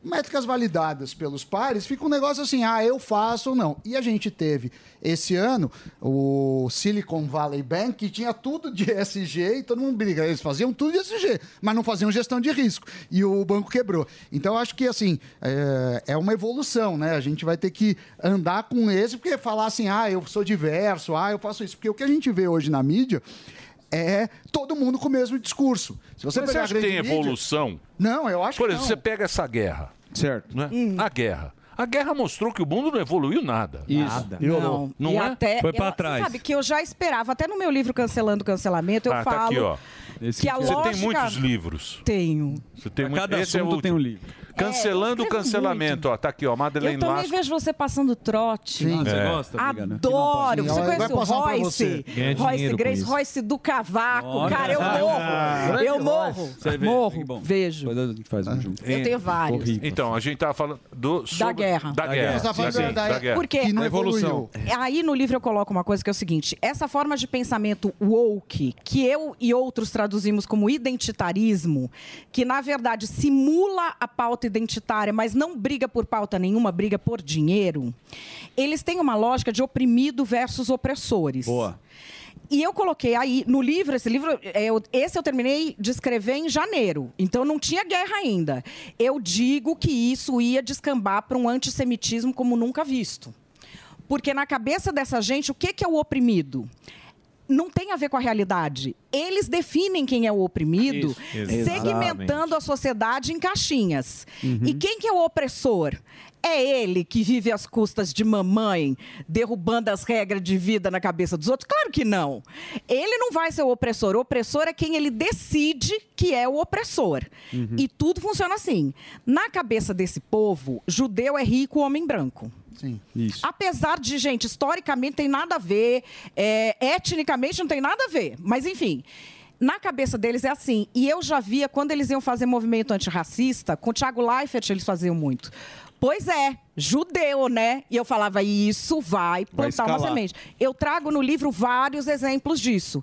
[SPEAKER 14] métricas validadas pelos pares, fica um negócio assim, ah, eu faço ou não. E a gente teve esse ano o Silicon Valley Bank, que tinha tudo de SG e todo mundo briga. Eles faziam tudo de SG, mas não faziam gestão de risco. E o banco quebrou. Então eu acho que assim, é, é uma evolução, né? A gente vai ter que andar com esse, porque falar assim, ah, eu sou diverso, ah, eu faço isso. Porque o que a gente vê hoje na mídia. É todo mundo com o mesmo discurso. Se você,
[SPEAKER 6] Mas você
[SPEAKER 14] pegar a
[SPEAKER 6] acha que tem
[SPEAKER 14] grande mídia-
[SPEAKER 6] evolução?
[SPEAKER 14] Não, eu acho
[SPEAKER 6] Por
[SPEAKER 14] que
[SPEAKER 6] exemplo,
[SPEAKER 14] não. Hum.
[SPEAKER 6] você pega essa guerra.
[SPEAKER 11] Certo.
[SPEAKER 6] Né? A guerra. A guerra mostrou que o mundo não evoluiu nada.
[SPEAKER 12] Isso.
[SPEAKER 6] Nada.
[SPEAKER 20] Não,
[SPEAKER 6] Não
[SPEAKER 20] e
[SPEAKER 6] é?
[SPEAKER 20] até
[SPEAKER 6] Foi pra
[SPEAKER 20] eu-
[SPEAKER 6] trás.
[SPEAKER 20] Você sabe que eu já esperava, até no meu livro Cancelando o Cancelamento, eu
[SPEAKER 6] Ah,
[SPEAKER 20] falo
[SPEAKER 6] tá aqui, ó.
[SPEAKER 20] que a
[SPEAKER 6] Você
[SPEAKER 20] lógica...
[SPEAKER 6] tem muitos livros.
[SPEAKER 20] Tenho.
[SPEAKER 6] Você tem
[SPEAKER 12] Pra
[SPEAKER 6] muito-
[SPEAKER 12] é cada
[SPEAKER 6] Esse é o
[SPEAKER 12] assunto
[SPEAKER 6] último.
[SPEAKER 12] tem um livro.
[SPEAKER 6] Cancelando
[SPEAKER 20] É, eu
[SPEAKER 6] o
[SPEAKER 20] escrevo
[SPEAKER 6] cancelamento, ó. Tá aqui, ó.
[SPEAKER 20] Eu
[SPEAKER 6] Madeleine
[SPEAKER 20] também
[SPEAKER 6] Lasco.
[SPEAKER 20] vejo você passando trote.
[SPEAKER 6] Sim. Você É. gosta, Brigana?
[SPEAKER 20] Adoro.
[SPEAKER 6] Não,
[SPEAKER 20] Você
[SPEAKER 6] vai
[SPEAKER 20] conhece o
[SPEAKER 6] passar um pra
[SPEAKER 20] Royce?
[SPEAKER 6] você. Ganha
[SPEAKER 20] Royce
[SPEAKER 6] dinheiro com
[SPEAKER 20] Grace,
[SPEAKER 6] isso.
[SPEAKER 20] Royce do Cavaco.
[SPEAKER 12] Olha.
[SPEAKER 20] Cara, eu
[SPEAKER 6] Ah.
[SPEAKER 20] morro. Ah. Eu morro. Morro. vejo.
[SPEAKER 12] Depois a gente faz um junto.
[SPEAKER 20] Eu tenho vários.
[SPEAKER 6] Então, a gente tava falando do, sobre-
[SPEAKER 20] guerra.
[SPEAKER 6] Da
[SPEAKER 20] Da
[SPEAKER 6] guerra.
[SPEAKER 20] guerra. Você tá falando
[SPEAKER 6] Sim, sim,
[SPEAKER 20] da-
[SPEAKER 6] da guerra.
[SPEAKER 20] Porque É, Aí no livro eu coloco uma coisa que é o seguinte: essa forma de pensamento woke, que eu e outros traduzimos como identitarismo, que na verdade simula a pauta identitária, mas não briga por pauta nenhuma, briga por dinheiro, eles têm uma lógica de oprimido versus opressores.
[SPEAKER 12] Boa.
[SPEAKER 20] E eu coloquei aí no livro, esse livro, é, eu- esse eu terminei de escrever em janeiro, então não tinha guerra ainda. Eu digo que isso ia descambar para um antissemitismo como nunca visto. Porque na cabeça dessa gente, o que, que é o oprimido? Não tem a ver com a realidade. Eles definem quem é o oprimido,
[SPEAKER 2] Isso, isso.
[SPEAKER 20] segmentando a sociedade em caixinhas. E quem que é o opressor? É ele que vive às custas de mamãe, derrubando as regras de vida na cabeça dos outros? Claro que não. Ele não vai ser o opressor. O opressor é quem ele decide que é o opressor.
[SPEAKER 2] Uhum.
[SPEAKER 20] E tudo funciona assim. Na cabeça desse povo, judeu é rico, homem branco.
[SPEAKER 14] Sim.
[SPEAKER 12] Isso.
[SPEAKER 20] Apesar de, gente, historicamente tem nada a ver, é, etnicamente não tem nada a ver, mas enfim. Na cabeça deles é assim. E eu já via quando eles iam fazer movimento antirracista, com o Thiago Leifert eles faziam muito. Pois é, judeu, né? E eu falava, isso vai
[SPEAKER 2] Vai
[SPEAKER 20] plantar uma
[SPEAKER 2] escalar.
[SPEAKER 20] semente. Eu trago no livro vários exemplos disso.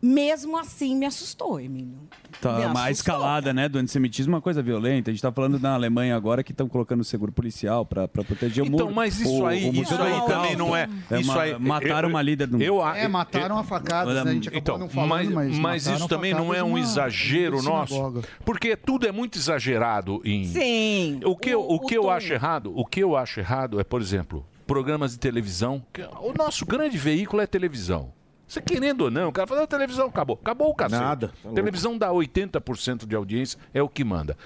[SPEAKER 20] Mesmo assim, me assustou, Emílio. Me
[SPEAKER 12] Tá, a
[SPEAKER 20] assustou.
[SPEAKER 12] escalada né, do antissemitismo é uma coisa violenta. A gente tá falando na Alemanha agora que estão colocando seguro policial pra pra proteger o muro.
[SPEAKER 6] Então, mas isso
[SPEAKER 12] o- o
[SPEAKER 6] aí,
[SPEAKER 12] muro
[SPEAKER 6] isso
[SPEAKER 12] do
[SPEAKER 6] aí
[SPEAKER 12] Holocausto.
[SPEAKER 6] também não é. Isso
[SPEAKER 12] ma-
[SPEAKER 6] aí,
[SPEAKER 12] mataram
[SPEAKER 6] eu-
[SPEAKER 12] uma líder do
[SPEAKER 6] eu, a-
[SPEAKER 14] É, mataram a facada, né? A gente acabou
[SPEAKER 6] então,
[SPEAKER 14] não falando, mas
[SPEAKER 6] mas, mas
[SPEAKER 14] mataram
[SPEAKER 6] isso também
[SPEAKER 14] facadas
[SPEAKER 6] não é
[SPEAKER 14] de
[SPEAKER 6] um
[SPEAKER 14] uma-
[SPEAKER 6] exagero
[SPEAKER 14] de
[SPEAKER 6] nosso,
[SPEAKER 14] sinagoga.
[SPEAKER 6] porque tudo é muito exagerado em.
[SPEAKER 20] Sim.
[SPEAKER 6] O que, eu- o,
[SPEAKER 20] o
[SPEAKER 6] que eu
[SPEAKER 20] tom.
[SPEAKER 6] acho errado, o que eu acho errado é, por exemplo, programas de televisão. que O nosso grande veículo é televisão. Você querendo ou não, o cara fala, "Ah, televisão acabou. Acabou o cacete.
[SPEAKER 11] Nada, tá louco.
[SPEAKER 6] televisão dá 80% de audiência, é o que manda.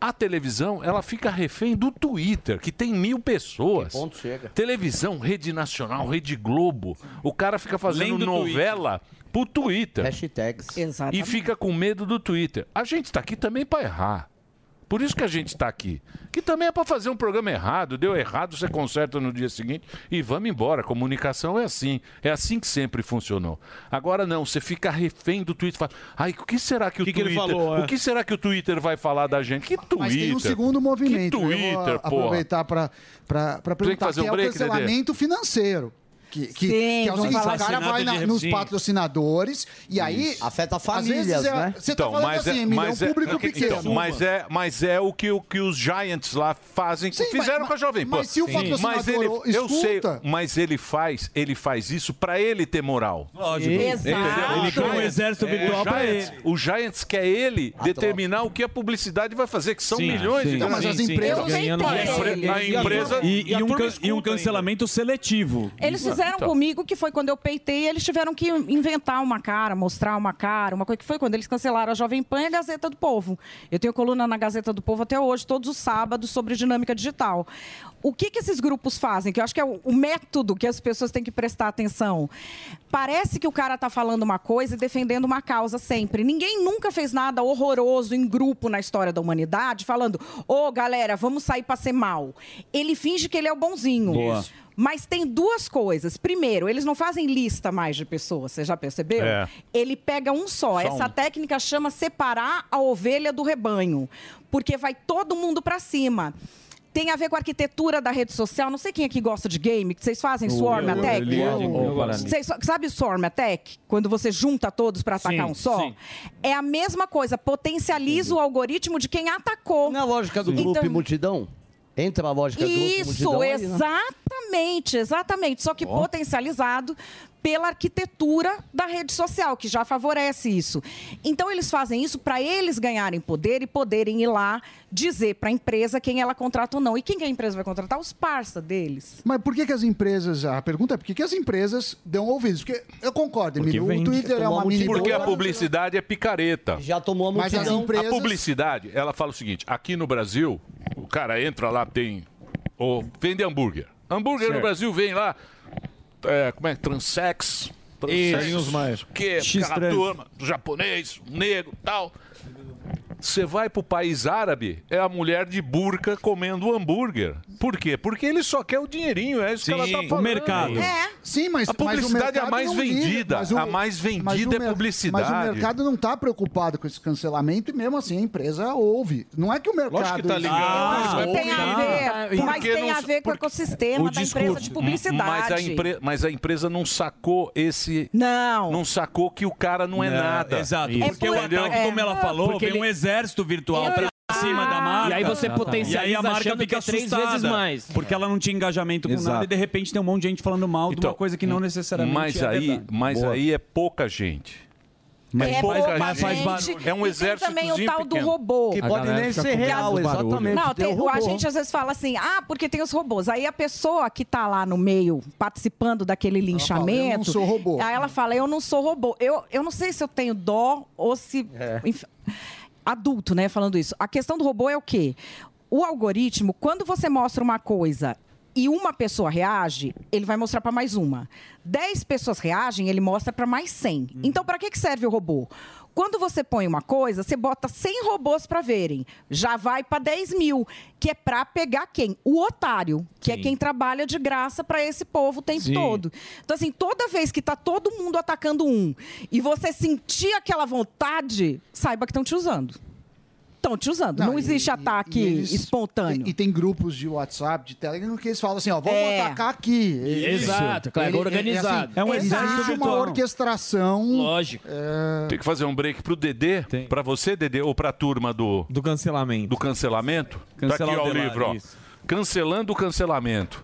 [SPEAKER 6] A televisão, ela fica refém do Twitter, que tem mil pessoas.
[SPEAKER 13] Que ponto chega?
[SPEAKER 6] Televisão, Rede Nacional, Rede Globo. O cara fica fazendo
[SPEAKER 13] Lendo
[SPEAKER 6] novela pro Twitter.
[SPEAKER 21] Hashtags.
[SPEAKER 14] Ah, tá.
[SPEAKER 6] E fica com medo do Twitter. A gente tá aqui também pra errar. Por isso que a gente tá aqui. Que também é pra fazer um programa errado. Deu errado, você conserta no dia seguinte e vamos embora. Comunicação é assim. É assim que sempre funcionou. Agora não, você fica refém do Twitter. Fala, Ai, o que será que o
[SPEAKER 14] Que que ele
[SPEAKER 6] Twitter...
[SPEAKER 14] falou, é?"
[SPEAKER 6] O que será que o Twitter vai falar da gente? Que Twitter?
[SPEAKER 14] Mas tem um segundo movimento.
[SPEAKER 6] Que Twitter,
[SPEAKER 14] eu vou
[SPEAKER 6] porra?
[SPEAKER 14] aproveitar para perguntar,
[SPEAKER 6] fazer um
[SPEAKER 14] que é
[SPEAKER 6] break,
[SPEAKER 14] o cancelamento financeiro. Que, que, que é o
[SPEAKER 21] vamos
[SPEAKER 14] seguinte,
[SPEAKER 21] falar
[SPEAKER 14] o cara
[SPEAKER 21] disso.
[SPEAKER 14] vai na-
[SPEAKER 21] Sim.
[SPEAKER 14] nos patrocinadores e aí...
[SPEAKER 21] Afeta
[SPEAKER 14] às
[SPEAKER 21] famílias,
[SPEAKER 14] vezes é-
[SPEAKER 21] né?
[SPEAKER 14] Você
[SPEAKER 6] Então,
[SPEAKER 14] tá falando assim, Emílio, é um público
[SPEAKER 6] porque-
[SPEAKER 14] pequeno.
[SPEAKER 6] então, mas, é, mas é o que, o que os Giants lá fazem,
[SPEAKER 14] Sim,
[SPEAKER 6] fizeram
[SPEAKER 14] mas-
[SPEAKER 6] com a Jovem Pan.
[SPEAKER 14] mas se o
[SPEAKER 6] Sim.
[SPEAKER 14] patrocinador
[SPEAKER 6] mas ele, Eu
[SPEAKER 14] escuta-
[SPEAKER 6] sei, mas ele faz, ele faz isso pra ele ter moral.
[SPEAKER 12] Lógico. Exato. Ele cria um
[SPEAKER 6] Giants-
[SPEAKER 12] exército virtual
[SPEAKER 6] o
[SPEAKER 12] pra
[SPEAKER 6] É, Giants- O Giants quer ele determinar o que a publicidade vai fazer, que são
[SPEAKER 12] Sim,
[SPEAKER 6] milhões
[SPEAKER 12] sim,
[SPEAKER 6] de
[SPEAKER 12] Não, mas
[SPEAKER 6] grandes-
[SPEAKER 12] as empresas Eu nem ganhando
[SPEAKER 6] A
[SPEAKER 12] tenho.
[SPEAKER 6] empre- A
[SPEAKER 12] E a
[SPEAKER 6] empresa...
[SPEAKER 12] turma- E, um, can- e um cancelamento seletivo.
[SPEAKER 20] Eles fizeram
[SPEAKER 6] Então,
[SPEAKER 12] Então.
[SPEAKER 20] comigo que foi quando eu peitei, eles tiveram que inventar uma cara, mostrar uma cara, uma coisa que foi quando eles cancelaram a Jovem Pan e a Gazeta do Povo. Eu tenho coluna na Gazeta do Povo até hoje, todos os sábados, sobre dinâmica digital. O que, que esses grupos fazem? Que eu acho que é o o método que as pessoas têm que prestar atenção. Parece que o cara tá falando uma coisa e defendendo uma causa sempre. Ninguém nunca fez nada horroroso em grupo na história da humanidade, falando, ô galera, vamos sair pra ser mal. Ele finge que ele é o bonzinho.
[SPEAKER 2] Boa.
[SPEAKER 20] Mas tem duas coisas. Primeiro, eles não fazem lista mais de pessoas, você já percebeu?
[SPEAKER 2] É.
[SPEAKER 20] Ele pega um só.
[SPEAKER 2] Só
[SPEAKER 20] Essa
[SPEAKER 2] um.
[SPEAKER 20] técnica chama separar a ovelha do rebanho, porque vai todo mundo para cima. Tem a ver com a arquitetura da rede social. Não sei quem aqui gosta de game, que vocês fazem
[SPEAKER 2] Eu,
[SPEAKER 20] Swarm
[SPEAKER 2] eu,
[SPEAKER 20] Attack?
[SPEAKER 2] eu, eu, eu, eu gosto.
[SPEAKER 20] Vocês sa- sabe o Swarm Attack? Quando você junta todos para atacar
[SPEAKER 2] Sim,
[SPEAKER 20] um só?
[SPEAKER 2] sim.
[SPEAKER 20] É a mesma coisa, potencializa o algoritmo de quem atacou. Na
[SPEAKER 21] lógica do grupo e multidão. Entra a lógica do grupo e multidão.
[SPEAKER 20] Então- isso,
[SPEAKER 21] aí, né?
[SPEAKER 20] exatamente, exatamente. Só que
[SPEAKER 21] Ó.
[SPEAKER 20] potencializado pela arquitetura da rede social, que já favorece isso. Então, eles fazem isso para eles ganharem poder e poderem ir lá dizer para a empresa quem ela contrata ou não. E quem que a empresa vai contratar? Os parça deles.
[SPEAKER 14] Mas por que, que as empresas. A pergunta é por que, que as empresas dão ouvidos? Porque eu concordo, Emílio. O Twitter é uma mini
[SPEAKER 6] Porque a publicidade é picareta.
[SPEAKER 21] Já tomou a
[SPEAKER 14] Mas as multidão. empresas-
[SPEAKER 6] A publicidade, ela fala o seguinte, aqui no Brasil, o cara entra lá, tem... Ou vende hambúrguer. Hambúrguer
[SPEAKER 16] Certo.
[SPEAKER 6] no Brasil vem lá... é, como é? Transex. Transex.
[SPEAKER 16] Isso. Tem mais.
[SPEAKER 6] Que, é
[SPEAKER 16] X-trans.
[SPEAKER 6] turma, japonês, negro, tal. Você vai pro país árabe, é a mulher de burca comendo hambúrguer. Por quê? Porque ele só quer o dinheirinho, é isso que ela tá falando.
[SPEAKER 14] Sim, mas
[SPEAKER 6] a publicidade é a mais vendida. a mais vendida é publicidade.
[SPEAKER 14] Mas o mercado não está preocupado com esse cancelamento e mesmo assim a empresa ouve. Não é que o mercado.
[SPEAKER 6] Lógico que tá ligado.
[SPEAKER 20] Mas
[SPEAKER 6] Ah,
[SPEAKER 20] tem a ver,
[SPEAKER 6] Por
[SPEAKER 20] É, mas
[SPEAKER 6] que
[SPEAKER 20] tem
[SPEAKER 6] não-
[SPEAKER 20] a ver com o ecossistema da empresa Tá de publicidade.
[SPEAKER 6] hum, Mas a, empre- mas a empresa não sacou esse.
[SPEAKER 20] Não. É
[SPEAKER 6] Não sacou que o cara não é
[SPEAKER 12] Não,
[SPEAKER 6] nada.
[SPEAKER 12] Exato. Porque o
[SPEAKER 6] Entendeu?
[SPEAKER 12] ataque, como ela falou, tem um exército virtual pra cima
[SPEAKER 20] Ah!
[SPEAKER 12] da marca.
[SPEAKER 10] E aí você
[SPEAKER 12] E aí a
[SPEAKER 10] potencializa
[SPEAKER 12] marca
[SPEAKER 10] achando
[SPEAKER 12] fica
[SPEAKER 10] que é três
[SPEAKER 12] assustada,
[SPEAKER 10] vezes mais.
[SPEAKER 12] Porque ela não tinha engajamento com
[SPEAKER 6] Exato.
[SPEAKER 12] nada e de repente tem um monte de gente falando mal
[SPEAKER 10] Então,
[SPEAKER 12] de uma coisa que
[SPEAKER 10] hum.
[SPEAKER 12] não necessariamente
[SPEAKER 6] Mas
[SPEAKER 12] é
[SPEAKER 6] aí,
[SPEAKER 12] verdade.
[SPEAKER 6] mas
[SPEAKER 12] Boa.
[SPEAKER 6] aí é pouca gente.
[SPEAKER 12] Mas
[SPEAKER 20] é
[SPEAKER 6] pouca
[SPEAKER 20] pouca gente.
[SPEAKER 6] É um
[SPEAKER 20] e tem
[SPEAKER 6] exército
[SPEAKER 20] também o tal do robô.
[SPEAKER 6] Que pode nem ser real, exatamente.
[SPEAKER 20] Não, tem- a gente às vezes fala assim, ah, porque tem os robôs. Aí a pessoa que tá lá no meio, participando daquele linchamento...
[SPEAKER 14] "Eu não sou robô."
[SPEAKER 20] Aí ela fala, eu não sou robô. Eu, eu não sei se eu tenho dó ou se... Enfim, adulto, né, falando isso. A questão do robô é o quê? O algoritmo, quando você mostra uma coisa e uma pessoa reage, ele vai mostrar para mais uma. Dez pessoas reagem, ele mostra para mais cem. Então, para que que serve o robô? Quando você põe uma coisa, você bota 100 robôs para verem. Já vai para 10 mil, que é para pegar quem? O otário, que é quem trabalha de graça para esse povo o tempo
[SPEAKER 2] Sim.
[SPEAKER 20] todo. Então, assim, toda vez que tá todo mundo atacando um e você sentir aquela vontade, saiba que estão te usando. Estão te usando. Não, existe ataque
[SPEAKER 14] eles-
[SPEAKER 20] espontâneo.
[SPEAKER 14] E tem grupos de WhatsApp, de Telegram, que eles falam assim, ó, vamos
[SPEAKER 20] É.
[SPEAKER 14] atacar aqui. Eles-
[SPEAKER 6] Exato, claro,
[SPEAKER 14] Ele- é-
[SPEAKER 6] organizado.
[SPEAKER 14] É,
[SPEAKER 6] É um
[SPEAKER 14] um
[SPEAKER 6] exército
[SPEAKER 14] existe uma
[SPEAKER 6] virtual.
[SPEAKER 14] orquestração.
[SPEAKER 6] Lógico.
[SPEAKER 20] É.
[SPEAKER 6] Tem que fazer um break pro Dedê, pra você, Dedê, ou pra turma do... Do cancelamento. Do cancelamento. tá
[SPEAKER 12] Cancelar
[SPEAKER 6] aqui, ó,
[SPEAKER 12] o
[SPEAKER 6] o
[SPEAKER 12] dela-
[SPEAKER 6] livro, ó. Cancelando o cancelamento.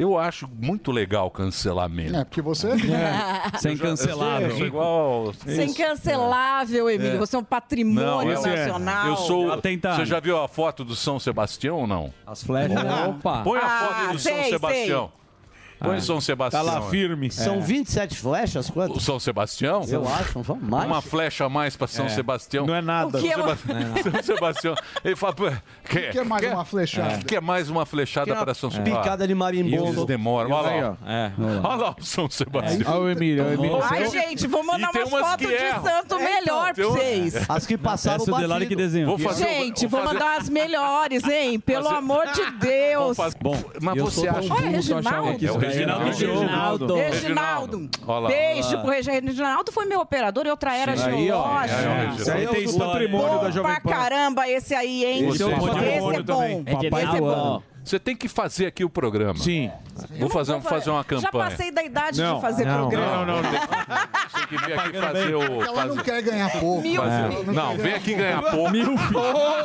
[SPEAKER 6] Eu acho muito legal cancelamento.
[SPEAKER 14] É, porque você...
[SPEAKER 6] Eu já- eu
[SPEAKER 12] cancelável.
[SPEAKER 6] sou igual...
[SPEAKER 20] Você é incancelável, Emílio.
[SPEAKER 6] É.
[SPEAKER 20] Você é um patrimônio
[SPEAKER 6] eu-
[SPEAKER 20] nacional.
[SPEAKER 6] Eu sou. Você já viu a foto do São Sebastião ou não? As
[SPEAKER 12] flechas. Opa.
[SPEAKER 6] Põe a
[SPEAKER 12] Ah,
[SPEAKER 6] foto do
[SPEAKER 12] sei,
[SPEAKER 6] São
[SPEAKER 12] sei.
[SPEAKER 6] Sebastião. Põe
[SPEAKER 12] Ah.
[SPEAKER 6] o São Sebastião. É.
[SPEAKER 12] Tá lá
[SPEAKER 13] É.
[SPEAKER 12] firme.
[SPEAKER 21] São 27 flechas? Quanto?
[SPEAKER 6] O São Sebastião?
[SPEAKER 21] Eu acho, vamos mais.
[SPEAKER 6] Uma flecha a mais para São
[SPEAKER 21] É.
[SPEAKER 6] Sebastião.
[SPEAKER 21] Não é nada. O que
[SPEAKER 6] São,
[SPEAKER 21] eu-
[SPEAKER 6] Seba- São Sebastião. Ele fala. pô, Quer,
[SPEAKER 14] Quer mais uma flechada.
[SPEAKER 6] É. Quer mais uma flechada
[SPEAKER 14] Quer uma
[SPEAKER 6] para São Sebastião?
[SPEAKER 14] picada de marimbondo.
[SPEAKER 6] Eles demoram.
[SPEAKER 14] Aí,
[SPEAKER 6] Olha lá.
[SPEAKER 14] ó.
[SPEAKER 6] É. Olha lá o São Sebastião.
[SPEAKER 14] Olha o Emílio, olha o Emílio.
[SPEAKER 20] Ai, gente, vou mandar
[SPEAKER 6] E tem
[SPEAKER 20] umas
[SPEAKER 6] umas
[SPEAKER 20] fotos
[SPEAKER 6] que erram.
[SPEAKER 20] de santo
[SPEAKER 6] É,
[SPEAKER 20] melhor
[SPEAKER 6] então,
[SPEAKER 20] pra
[SPEAKER 6] tem
[SPEAKER 20] vocês.
[SPEAKER 6] umas- As que
[SPEAKER 20] é
[SPEAKER 6] passaram
[SPEAKER 12] Essa o Delari batido. que desenhou. Vou fazer-
[SPEAKER 20] gente,
[SPEAKER 6] vou
[SPEAKER 20] vou,
[SPEAKER 6] fazer-
[SPEAKER 20] mandar as melhores, hein? Pelo
[SPEAKER 6] Fazer-
[SPEAKER 20] amor de Deus.
[SPEAKER 6] Bom, mas
[SPEAKER 20] eu
[SPEAKER 6] você
[SPEAKER 20] sou tão
[SPEAKER 6] acha
[SPEAKER 20] burro que eu achava que
[SPEAKER 6] É
[SPEAKER 20] isso
[SPEAKER 6] o
[SPEAKER 20] daí era-
[SPEAKER 6] Reginaldo.
[SPEAKER 20] Reginaldo.
[SPEAKER 6] Reginaldo. Olha lá.
[SPEAKER 20] Beijo pro Reginaldo. Reginaldo foi meu operador e outra era
[SPEAKER 6] Sim. Aí, ó.
[SPEAKER 20] geológica.
[SPEAKER 6] Aí, ó, Esse aí é o
[SPEAKER 20] Bom
[SPEAKER 6] patrimônio da Jovem Pan.
[SPEAKER 20] Pra caramba, esse aí, hein?
[SPEAKER 6] Esse é o patrimônio também.
[SPEAKER 20] Esse é bom.
[SPEAKER 6] Você tem que fazer aqui o programa. Sim. Vou fazer, vou fazer uma campanha.
[SPEAKER 20] Já passei da idade de fazer programa. Então é
[SPEAKER 6] Não, Tá não, não. Tem que vir aqui fazer o.
[SPEAKER 14] Ela não
[SPEAKER 6] fazer-
[SPEAKER 14] quer ganhar pouco. né?
[SPEAKER 6] Mil-
[SPEAKER 14] Ela
[SPEAKER 6] É. Não,
[SPEAKER 14] quer
[SPEAKER 6] vem aqui ganhar pouco.
[SPEAKER 12] Milf.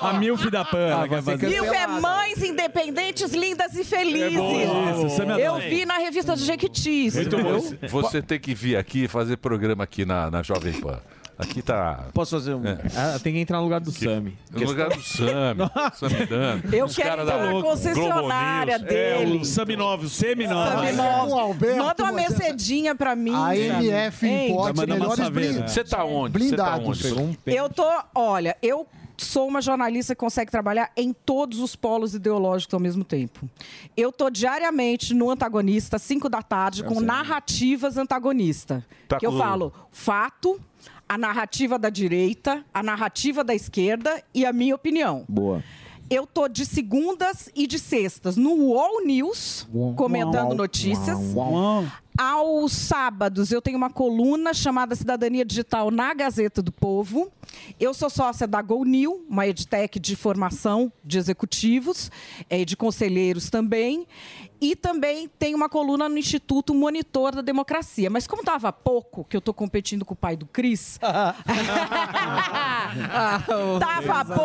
[SPEAKER 12] A Milf da
[SPEAKER 20] Ah,
[SPEAKER 12] Pan. ela vai fazer.
[SPEAKER 20] Milf é mães independentes, lindas e felizes.
[SPEAKER 6] bom É isso, é você me
[SPEAKER 20] Eu
[SPEAKER 6] adora.
[SPEAKER 20] vi na revista de Jequitis.
[SPEAKER 6] Você, você tem que vir aqui e fazer programa aqui na, na Jovem Pan. Aqui tá.
[SPEAKER 7] Posso fazer um? tem que entrar no lugar do Sami.
[SPEAKER 6] No lugar do Sam, Samidano.
[SPEAKER 20] Eu
[SPEAKER 6] os
[SPEAKER 20] quero
[SPEAKER 6] caras
[SPEAKER 20] entrar
[SPEAKER 6] da
[SPEAKER 20] na concessionária
[SPEAKER 6] Globo News. É,
[SPEAKER 20] dele.
[SPEAKER 12] o Saminovos. Saminovos.
[SPEAKER 20] Sabe, nossa. Manda uma mercedinha pra mim.
[SPEAKER 14] A
[SPEAKER 20] sabe?
[SPEAKER 14] MF
[SPEAKER 20] Hein?
[SPEAKER 14] importa melhores blindados.
[SPEAKER 6] Você tá onde? Você tá
[SPEAKER 14] Blindados.
[SPEAKER 6] onde?
[SPEAKER 14] Pegou um
[SPEAKER 20] Eu tô, olha, eu sou uma jornalista que consegue trabalhar em todos os polos ideológicos ao mesmo tempo. Eu tô diariamente no antagonista, 5 da tarde, com narrativas antagonista.
[SPEAKER 2] Tá
[SPEAKER 20] que eu
[SPEAKER 2] com-
[SPEAKER 20] falo fato, a narrativa da direita, a narrativa da esquerda e a minha opinião.
[SPEAKER 10] Boa.
[SPEAKER 20] Eu tô de segundas e de sextas no UOL News, Uhum. comentando
[SPEAKER 2] uau,
[SPEAKER 20] notícias.
[SPEAKER 2] uau, uau.
[SPEAKER 20] Aos sábados eu tenho uma coluna chamada Cidadania Digital na Gazeta do Povo. Eu sou sócia da GoNew, uma edtech de formação de executivos eh, e de conselheiros também. E também tenho uma coluna no Instituto Monitor da Democracia. Mas como estava pouco, que eu estou competindo com o pai do Cris, Tava
[SPEAKER 2] Sensacional.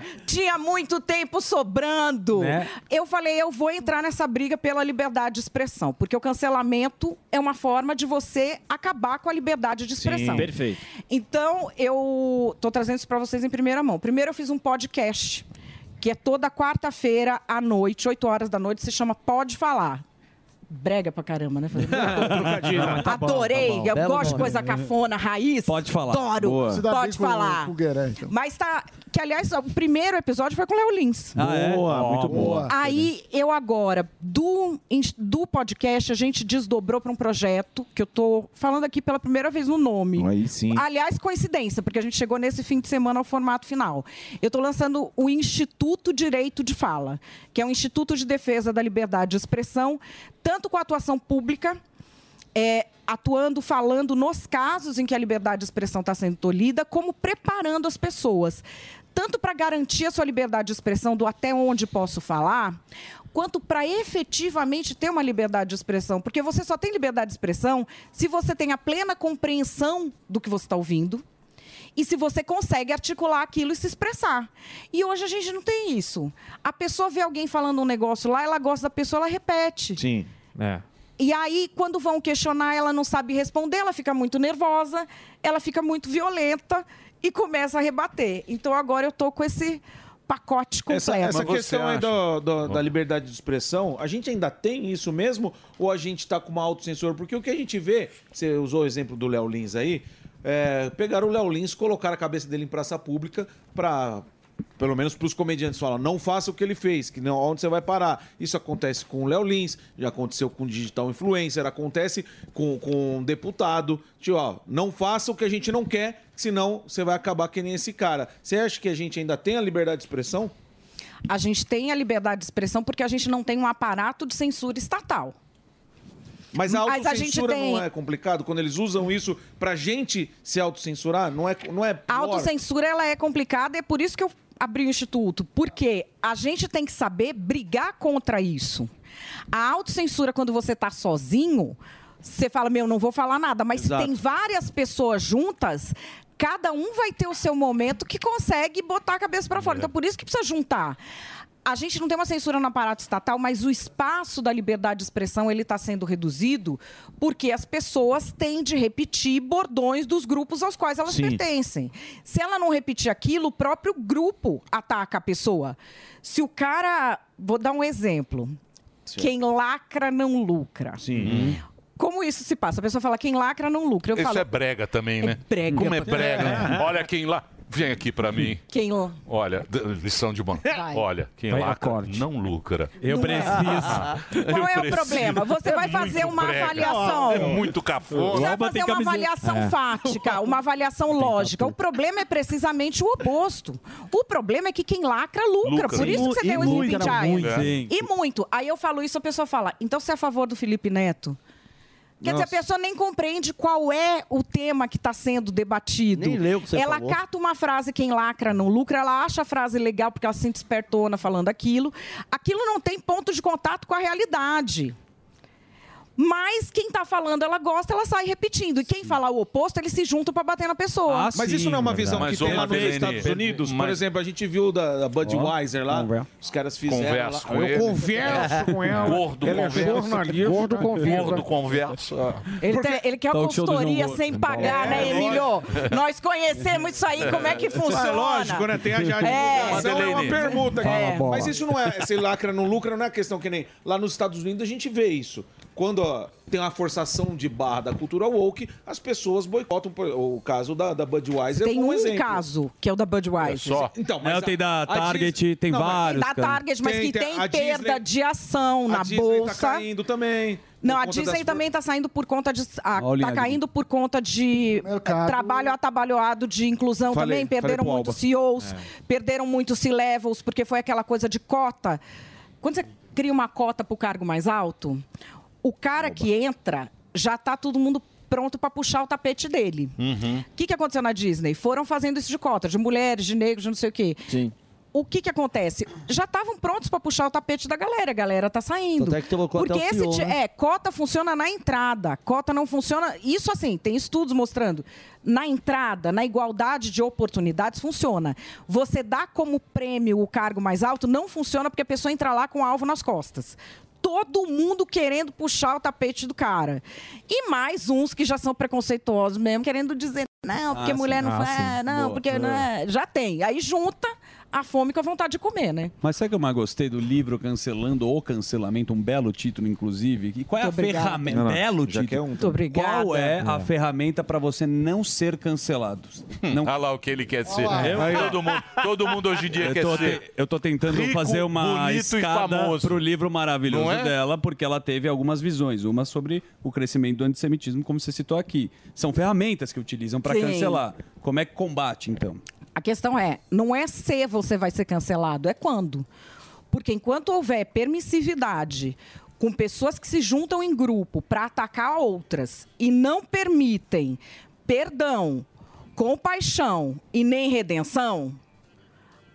[SPEAKER 20] pouco, tinha muito tempo sobrando.
[SPEAKER 2] Né?
[SPEAKER 20] Eu falei, eu vou entrar nessa briga pela liberdade de expressão, porque o cancelamento é uma forma de você acabar com a liberdade de expressão.
[SPEAKER 10] perfeito.
[SPEAKER 20] Então, eu tô trazendo isso para vocês em primeira mão. Primeiro, eu fiz um podcast, que é toda quarta-feira à noite, 8 horas da noite, se chama Pode Falar. Brega pra caramba, né? Fazer-
[SPEAKER 2] Tá bom,
[SPEAKER 20] Adorei,
[SPEAKER 2] tá bom.
[SPEAKER 20] eu
[SPEAKER 2] Belo
[SPEAKER 20] gosto de
[SPEAKER 2] nome.
[SPEAKER 20] coisa cafona, raiz.
[SPEAKER 2] Pode falar.
[SPEAKER 20] Adoro.
[SPEAKER 2] Boa. Se dá bem
[SPEAKER 20] Pode
[SPEAKER 2] com o-
[SPEAKER 20] falar.
[SPEAKER 2] com então. o
[SPEAKER 20] Mas tá. Que aliás, o primeiro episódio foi com o Léo Lins.
[SPEAKER 2] Ah, é? Boa, Ó, muito boa.
[SPEAKER 20] Aí eu agora, do, ins- do podcast, a gente desdobrou para um projeto que eu tô falando aqui pela primeira vez no nome.
[SPEAKER 4] Aí sim.
[SPEAKER 20] Aliás, coincidência, porque a gente chegou nesse fim de semana ao formato final. Eu estou lançando o Instituto Direito de Fala, que é um instituto de defesa da liberdade de expressão, tanto com a atuação pública, é, atuando, falando nos casos em que a liberdade de expressão está sendo tolhida, como preparando as pessoas, tanto para garantir a sua liberdade de expressão do até onde posso falar, quanto para efetivamente ter uma liberdade de expressão. Porque você só tem liberdade de expressão se você tem a plena compreensão do que você está ouvindo e se você consegue articular aquilo e se expressar. E hoje a gente não tem isso. A pessoa vê alguém falando um negócio lá, ela gosta da pessoa, ela repete.
[SPEAKER 7] Sim. É.
[SPEAKER 20] E aí, quando vão questionar, ela não sabe responder, ela fica muito nervosa, ela fica muito violenta e começa a rebater. Então agora eu tô com esse pacote completo.
[SPEAKER 11] Essa, essa questão aí
[SPEAKER 20] é
[SPEAKER 11] do- do- da liberdade de expressão, a gente ainda tem isso mesmo? Ou a gente tá com uma autocensura? Porque o que a gente vê, você usou o exemplo do Léo Lins aí, é, pegaram o Léo Lins, colocaram a cabeça dele em praça pública pra. Pelo menos pros comediantes falam, não faça o que ele fez, que não, onde você vai parar. Isso acontece com o Léo Lins, já aconteceu com o digital influencer, acontece com, com um deputado. Tio, ó, não faça o que a gente não quer, senão você vai acabar que nem esse cara. Você acha que a gente ainda tem a liberdade de expressão?
[SPEAKER 20] A gente tem a liberdade de expressão porque a gente não tem um aparato de censura estatal.
[SPEAKER 11] Mas a
[SPEAKER 20] Mas a gente
[SPEAKER 11] autocensura
[SPEAKER 20] tem-
[SPEAKER 11] não é complicado? Quando eles usam isso pra gente se autocensurar, não é, não é
[SPEAKER 20] A
[SPEAKER 11] pior?
[SPEAKER 20] autocensura ela é complicada, é por isso que eu abri o instituto, porque a gente tem que saber brigar contra isso. A autocensura quando você está sozinho, você fala meu, não vou falar nada, mas
[SPEAKER 4] Exato.
[SPEAKER 20] se tem várias pessoas juntas, cada um vai ter o seu momento que consegue botar a cabeça para
[SPEAKER 4] É.
[SPEAKER 20] fora. Então por isso que precisa juntar. A gente não tem uma censura no aparato estatal, mas o espaço da liberdade de expressão ele está sendo reduzido porque as pessoas têm de repetir bordões dos grupos aos quais elas
[SPEAKER 4] Sim.
[SPEAKER 20] pertencem. Se ela não repetir aquilo, o próprio grupo ataca a pessoa. Se o cara, vou dar um exemplo, quem lacra não lucra.
[SPEAKER 11] Sim.
[SPEAKER 20] Como isso se passa? A pessoa fala quem lacra não lucra. Eu
[SPEAKER 6] Isso
[SPEAKER 20] falo
[SPEAKER 6] Hum. é brega também, né?
[SPEAKER 20] brega.
[SPEAKER 6] Como é brega. né? Olha quem lá. Vem aqui pra mim.
[SPEAKER 20] quem lo-
[SPEAKER 6] Olha, d- lição de bom.
[SPEAKER 20] Vai.
[SPEAKER 6] Olha, quem
[SPEAKER 7] Vai,
[SPEAKER 6] lacra não lucra.
[SPEAKER 7] Eu Não é.
[SPEAKER 20] preciso. Qual é o problema? Você vai fazer uma avaliação.
[SPEAKER 6] É muito
[SPEAKER 20] Você
[SPEAKER 6] cafona.
[SPEAKER 20] vai fazer uma avaliação
[SPEAKER 4] É.
[SPEAKER 20] fática, uma avaliação lógica. O problema é precisamente o oposto. O problema é que quem lacra lucra. É.
[SPEAKER 4] Lucra.
[SPEAKER 20] Por isso que você
[SPEAKER 4] E
[SPEAKER 20] tem o
[SPEAKER 4] lucra
[SPEAKER 20] Sleeping
[SPEAKER 4] muito,
[SPEAKER 20] Giant.
[SPEAKER 4] hein?
[SPEAKER 20] E muito. Aí eu falo isso, a pessoa fala, então você é a favor do Felipe Neto? Quer dizer, a
[SPEAKER 4] Nossa.
[SPEAKER 20] pessoa nem compreende qual é o tema que está sendo debatido.
[SPEAKER 4] Nem leu o que você
[SPEAKER 20] ela
[SPEAKER 4] falou.
[SPEAKER 20] cata uma frase, quem lacra não lucra, ela acha a frase legal porque ela se sente espertona falando aquilo. Aquilo não tem ponto de contato com a realidade. Mas quem tá falando, ela gosta, ela sai repetindo. E quem falar o oposto, eles se juntam para bater na
[SPEAKER 4] Ah,
[SPEAKER 6] Ah,
[SPEAKER 20] pessoa.
[SPEAKER 11] mas isso não é
[SPEAKER 6] né?
[SPEAKER 11] uma visão que tem lá nos
[SPEAKER 6] Belene,
[SPEAKER 11] Estados Unidos? Por
[SPEAKER 6] mas-
[SPEAKER 11] exemplo, a gente viu da, da Budweiser lá, os caras fizeram
[SPEAKER 6] Converso
[SPEAKER 11] lá.
[SPEAKER 6] com ele. Gordo
[SPEAKER 11] Ele é
[SPEAKER 6] converso.
[SPEAKER 11] jornalista.
[SPEAKER 6] Gordo converso.
[SPEAKER 20] Ele, tem- ele
[SPEAKER 4] Tá
[SPEAKER 20] quer a
[SPEAKER 6] Talk show do
[SPEAKER 20] consultoria
[SPEAKER 6] João
[SPEAKER 20] sem
[SPEAKER 6] Gordo.
[SPEAKER 20] pagar,
[SPEAKER 6] É,
[SPEAKER 20] né,
[SPEAKER 6] lógico.
[SPEAKER 20] Emílio? Nós conhecemos isso aí, como é que funciona.
[SPEAKER 11] É lógico, né? Tem a já
[SPEAKER 20] É.
[SPEAKER 11] divulgação, é uma
[SPEAKER 6] Madeleine.
[SPEAKER 11] permuta. aqui.
[SPEAKER 6] Fala, bola.
[SPEAKER 11] Mas isso não é, se lacra não lucra, não é questão que nem lá nos Estados Unidos a gente vê isso. Quando ó, tem uma forçação de barra da cultura woke, as pessoas boicotam. Por- O caso da, da Budweiser
[SPEAKER 20] Tem
[SPEAKER 11] é um,
[SPEAKER 20] um
[SPEAKER 11] exemplo.
[SPEAKER 20] caso, que é o da Budweiser.
[SPEAKER 11] Então,
[SPEAKER 12] Não, tem da
[SPEAKER 11] a- a
[SPEAKER 12] Target,
[SPEAKER 11] Disney-
[SPEAKER 12] tem
[SPEAKER 11] mas-
[SPEAKER 12] vários,
[SPEAKER 20] Da Target, mas que tem
[SPEAKER 11] a
[SPEAKER 20] perda
[SPEAKER 11] Disney-
[SPEAKER 20] de ação
[SPEAKER 11] a
[SPEAKER 20] na
[SPEAKER 11] Disney
[SPEAKER 20] bolsa.
[SPEAKER 11] tá caindo também.
[SPEAKER 20] Não,
[SPEAKER 11] por
[SPEAKER 20] a
[SPEAKER 11] conta
[SPEAKER 20] Disney
[SPEAKER 11] das-
[SPEAKER 20] também está saindo por conta de. ah,
[SPEAKER 11] Olha,
[SPEAKER 20] tá caindo por conta de eh, trabalho atabalhoado de inclusão
[SPEAKER 4] Falei,
[SPEAKER 20] também.
[SPEAKER 4] falei
[SPEAKER 20] Perderam
[SPEAKER 4] pro
[SPEAKER 20] muitos
[SPEAKER 4] Alba.
[SPEAKER 20] CEOs,
[SPEAKER 4] É.
[SPEAKER 20] perderam muitos C-levels, porque foi aquela coisa de cota. Quando você cria uma cota para o cargo mais alto, o cara que entra já tá todo mundo pronto para puxar o tapete dele.
[SPEAKER 4] Uhum.
[SPEAKER 20] O que, que aconteceu na Disney? Foram fazendo isso de cota, de mulheres, de negros, de não sei o quê.
[SPEAKER 21] Sim.
[SPEAKER 20] O que, que acontece? Já estavam prontos para puxar o tapete da galera, a galera tá saindo.
[SPEAKER 21] Tanto é que colocou até
[SPEAKER 20] Porque
[SPEAKER 21] o
[SPEAKER 20] esse
[SPEAKER 21] CEO,
[SPEAKER 20] ti-
[SPEAKER 21] né?
[SPEAKER 20] é, cota funciona na entrada, cota não funciona. Isso assim, tem estudos mostrando. Na entrada, na igualdade de oportunidades, funciona. Você dá como prêmio o cargo mais alto, não funciona porque a pessoa entra lá com o alvo nas costas. Todo mundo querendo puxar o tapete do cara. E mais uns que já são preconceituosos mesmo, querendo dizer, não, porque
[SPEAKER 4] Ah, sim.
[SPEAKER 20] mulher não
[SPEAKER 12] Ah,
[SPEAKER 20] faz,
[SPEAKER 12] sim.
[SPEAKER 20] não,
[SPEAKER 12] Boa.
[SPEAKER 20] porque
[SPEAKER 12] É.
[SPEAKER 20] não é. já tem. Aí junta a fome com a vontade de comer, né?
[SPEAKER 12] Mas sabe que eu mais gostei do livro Cancelando ou Cancelamento? Um belo título, inclusive. E qual é
[SPEAKER 20] Muito
[SPEAKER 12] a
[SPEAKER 20] obrigada.
[SPEAKER 12] ferramenta?
[SPEAKER 20] Não, não.
[SPEAKER 12] Belo
[SPEAKER 20] Já
[SPEAKER 12] título.
[SPEAKER 20] quer um Muito obrigada.
[SPEAKER 12] Qual é a
[SPEAKER 20] É.
[SPEAKER 12] ferramenta para você não ser cancelado? Não...
[SPEAKER 6] Hum.
[SPEAKER 20] Ah,
[SPEAKER 6] Olha lá o que ele quer ser.
[SPEAKER 12] Olha lá. Eu-
[SPEAKER 6] Todo, mundo, todo mundo hoje em dia
[SPEAKER 12] Eu
[SPEAKER 6] quer
[SPEAKER 12] tô,
[SPEAKER 6] ser.
[SPEAKER 12] te- eu tô tentando
[SPEAKER 6] rico,
[SPEAKER 12] fazer uma
[SPEAKER 6] bonito e
[SPEAKER 12] escada
[SPEAKER 6] famoso.
[SPEAKER 12] pro livro maravilhoso
[SPEAKER 6] Não é?
[SPEAKER 12] dela, porque ela teve algumas visões. Uma sobre o crescimento do antissemitismo, como você citou aqui. São ferramentas que utilizam para
[SPEAKER 20] Sim.
[SPEAKER 12] cancelar. Como é que combate, então?
[SPEAKER 20] A questão é, não é se você vai ser cancelado, é quando. Porque enquanto houver permissividade com pessoas que se juntam em grupo para atacar outras e não permitem perdão, compaixão e nem redenção,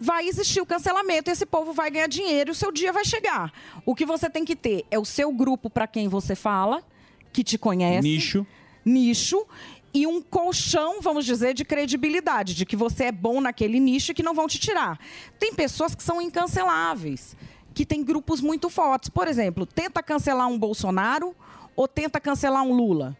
[SPEAKER 20] vai existir o cancelamento, esse povo vai ganhar dinheiro e o seu dia vai chegar. O que você tem que ter é o seu grupo para quem você fala, que te conhece.
[SPEAKER 12] Nicho.
[SPEAKER 20] Nicho. e um colchão, vamos dizer, de credibilidade, de que você é bom naquele nicho e que não vão te tirar. Tem pessoas que são incanceláveis, que têm grupos muito fortes. Por exemplo, tenta cancelar um Bolsonaro ou tenta cancelar um Lula.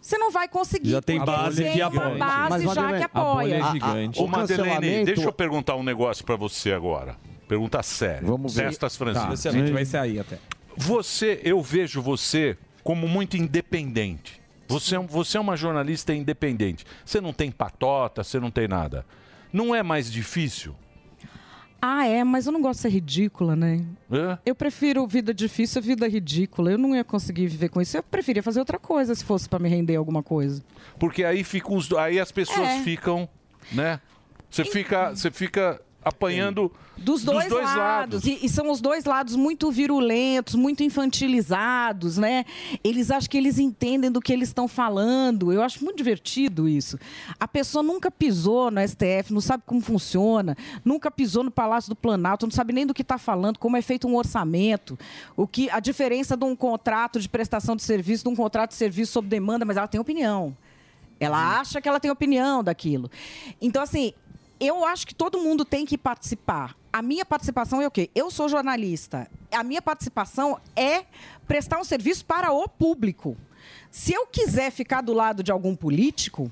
[SPEAKER 20] Você não vai conseguir.
[SPEAKER 12] Já tem
[SPEAKER 20] porque
[SPEAKER 12] base
[SPEAKER 20] você
[SPEAKER 12] que
[SPEAKER 20] tem uma
[SPEAKER 12] apoia.
[SPEAKER 20] base
[SPEAKER 12] Mas,
[SPEAKER 20] já
[SPEAKER 12] Madeleine,
[SPEAKER 20] que
[SPEAKER 12] a bolha
[SPEAKER 20] apoia.
[SPEAKER 12] é gigante.
[SPEAKER 6] Ô, Madelene,
[SPEAKER 12] cancelamento-
[SPEAKER 6] deixa eu perguntar um negócio pra você agora. Pergunta séria. Vamos
[SPEAKER 12] ver.
[SPEAKER 6] Cestas
[SPEAKER 12] Tá,
[SPEAKER 6] Francisco.
[SPEAKER 12] excelente, vai
[SPEAKER 7] sair até.
[SPEAKER 6] Você, eu vejo você como muito independente. Você, é um- você é uma jornalista independente. Você não tem patota, você não tem nada. Não é mais difícil?
[SPEAKER 20] Ah, é, mas eu não gosto de ser ridícula, né?
[SPEAKER 6] Hã?
[SPEAKER 20] Eu prefiro vida difícil, vida ridícula. Eu não ia conseguir viver com isso. Eu preferia fazer outra coisa se fosse para me render alguma coisa.
[SPEAKER 6] Porque aí, ficam os, do- aí as pessoas
[SPEAKER 20] É.
[SPEAKER 6] ficam, né? Você fica, você fica apanhando
[SPEAKER 20] Dos dois, lados. E, e são os dois lados muito virulentos, muito infantilizados, né? Eles acham que eles entendem do que eles estão falando. Eu acho muito divertido isso. A pessoa nunca pisou no STF, não sabe como funciona, nunca pisou no Palácio do Planalto, não sabe nem do que está falando, como é feito um orçamento, o que a diferença de um contrato de prestação de serviço, de um contrato de serviço sob demanda, mas ela tem opinião. Ela acha que ela tem opinião daquilo. Então, assim, eu acho que todo mundo tem que participar. A minha participação é o quê? Eu sou jornalista. A minha participação é prestar um serviço para o público. Se eu quiser ficar do lado de algum político,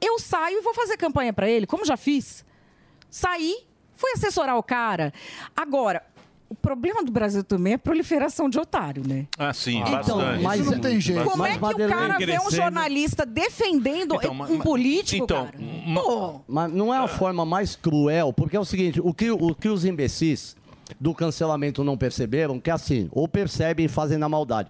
[SPEAKER 20] eu saio e vou fazer campanha para ele, como já fiz. Saí, fui assessorar o cara. Agora, o problema do Brasil também é a proliferação de otário, né?
[SPEAKER 6] Ah, sim,
[SPEAKER 21] Então,
[SPEAKER 6] bastante.
[SPEAKER 21] mas Isso não tem jeito.
[SPEAKER 20] Como é
[SPEAKER 6] Bastante.
[SPEAKER 20] que o cara vê um jornalista defendendo
[SPEAKER 21] Então, mas-
[SPEAKER 20] um político,
[SPEAKER 21] então,
[SPEAKER 20] cara?
[SPEAKER 21] Mas não é a forma mais cruel, porque é o seguinte, o que, o que os imbecis do cancelamento não perceberam, que é assim, ou percebem e fazem na maldade.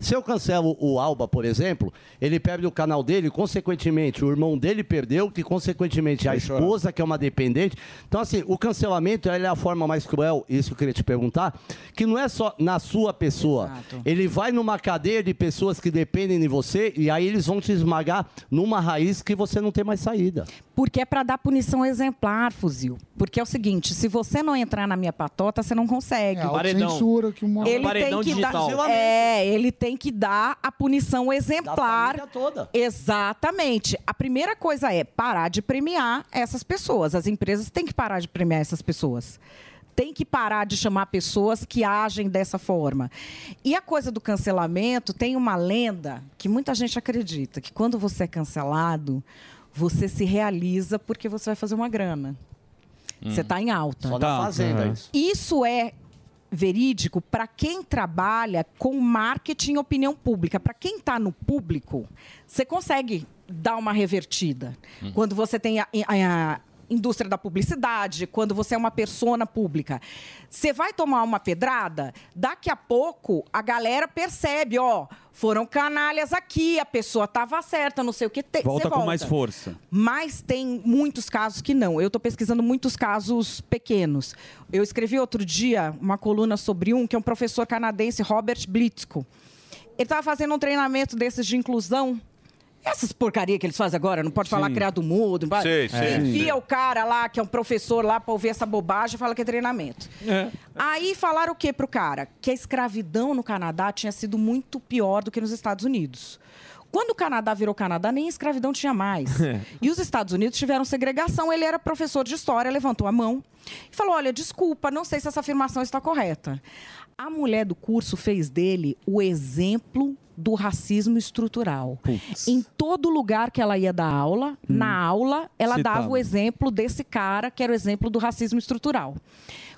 [SPEAKER 21] Se eu cancelo o Alba, por exemplo, ele perde o canal dele, consequentemente, o irmão dele perdeu, que consequentemente a esposa, que é uma dependente. Então, assim, o cancelamento ele é a forma mais cruel, isso eu queria te perguntar, que não é só na sua pessoa. Ele vai numa cadeia de pessoas que dependem de você e aí eles vão te esmagar numa raiz que você não tem mais saída.
[SPEAKER 20] Porque é para dar punição exemplar, fuzil. Porque é o seguinte, se você não entrar na minha patota, você não consegue.
[SPEAKER 14] É a censura que
[SPEAKER 6] É um
[SPEAKER 14] uma
[SPEAKER 20] Ele tem que dar, é, ele tem que dar a punição exemplar.
[SPEAKER 21] toda.
[SPEAKER 20] Exatamente. A primeira coisa é parar de premiar essas pessoas. As empresas têm que parar de premiar essas pessoas. Tem que parar de chamar pessoas que agem dessa forma. E a coisa do cancelamento tem uma lenda que muita gente acredita que quando você é cancelado, você se realiza porque você vai fazer uma grana. Você está em alta.
[SPEAKER 21] Só na Hum. Tá. fazenda, Uhum. isso.
[SPEAKER 20] Isso é verídico para quem trabalha com marketing e opinião pública. Para quem está no público, você consegue dar uma revertida.
[SPEAKER 1] Hum.
[SPEAKER 20] Quando você tem a, a indústria da publicidade, quando você é uma persona pública. Você vai tomar uma pedrada, daqui a pouco a galera percebe, ó, foram canalhas aqui, a pessoa estava certa, não sei o que. Tem,
[SPEAKER 12] Volta
[SPEAKER 20] você
[SPEAKER 12] com mais força.
[SPEAKER 20] mas tem muitos casos que não. Eu estou pesquisando muitos casos pequenos. Eu escrevi outro dia uma coluna sobre um que é um professor canadense, Robert Blitzko. Ele estava fazendo um treinamento desses de inclusão. Essas porcaria que eles fazem agora, não pode falar
[SPEAKER 1] Sim.
[SPEAKER 20] criado mudo. não pode-
[SPEAKER 1] Sei, sei,
[SPEAKER 20] Enfia
[SPEAKER 1] sei.
[SPEAKER 20] o cara lá, que é um professor lá, para ouvir essa bobagem e fala que é treinamento. Aí falaram o que pro cara? Que a escravidão no Canadá tinha sido muito pior do que nos Estados Unidos. Quando o Canadá virou Canadá, nem escravidão tinha mais. E os Estados Unidos tiveram segregação. Ele era professor de história, levantou a mão e falou: Olha, desculpa, não sei se essa afirmação está correta. A mulher do curso fez dele o exemplo do racismo estrutural. Em todo lugar que ela ia dar aula, na aula, ela
[SPEAKER 1] Citava.
[SPEAKER 20] dava o exemplo desse cara, que era o exemplo do racismo estrutural.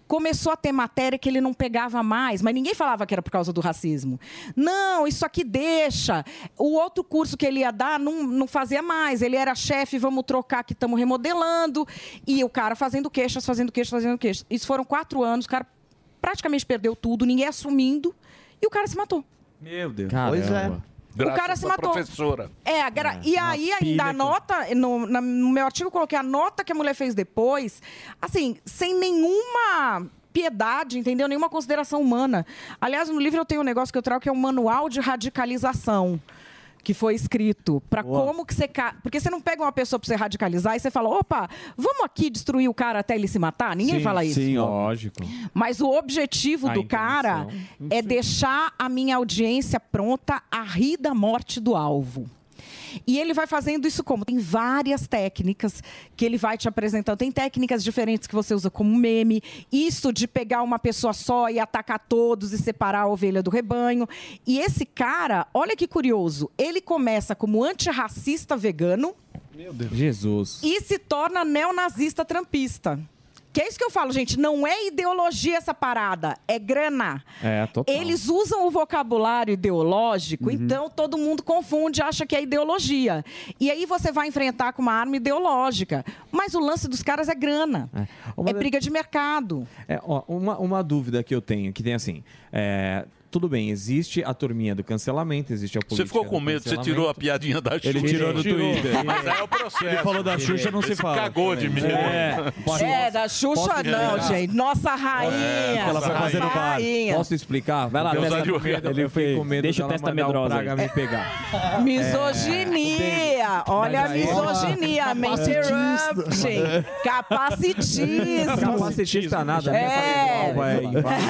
[SPEAKER 20] Começou a ter matéria que ele não pegava mais, mas ninguém falava que era por causa do racismo. Não, isso aqui deixa. O outro curso que ele ia dar não, não fazia mais. Ele era chefe, vamos trocar que estamos remodelando. E o cara fazendo queixas, fazendo queixas, fazendo queixas. Isso foram quatro anos, o cara praticamente perdeu tudo, ninguém assumindo. E o cara se matou.
[SPEAKER 12] Meu Deus.
[SPEAKER 21] Pois é.
[SPEAKER 6] Graças
[SPEAKER 20] cara se
[SPEAKER 6] à
[SPEAKER 20] matou.
[SPEAKER 6] professora.
[SPEAKER 20] É, a gra- e aí ainda a
[SPEAKER 6] pilha que-
[SPEAKER 20] nota, no, na- no meu artigo eu coloquei a nota que a mulher fez depois, assim, sem nenhuma piedade, entendeu? Nenhuma consideração humana. Aliás, no livro eu tenho um negócio que eu trago que é um manual de radicalização. Que foi escrito para como que você. ca- Porque você não pega uma pessoa para você radicalizar e você fala, opa, vamos aqui destruir o cara até ele se matar? Ninguém fala isso.
[SPEAKER 7] Sim, lógico.
[SPEAKER 20] Mas o objetivo
[SPEAKER 7] A
[SPEAKER 20] do
[SPEAKER 7] intenção.
[SPEAKER 20] cara é deixar a minha audiência pronta a rir da morte do alvo. E ele vai fazendo isso como? Tem várias técnicas que ele vai te apresentando. Tem técnicas diferentes que você usa como meme. Isso de pegar uma pessoa só e atacar todos e separar a ovelha do rebanho. E esse cara, olha que curioso, ele começa como antirracista vegano
[SPEAKER 7] Jesus.
[SPEAKER 20] e se torna neonazista trampista. Que é isso que eu falo, gente. Não é ideologia essa parada, é grana.
[SPEAKER 7] É, total. Uhum.
[SPEAKER 20] Eles usam o vocabulário ideológico, então todo mundo confunde, acha que é ideologia. E aí você vai enfrentar com uma arma ideológica. Mas o lance dos caras é grana.
[SPEAKER 7] É.
[SPEAKER 20] é briga de mercado.
[SPEAKER 7] É, ó, uma, uma dúvida que eu tenho, que tem assim. é, tudo bem, existe a turminha do cancelamento, existe a política
[SPEAKER 6] Você ficou com
[SPEAKER 7] do
[SPEAKER 6] medo, você
[SPEAKER 7] cancelamento.
[SPEAKER 6] tirou a piadinha da Xuxa.
[SPEAKER 7] Ele tirou do Twitter.
[SPEAKER 6] Mas aí é o processo.
[SPEAKER 7] Ele falou da Xuxa, não se
[SPEAKER 6] Esse
[SPEAKER 7] fala.
[SPEAKER 6] cagou de mim.
[SPEAKER 7] É.
[SPEAKER 20] É, da Xuxa
[SPEAKER 7] posso
[SPEAKER 20] não,
[SPEAKER 7] explicar?
[SPEAKER 20] gente. Nossa rainha.
[SPEAKER 7] é Ela foi fazer no bar.
[SPEAKER 20] rainha.
[SPEAKER 7] Posso explicar? Vai lá,
[SPEAKER 12] Porque eu
[SPEAKER 7] testa
[SPEAKER 12] usar de
[SPEAKER 7] medo,
[SPEAKER 12] orelha.
[SPEAKER 7] eu fiquei com medo
[SPEAKER 12] Deixa o
[SPEAKER 7] dela
[SPEAKER 12] testa
[SPEAKER 7] mandar
[SPEAKER 12] medrosa aí.
[SPEAKER 7] praga me pegar.
[SPEAKER 20] Misoginia. Olha a
[SPEAKER 7] É, Mas aí-
[SPEAKER 20] misoginia. Me interrupting. Capacitismo.
[SPEAKER 7] Capacitista nada, né?
[SPEAKER 20] É.
[SPEAKER 7] Falei, "Não, vai, vai".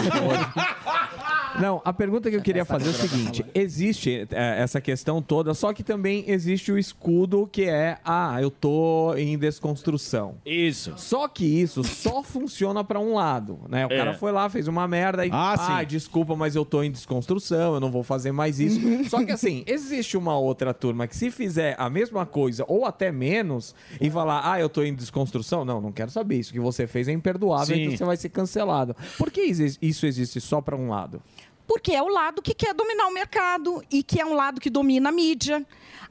[SPEAKER 7] Não, a pergunta que eu queria fazer é o seguinte: existe é, essa questão toda, só que também existe o escudo que é, ah, eu tô em desconstrução.
[SPEAKER 12] Isso.
[SPEAKER 7] Só que isso só funciona pra um lado, né? O
[SPEAKER 12] É.
[SPEAKER 7] cara foi lá, fez uma merda e,
[SPEAKER 12] Ah,
[SPEAKER 7] ah,
[SPEAKER 12] sim.
[SPEAKER 7] desculpa, mas eu tô em desconstrução, eu não vou fazer mais isso. Só que assim, existe uma outra turma que se fizer a mesma coisa ou até menos e falar, ah, eu tô em desconstrução, não, não quero saber isso que você fez é imperdoável,
[SPEAKER 20] Sim.
[SPEAKER 7] então você vai ser cancelado. Por que exi- isso existe só pra um lado?
[SPEAKER 20] Porque é o lado que quer dominar o mercado e que é um lado que domina a mídia.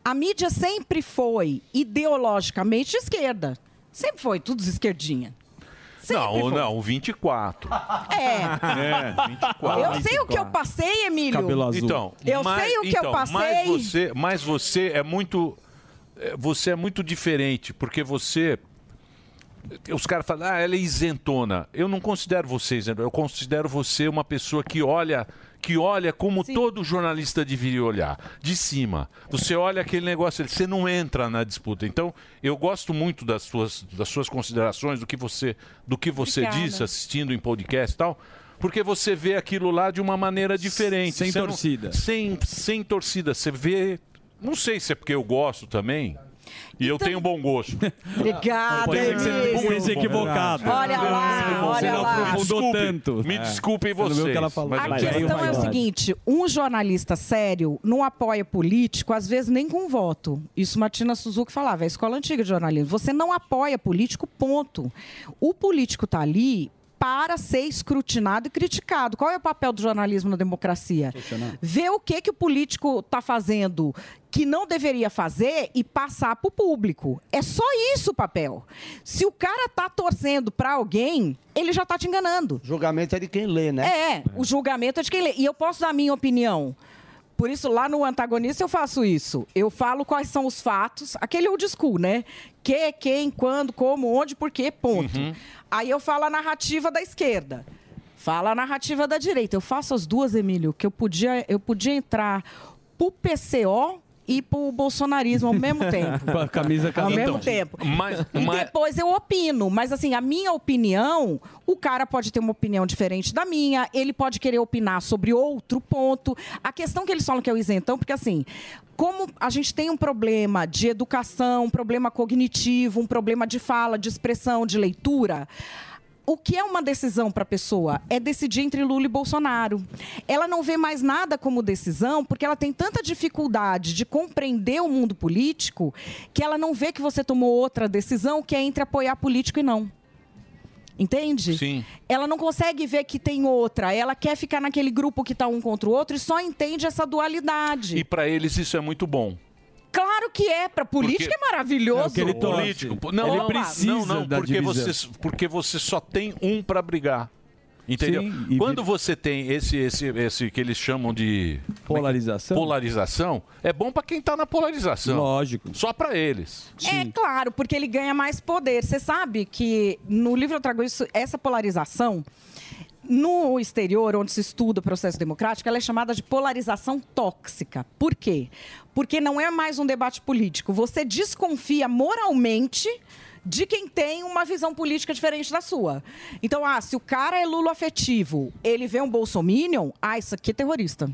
[SPEAKER 20] A mídia sempre foi ideologicamente de esquerda. Sempre foi, tudo esquerdinha.
[SPEAKER 6] Não, um não, 24.
[SPEAKER 20] É.
[SPEAKER 6] É, 24.
[SPEAKER 20] Eu sei o que eu passei, Emílio.
[SPEAKER 6] Então,
[SPEAKER 20] eu
[SPEAKER 6] mas-
[SPEAKER 20] sei o que eu
[SPEAKER 6] então,
[SPEAKER 20] passei.
[SPEAKER 6] Mas você, mas você é muito. é, Você é muito diferente, porque você. Os caras falam, ah, ela é isentona. Eu não considero você isentona, eu considero você uma pessoa que olha. Que olha como todo jornalista deveria olhar, de cima. Você olha aquele negócio, você não entra na disputa. Então, eu gosto muito das suas, das suas considerações, do que você, do que você
[SPEAKER 16] Obrigada.
[SPEAKER 6] disse, assistindo em podcast e tal, porque você vê aquilo lá de uma maneira diferente.
[SPEAKER 12] Sem
[SPEAKER 6] Você não-
[SPEAKER 12] torcida.
[SPEAKER 6] sem, sem torcida. Você vê. Não sei se é porque eu gosto também. E eu tenho bom gosto.
[SPEAKER 20] Obrigada,
[SPEAKER 6] Pode ser que você
[SPEAKER 20] Emílio.
[SPEAKER 6] tenha se equivocado.
[SPEAKER 20] Olha lá,
[SPEAKER 6] Você
[SPEAKER 20] olha
[SPEAKER 6] não
[SPEAKER 20] lá.
[SPEAKER 6] aprofundou
[SPEAKER 20] Desculpe.
[SPEAKER 6] tanto. Me desculpem
[SPEAKER 12] É. Você não viu o
[SPEAKER 6] vocês,
[SPEAKER 12] que ela falou.
[SPEAKER 6] mas
[SPEAKER 20] A
[SPEAKER 6] eu tenho
[SPEAKER 20] questão é o seguinte: um jornalista sério não apoia político, às vezes nem com voto. Isso Martina Suzuki falava, é a escola antiga de jornalismo. Você não apoia político, ponto. O político está ali para ser escrutinado e criticado. Qual é o papel do jornalismo na democracia? Ver o que, que o político está fazendo que não deveria fazer e passar para o público. É só isso o papel. Se o cara está torcendo para alguém, ele já está te enganando.
[SPEAKER 21] Julgamento é de quem lê, né?
[SPEAKER 20] É, o julgamento é de quem lê. E eu posso dar a minha opinião. Por isso, lá no antagonista, eu faço isso. Eu falo quais são os fatos, aquele old school, né? Que, quem, quando, como, onde, por quê, ponto. Aí eu falo a narrativa da esquerda. Fala a narrativa da direita. Eu faço as duas, Emílio, que eu podia, eu podia entrar pro PCO e pro bolsonarismo ao mesmo tempo.
[SPEAKER 12] Com a camisa
[SPEAKER 20] Ao
[SPEAKER 12] camisa.
[SPEAKER 20] mesmo tempo.
[SPEAKER 6] Mas,
[SPEAKER 15] Então,
[SPEAKER 20] E depois eu opino, mas assim, a minha opinião, o cara pode ter uma opinião diferente da minha, ele pode querer opinar sobre outro ponto. A questão que eles falam que é o isentão, porque assim, como a gente tem um problema de educação, um problema cognitivo, um problema de fala, de expressão, de leitura, o que é uma decisão para a pessoa? É decidir entre Lula e Bolsonaro. Ela não vê mais nada como decisão porque ela tem tanta dificuldade de compreender o mundo político que ela não vê que você tomou outra decisão que é entre apoiar político e não. Entende?
[SPEAKER 6] Sim.
[SPEAKER 20] Ela não consegue ver que tem outra. Ela quer ficar naquele grupo que está um contra o outro e só entende essa dualidade.
[SPEAKER 6] E para eles isso é muito bom.
[SPEAKER 20] Claro que é. Para política é maravilhoso.
[SPEAKER 6] político. pô, Não,
[SPEAKER 12] Ele
[SPEAKER 6] não,
[SPEAKER 12] precisa
[SPEAKER 6] não, não,
[SPEAKER 12] da
[SPEAKER 6] porque
[SPEAKER 12] divisão.
[SPEAKER 6] você, porque você só tem um para brigar. Entendeu?
[SPEAKER 12] Sim,
[SPEAKER 6] Quando você tem esse, esse, esse que eles chamam de é
[SPEAKER 12] polarização,
[SPEAKER 6] polarização é bom para quem tá na polarização. Lógico. Só para eles.
[SPEAKER 20] É claro, porque ele ganha mais poder. Você sabe que no livro eu trago isso, essa polarização. No exterior, onde se estuda o processo democrático, ela é chamada de polarização tóxica. Por quê? Porque não é mais um debate político. Você desconfia moralmente de quem tem uma visão política diferente da sua. Então, ah, se o cara é lulo afetivo, ele vê um bolsominion, ah, isso aqui é terrorista.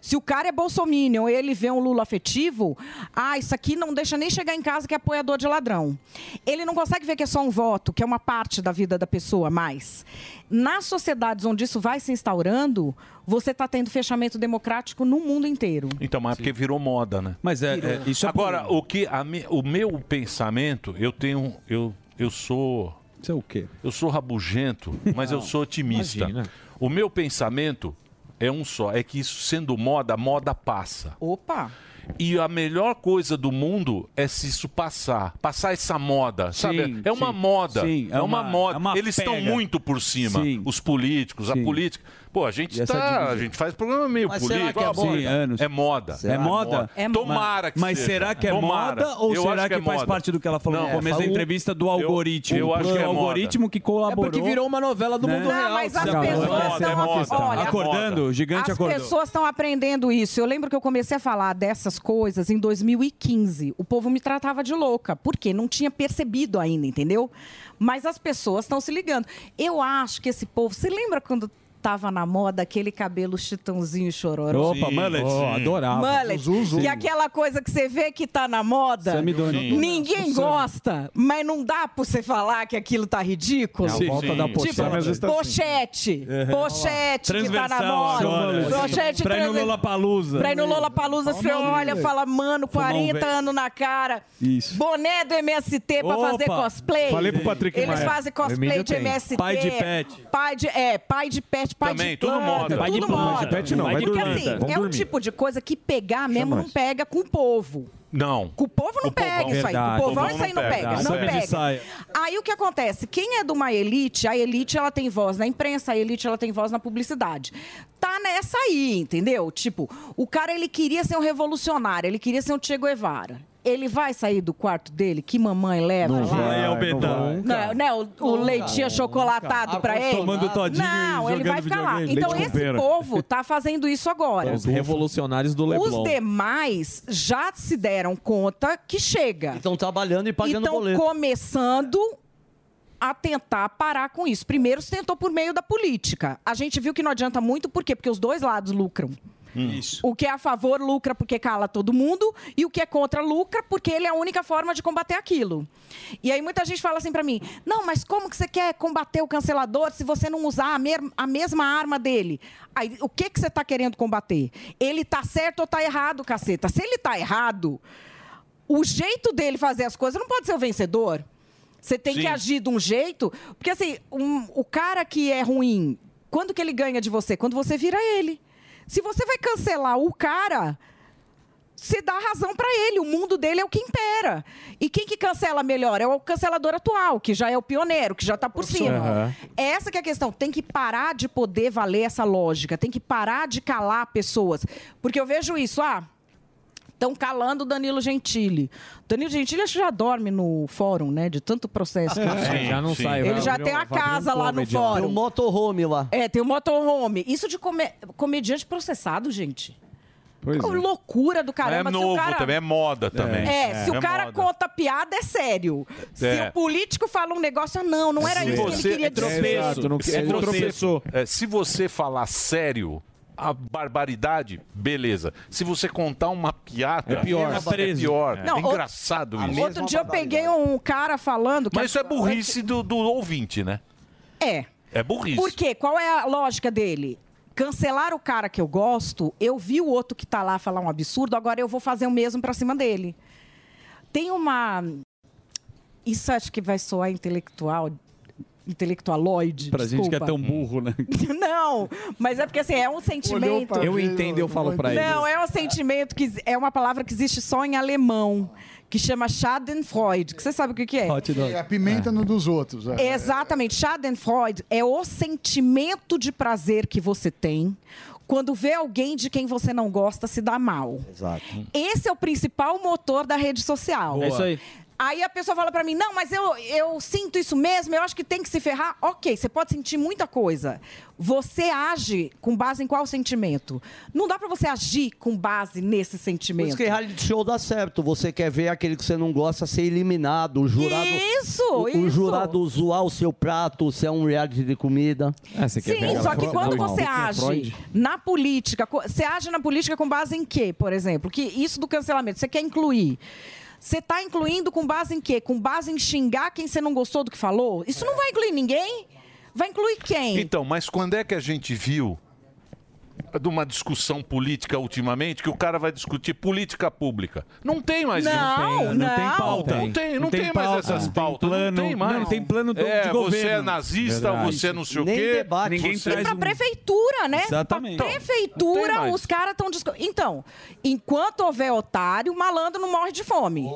[SPEAKER 20] Se o cara é bolsominion e ele vê um Lula afetivo, ah, isso aqui não deixa nem chegar em casa que é apoiador de ladrão. Ele não consegue ver que é só um voto, que é uma parte da vida da pessoa, mais. Nas sociedades onde isso vai se instaurando, você está tendo fechamento democrático no mundo inteiro.
[SPEAKER 6] Então, mas é porque virou moda, né?
[SPEAKER 12] Mas é,
[SPEAKER 6] Virou.
[SPEAKER 12] é- isso é
[SPEAKER 6] Agora, o que a me- o meu pensamento, eu tenho. Eu, eu sou.
[SPEAKER 12] Você é o quê?
[SPEAKER 6] Eu sou rabugento, mas eu
[SPEAKER 12] Não,
[SPEAKER 6] sou otimista.
[SPEAKER 12] imagina.
[SPEAKER 6] O meu pensamento é um só: é que isso sendo moda, a moda passa.
[SPEAKER 20] Opa!
[SPEAKER 6] E a melhor coisa do mundo é se isso passar. Passar essa moda, sabe? É uma
[SPEAKER 12] sim.
[SPEAKER 6] moda.
[SPEAKER 12] Sim,
[SPEAKER 6] é,
[SPEAKER 12] é
[SPEAKER 6] uma,
[SPEAKER 12] uma-
[SPEAKER 6] moda.
[SPEAKER 12] é uma
[SPEAKER 6] Eles
[SPEAKER 12] pega.
[SPEAKER 6] estão muito por cima.
[SPEAKER 12] Sim.
[SPEAKER 6] Os políticos, a
[SPEAKER 12] Sim.
[SPEAKER 6] política. Pô, a gente,
[SPEAKER 12] E essa
[SPEAKER 6] tá, a
[SPEAKER 12] divisão?
[SPEAKER 6] gente faz programa meio
[SPEAKER 12] Mas será
[SPEAKER 6] político.
[SPEAKER 12] que é moda? Sim, anos.
[SPEAKER 6] É moda.
[SPEAKER 12] É moda? É moda.
[SPEAKER 6] Tomara que
[SPEAKER 12] Mas
[SPEAKER 6] seja.
[SPEAKER 12] será que é
[SPEAKER 6] Tomara.
[SPEAKER 12] moda ou
[SPEAKER 6] Eu
[SPEAKER 12] será
[SPEAKER 6] acho
[SPEAKER 12] que,
[SPEAKER 6] é
[SPEAKER 12] faz
[SPEAKER 6] moda.
[SPEAKER 12] parte do que ela falou
[SPEAKER 6] Não,
[SPEAKER 12] no começo da
[SPEAKER 6] falou-
[SPEAKER 12] entrevista do
[SPEAKER 6] Eu-
[SPEAKER 12] algoritmo?
[SPEAKER 6] eu acho que é
[SPEAKER 12] o
[SPEAKER 6] moda.
[SPEAKER 12] algoritmo que colaborou.
[SPEAKER 15] É porque virou uma novela do mundo
[SPEAKER 12] Não,
[SPEAKER 15] real.
[SPEAKER 20] Né? mas as
[SPEAKER 15] sabe?
[SPEAKER 20] pessoas
[SPEAKER 12] Moda,
[SPEAKER 20] estão
[SPEAKER 12] é moda.
[SPEAKER 20] olha,
[SPEAKER 12] acordando, o gigante
[SPEAKER 20] As
[SPEAKER 12] acordou.
[SPEAKER 20] pessoas estão aprendendo isso. Eu lembro que eu comecei a falar dessas coisas em 2015. O povo me tratava de louca, porque não tinha percebido ainda, entendeu? Mas as pessoas estão se ligando. Eu acho que esse povo. Você lembra quando tava na moda aquele cabelo chitãozinho chororó?
[SPEAKER 12] Opa, Sim. mullet.
[SPEAKER 7] Oh, adorava.
[SPEAKER 20] Mullet. E aquela coisa que você vê que tá na moda,
[SPEAKER 7] Samidona. Sim.
[SPEAKER 20] ninguém
[SPEAKER 7] Sim.
[SPEAKER 20] gosta, mas não dá pra você falar que aquilo tá ridículo.
[SPEAKER 7] Não, Sim, É volta sim. da pochete. Mas às vezes
[SPEAKER 20] Tipo,
[SPEAKER 7] tá assim.
[SPEAKER 20] pochete,
[SPEAKER 7] Uhum.
[SPEAKER 20] pochete que tá na
[SPEAKER 12] Transversal
[SPEAKER 20] moda.
[SPEAKER 12] agora.
[SPEAKER 20] Pochete
[SPEAKER 12] Pra ir no
[SPEAKER 20] transver-
[SPEAKER 12] Lollapalooza.
[SPEAKER 20] Pra ir no Lollapalooza, você
[SPEAKER 12] Fumar um
[SPEAKER 20] olha e
[SPEAKER 12] velho.
[SPEAKER 20] fala, mano,
[SPEAKER 12] Fumar um
[SPEAKER 20] 40
[SPEAKER 12] velho.
[SPEAKER 20] anos na cara.
[SPEAKER 12] Isso.
[SPEAKER 20] Boné do MST pra
[SPEAKER 12] Opa!
[SPEAKER 20] fazer cosplay.
[SPEAKER 12] Falei pro Patrick
[SPEAKER 20] Eles
[SPEAKER 12] Maia.
[SPEAKER 20] fazem
[SPEAKER 12] O
[SPEAKER 20] cosplay
[SPEAKER 12] Emílio
[SPEAKER 20] de
[SPEAKER 12] tem.
[SPEAKER 20] MST.
[SPEAKER 12] Pai de pet.
[SPEAKER 20] Pai de, é, pai de pet, pai
[SPEAKER 6] Também,
[SPEAKER 20] de
[SPEAKER 6] tudo
[SPEAKER 20] tudo
[SPEAKER 6] moda. Pai de
[SPEAKER 20] tudo
[SPEAKER 6] planta.
[SPEAKER 20] moda.
[SPEAKER 6] Pai de pet não, vai
[SPEAKER 20] Porque
[SPEAKER 6] dormir.
[SPEAKER 20] assim,
[SPEAKER 6] Vamos
[SPEAKER 20] é um
[SPEAKER 6] dormir.
[SPEAKER 20] tipo de coisa que pegar mesmo não pega com o povo.
[SPEAKER 6] Não.
[SPEAKER 20] O povo não pega isso aí. O
[SPEAKER 6] Verdade.
[SPEAKER 20] povão isso aí não pega. Não
[SPEAKER 6] Sabe de
[SPEAKER 20] pega.
[SPEAKER 6] saia.
[SPEAKER 20] Aí o que acontece? Quem é de uma elite, a elite ela tem voz na imprensa, a elite ela tem voz na publicidade. Tá nessa aí, entendeu? Tipo, o cara ele queria ser um revolucionário, ele queria ser um Che Guevara. Ele vai sair do quarto dele que mamãe leva
[SPEAKER 12] Não
[SPEAKER 20] lá?
[SPEAKER 12] vai, é Albedão.
[SPEAKER 20] Não, né, o, o leitinho achocolatado pra ele?
[SPEAKER 12] Tomando todinho e
[SPEAKER 20] Não, ele
[SPEAKER 12] jogando
[SPEAKER 20] vai ficar lá.
[SPEAKER 12] videogame.
[SPEAKER 20] Então
[SPEAKER 12] Leite com
[SPEAKER 20] esse
[SPEAKER 12] pera.
[SPEAKER 20] povo tá fazendo isso agora.
[SPEAKER 7] é Os revolucionários
[SPEAKER 12] é
[SPEAKER 7] do
[SPEAKER 20] Os
[SPEAKER 7] Leblon.
[SPEAKER 20] demais já se deram conta que chega. Estão trabalhando e pagando Estão Então, começando a tentar parar com isso. Primeiro se tentou por meio da política. A gente viu que não adianta muito, por quê? Porque os dois lados lucram.
[SPEAKER 12] Isso.
[SPEAKER 20] O que é a favor lucra porque cala todo mundo e o que é contra lucra porque ele é a única forma de combater aquilo. E aí muita gente fala assim pra mim: "Não, mas como que você quer combater o cancelador se você não usar a, mer- a mesma arma dele?" Aí, o que que você tá querendo combater? Ele tá certo ou tá errado, caceta? Se ele tá errado, o jeito dele fazer as coisas não pode ser o vencedor. Você tem que agir de um jeito. Porque, assim, um- o cara que é ruim, quando que ele ganha de você? Quando você vira ele. Se você vai cancelar o cara, você dá razão pra ele. O mundo dele é o que impera. E quem que cancela melhor? É o cancelador atual, que já é o pioneiro, que já tá por cima.
[SPEAKER 2] Aham.
[SPEAKER 20] Essa que é a questão. Tem que parar de poder valer essa lógica. Tem que parar de calar pessoas. Porque eu vejo isso, ah... Estão calando o Danilo Gentili. Danilo Gentili acho que já dorme no fórum, né? De tanto processo. que
[SPEAKER 6] Ah,
[SPEAKER 20] ele
[SPEAKER 7] É,
[SPEAKER 20] tem.
[SPEAKER 7] já não sai, vai
[SPEAKER 6] né?
[SPEAKER 20] Ele já
[SPEAKER 7] abrir
[SPEAKER 20] tem
[SPEAKER 7] um-
[SPEAKER 20] a
[SPEAKER 7] vai abrir um
[SPEAKER 20] casa lá no
[SPEAKER 7] comedy lá.
[SPEAKER 20] fórum.
[SPEAKER 7] Tem um
[SPEAKER 20] motorhome lá. É, tem o motorhome. Isso de come- comediante processado, gente.
[SPEAKER 6] Pois
[SPEAKER 20] Que
[SPEAKER 6] é.
[SPEAKER 20] Loucura do caramba.
[SPEAKER 6] é
[SPEAKER 20] Se o
[SPEAKER 6] novo
[SPEAKER 20] cara-
[SPEAKER 6] também, é moda também.
[SPEAKER 20] É, se o cara
[SPEAKER 6] moda.
[SPEAKER 20] conta piada, é sério. Se
[SPEAKER 6] É.
[SPEAKER 20] o político fala um negócio, ah, não, não era
[SPEAKER 6] Se
[SPEAKER 20] isso que ele
[SPEAKER 6] você- é
[SPEAKER 20] queria
[SPEAKER 12] É,
[SPEAKER 20] dizer.
[SPEAKER 6] Se você- é, se você falar sério a barbaridade, beleza. Se você contar uma piada,
[SPEAKER 12] É pior.
[SPEAKER 6] é
[SPEAKER 12] Tá preso.
[SPEAKER 6] pior.
[SPEAKER 20] Não,
[SPEAKER 6] é
[SPEAKER 20] outro-
[SPEAKER 6] engraçado isso.
[SPEAKER 20] Outro dia eu peguei um cara falando... Que
[SPEAKER 6] Mas isso é burrice do, do ouvinte, né?
[SPEAKER 20] É.
[SPEAKER 6] É burrice.
[SPEAKER 20] Por quê? Qual é a lógica dele? Cancelar o cara que eu gosto, eu vi o outro que tá lá falar um absurdo, agora eu vou fazer o mesmo pra cima dele. Tem uma. Isso acho que vai soar intelectual. Intelectualoide.
[SPEAKER 12] Pra gente que é
[SPEAKER 20] desculpa.
[SPEAKER 12] tão burro, né?
[SPEAKER 20] Não, mas é porque assim, é um sentimento.
[SPEAKER 12] pra Eu mim, entendo, eu falo pra eles.
[SPEAKER 20] Não, é um sentimento que é uma palavra que existe só em alemão, que chama Schadenfreude, que você sabe o que que é.
[SPEAKER 14] É a pimenta no dos outros. é.
[SPEAKER 20] Exatamente. Schadenfreude é o sentimento de prazer que você tem quando vê alguém de quem você não gosta se dar mal.
[SPEAKER 21] Exato.
[SPEAKER 20] Esse é o principal motor da rede social.
[SPEAKER 21] É isso aí.
[SPEAKER 20] Aí a pessoa fala pra mim: não, mas eu, eu sinto isso mesmo, eu acho que tem que se ferrar. Ok, você pode sentir muita coisa. Você age com base em qual sentimento? Não dá pra você agir com base nesse
[SPEAKER 21] Por
[SPEAKER 20] sentimento.
[SPEAKER 21] isso que reality show dá certo. Você quer ver aquele que você não gosta ser eliminado. O jurado,
[SPEAKER 20] Isso,
[SPEAKER 21] o,
[SPEAKER 20] isso.
[SPEAKER 21] O jurado zoar o seu prato, se é um reality de comida.
[SPEAKER 20] Sim, só que quando você age na política, co- você age na política com base em quê, por exemplo? Que isso do cancelamento, você quer incluir. Você está incluindo com base em quê? Com base em xingar quem você não gostou do que falou? Isso
[SPEAKER 6] É.
[SPEAKER 20] não vai incluir ninguém? Vai incluir quem?
[SPEAKER 6] Então, mas quando é que a gente viu de uma discussão política ultimamente que o cara vai discutir política pública? Não tem mais
[SPEAKER 20] Não,
[SPEAKER 6] isso.
[SPEAKER 20] Não tem, não tem não. pauta.
[SPEAKER 6] Não tem, não
[SPEAKER 20] Não
[SPEAKER 6] tem,
[SPEAKER 20] tem
[SPEAKER 6] mais
[SPEAKER 20] pauta.
[SPEAKER 6] essas
[SPEAKER 20] Não tem
[SPEAKER 6] pautas.
[SPEAKER 12] plano-
[SPEAKER 6] não tem mais.
[SPEAKER 12] não tem plano do-
[SPEAKER 6] é, Você
[SPEAKER 12] de
[SPEAKER 6] é
[SPEAKER 12] governo.
[SPEAKER 6] nazista,
[SPEAKER 12] Verdade.
[SPEAKER 6] você não sei
[SPEAKER 12] Nem
[SPEAKER 6] o quê.
[SPEAKER 12] debate. Ninguém
[SPEAKER 6] você...
[SPEAKER 20] E para prefeitura, né?
[SPEAKER 6] um- Exatamente.
[SPEAKER 20] Pra
[SPEAKER 6] Não tem
[SPEAKER 20] prefeitura,
[SPEAKER 6] mais.
[SPEAKER 20] os caras estão discu... Então, enquanto houver otário, malandro não morre de fome.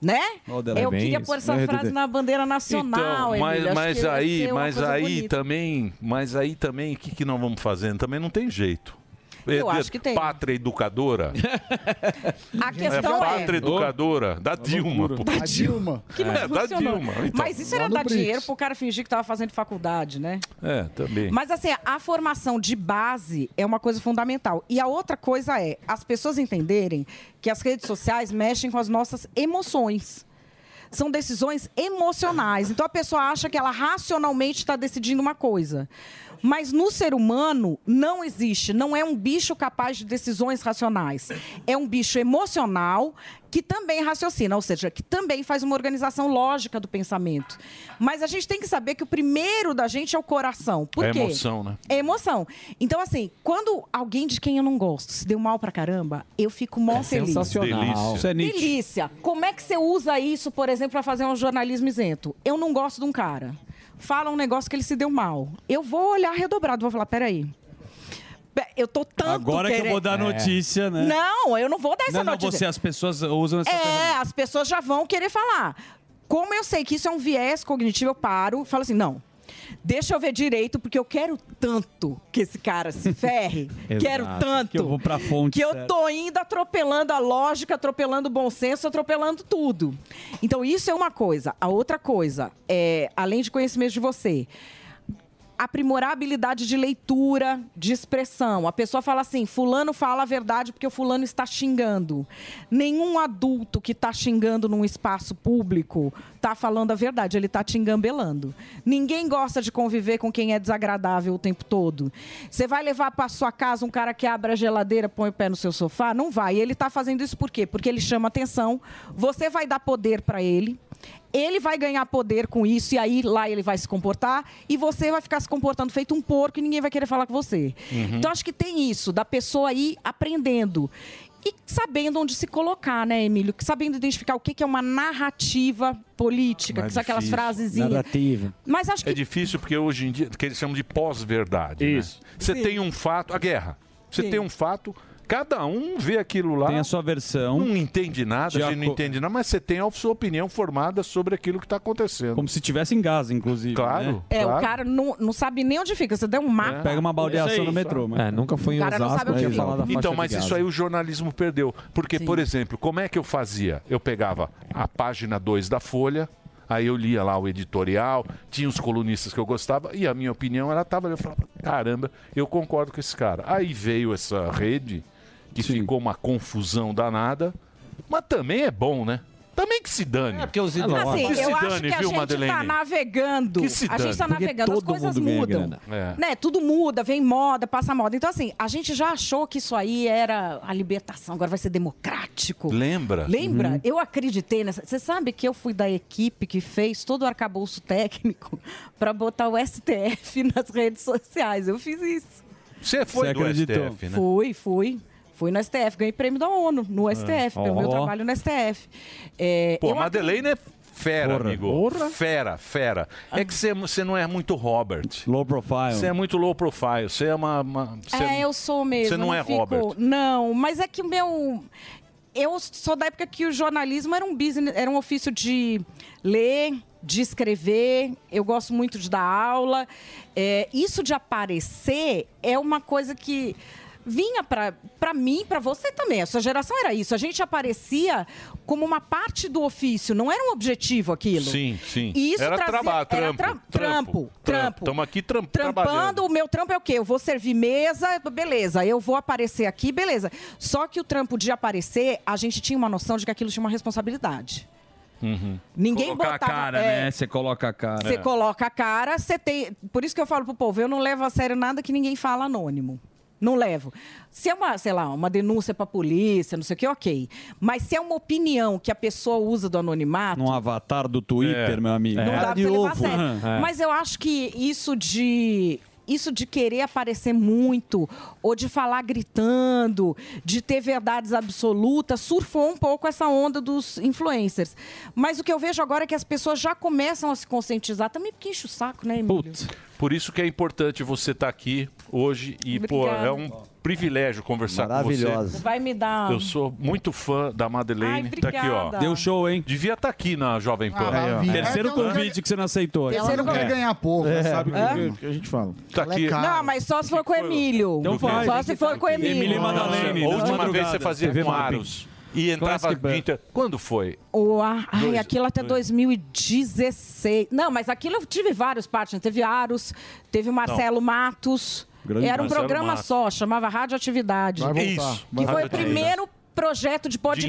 [SPEAKER 20] Né?
[SPEAKER 6] Olha,
[SPEAKER 20] Eu
[SPEAKER 6] bem
[SPEAKER 20] queria
[SPEAKER 6] isso.
[SPEAKER 20] pôr essa
[SPEAKER 6] É,
[SPEAKER 20] frase
[SPEAKER 6] Dedê.
[SPEAKER 20] na bandeira nacional.
[SPEAKER 6] Então, mas,
[SPEAKER 20] Emílio. Acho
[SPEAKER 6] mas
[SPEAKER 20] que ia ser
[SPEAKER 6] aí,
[SPEAKER 20] uma
[SPEAKER 6] mas
[SPEAKER 20] coisa
[SPEAKER 6] aí
[SPEAKER 20] bonita.
[SPEAKER 6] também, mas aí também, o que, que nós vamos fazendo? Também não tem jeito.
[SPEAKER 20] Eu
[SPEAKER 6] É,
[SPEAKER 20] acho que tem.
[SPEAKER 6] Pátria educadora.
[SPEAKER 20] A questão é.
[SPEAKER 6] pátria educadora da Dilma. pô.
[SPEAKER 14] Da Dilma.
[SPEAKER 20] que não
[SPEAKER 6] é, da
[SPEAKER 20] funcionou.
[SPEAKER 6] Dilma. então.
[SPEAKER 20] Mas isso era dar dinheiro pro cara fingir que tava fazendo faculdade, né?
[SPEAKER 6] É, também.
[SPEAKER 20] Mas assim, a formação de base é uma coisa fundamental. E a outra coisa é as pessoas entenderem que as redes sociais mexem com as nossas emoções. São decisões emocionais. Então a pessoa acha que ela racionalmente está decidindo uma coisa. Mas no ser humano não existe, não é um bicho capaz de decisões racionais. É um bicho emocional que também raciocina, ou seja, que também faz uma organização lógica do pensamento. Mas a gente tem que saber que o primeiro da gente é o coração. Por
[SPEAKER 6] É
[SPEAKER 20] quê?
[SPEAKER 6] emoção, né?
[SPEAKER 20] É emoção. Então, assim, quando alguém de quem eu não gosto se deu mal pra caramba, eu fico mó
[SPEAKER 7] É
[SPEAKER 20] feliz.
[SPEAKER 7] sensacional. Delícia. Isso é Nietzsche.
[SPEAKER 20] Delícia. Como é que você usa isso, por exemplo, pra fazer um jornalismo isento? Eu não gosto de um cara. Fala um negócio que ele se deu mal. Eu vou olhar redobrado, vou falar, peraí. Pe- Eu tô tanto
[SPEAKER 12] Agora que eu vou dar
[SPEAKER 20] querendo-
[SPEAKER 12] notícia, né?
[SPEAKER 20] Não, eu não vou dar essa
[SPEAKER 12] Não, não,
[SPEAKER 20] notícia.
[SPEAKER 12] você, as pessoas usam essa
[SPEAKER 20] É, as pessoas já vão querer falar. Como eu sei que isso é um viés cognitivo, eu paro e falo assim, não. Deixa eu ver direito, porque eu quero tanto que esse cara se ferre. quero
[SPEAKER 12] Exato,
[SPEAKER 20] tanto.
[SPEAKER 12] que eu vou pra fonte
[SPEAKER 20] Que eu
[SPEAKER 12] certa.
[SPEAKER 20] tô indo atropelando a lógica, atropelando o bom senso, atropelando tudo. Então, isso é uma coisa. A outra coisa, é, além de conhecimento de você, aprimorar a habilidade de leitura, de expressão. A pessoa fala assim: fulano fala a verdade porque o fulano está xingando. Nenhum adulto que está xingando num espaço público está falando a verdade, ele está te engambelando. Ninguém gosta de conviver com quem é desagradável o tempo todo. Você vai levar para sua casa um cara que abre a geladeira, põe o pé no seu sofá? Não vai. E ele está fazendo isso por quê? Porque ele chama atenção, você vai dar poder para ele ele vai ganhar poder com isso e aí lá ele vai se comportar e você vai ficar se comportando feito um porco e ninguém vai querer falar com você.
[SPEAKER 2] Uhum.
[SPEAKER 20] Então acho que tem isso da pessoa ir aprendendo e sabendo onde se colocar, né, Emílio? Que Sabendo identificar o que que é uma narrativa política, que são É aquelas frasezinhas. Mas acho que
[SPEAKER 6] É difícil porque hoje em dia, que eles chamam de pós-verdade. Isso. Você tem um fato, a guerra. Você
[SPEAKER 12] Sim.
[SPEAKER 6] tem um fato, cada um vê aquilo lá. Tem a
[SPEAKER 12] sua versão.
[SPEAKER 6] Não entende nada,
[SPEAKER 12] De
[SPEAKER 6] a gente não
[SPEAKER 12] aco-
[SPEAKER 6] entende nada, mas você tem a sua opinião formada sobre aquilo que está acontecendo.
[SPEAKER 12] Como se tivesse em Gaza, inclusive. né?
[SPEAKER 6] Claro.
[SPEAKER 20] é, o
[SPEAKER 6] claro. É.
[SPEAKER 20] cara não, não sabe nem onde fica. Você deu um mapa.
[SPEAKER 12] Pega uma baldeação
[SPEAKER 6] Isso aí.
[SPEAKER 12] no metrô, mano.
[SPEAKER 7] É, nunca fui
[SPEAKER 20] em O cara não Osasco, sabe o que eu ia falar da faixa
[SPEAKER 6] Então,
[SPEAKER 20] de
[SPEAKER 6] mas isso
[SPEAKER 20] Gaza.
[SPEAKER 6] aí o jornalismo perdeu. Porque, por exemplo, como é que eu fazia? Eu pegava a página 2 da Folha, aí eu lia lá o editorial, tinha os colunistas que eu gostava, e a minha opinião ela tava ali. Eu falava, caramba, eu concordo com esse cara. Aí veio essa rede, que ficou uma confusão danada, mas também é bom, né? Também que se dane. É, porque os
[SPEAKER 20] Assim,
[SPEAKER 6] que se
[SPEAKER 20] eu acho
[SPEAKER 6] dane,
[SPEAKER 20] que a
[SPEAKER 6] viu,
[SPEAKER 20] gente tá
[SPEAKER 6] Madeleine?
[SPEAKER 20] navegando.
[SPEAKER 6] Que se
[SPEAKER 20] a gente
[SPEAKER 6] dane.
[SPEAKER 20] tá
[SPEAKER 6] Porque
[SPEAKER 20] navegando, as
[SPEAKER 6] todo
[SPEAKER 20] coisas
[SPEAKER 6] mundo ganha
[SPEAKER 20] mudam.
[SPEAKER 6] grana. É.
[SPEAKER 20] Né? Tudo muda, vem moda, passa moda. Então, assim, a gente já achou que isso aí era a libertação, agora vai ser democrático.
[SPEAKER 6] Lembra?
[SPEAKER 20] Lembra?
[SPEAKER 6] Uhum.
[SPEAKER 20] Eu acreditei nessa. Você sabe que eu fui da equipe que fez todo o arcabouço técnico para botar o STF nas redes sociais. Eu fiz isso.
[SPEAKER 6] Você foi
[SPEAKER 12] Você
[SPEAKER 6] do
[SPEAKER 12] acreditou?
[SPEAKER 6] STF, né? Ah.
[SPEAKER 20] Fui, fui. Fui no STF, ganhei prêmio da ONU no STF, pelo meu
[SPEAKER 6] Ó.
[SPEAKER 20] trabalho no STF. É,
[SPEAKER 6] Pô,
[SPEAKER 20] eu
[SPEAKER 6] Madeleine é fera, amigo. Fera, fera. É que você- você não é muito Robert.
[SPEAKER 12] Low profile.
[SPEAKER 6] Você é muito low profile. Você é uma. uma- você-
[SPEAKER 20] É, eu sou mesmo.
[SPEAKER 6] Você
[SPEAKER 20] eu
[SPEAKER 6] não é
[SPEAKER 20] fico-
[SPEAKER 6] Robert.
[SPEAKER 20] Não, mas é que o meu. Eu sou da época que o jornalismo era um business, era um ofício de ler, de escrever. Eu gosto muito de dar aula. É, isso de aparecer é uma coisa que vinha para mim, para você também. Essa geração era isso. A gente aparecia como uma parte do ofício, não era um objetivo aquilo.
[SPEAKER 6] Sim, sim.
[SPEAKER 20] E isso
[SPEAKER 6] era
[SPEAKER 20] trazia-
[SPEAKER 6] trabalho,
[SPEAKER 20] era
[SPEAKER 6] trampo,
[SPEAKER 20] tra- trampo, trampo.
[SPEAKER 6] Estamos aqui tram, trabalhando.
[SPEAKER 20] Trampando, o meu trampo é o quê? Eu vou servir mesa, beleza. Eu vou aparecer aqui, beleza. Só que o trampo de aparecer, a gente tinha uma noção de que aquilo tinha uma responsabilidade. Ninguém
[SPEAKER 5] Colocar
[SPEAKER 20] botava-
[SPEAKER 5] a cara,
[SPEAKER 20] é.
[SPEAKER 5] né? É. Você coloca a cara.
[SPEAKER 20] Você coloca a cara, você tem. Por isso que eu falo pro povo, eu não levo a sério nada que ninguém fala anônimo. Não levo. Se é uma, sei lá, uma denúncia pra polícia, não sei o que, ok. Mas se é uma opinião que a pessoa usa do anonimato,
[SPEAKER 12] Num Um avatar do
[SPEAKER 14] É.
[SPEAKER 12] Twitter, meu amigo.
[SPEAKER 20] não dá pra você levar a sério.
[SPEAKER 12] É.
[SPEAKER 20] Mas eu acho que isso de. Isso de querer aparecer muito, ou de falar gritando, de ter verdades absolutas, surfou um pouco essa onda dos influencers. Mas o que eu vejo agora é que as pessoas já começam a se conscientizar. Também porque enche o saco, né, Emílio?
[SPEAKER 6] Por isso que é importante você estar aqui hoje e, pô,
[SPEAKER 20] Obrigada.
[SPEAKER 6] é um privilégio conversar com você.
[SPEAKER 20] Maravilhosa. Vai me dar- um-
[SPEAKER 6] Eu sou muito fã da Madeleine.
[SPEAKER 20] Ai,
[SPEAKER 6] tá aqui, ó.
[SPEAKER 20] obrigada. Deu
[SPEAKER 12] show, hein?
[SPEAKER 6] Devia estar aqui na Jovem Pan.
[SPEAKER 12] Ah, Aí, ó. maravilha. Terceiro
[SPEAKER 6] É que eu não
[SPEAKER 12] convite que você não aceitou. É.
[SPEAKER 14] Ela Terceiro não quer convite. ganhar povo, ela sabe o que-
[SPEAKER 20] É. Hã?
[SPEAKER 14] o que a gente fala. é
[SPEAKER 6] Tá
[SPEAKER 14] aqui.
[SPEAKER 20] Não, mas só se for com o Emílio.
[SPEAKER 6] Então faz.
[SPEAKER 20] Só se for com o Emílio.
[SPEAKER 6] A última vez você fazia
[SPEAKER 12] TV
[SPEAKER 6] com
[SPEAKER 12] Mapping.
[SPEAKER 6] Aros. E entrava quinta. Quando foi?
[SPEAKER 20] O ar- Ai,
[SPEAKER 6] Dois-
[SPEAKER 20] aquilo até 2016. Não, mas aquilo eu tive vários partners. Teve Aros, teve o Marcelo Matos.
[SPEAKER 6] Grande
[SPEAKER 20] Era um
[SPEAKER 6] Marcelo
[SPEAKER 20] programa
[SPEAKER 6] Matos.
[SPEAKER 20] só, chamava Radioatividade.
[SPEAKER 6] Vai voltar. Isso.
[SPEAKER 20] Que foi o
[SPEAKER 6] Radioatividade.
[SPEAKER 20] primeiro projeto de podcast.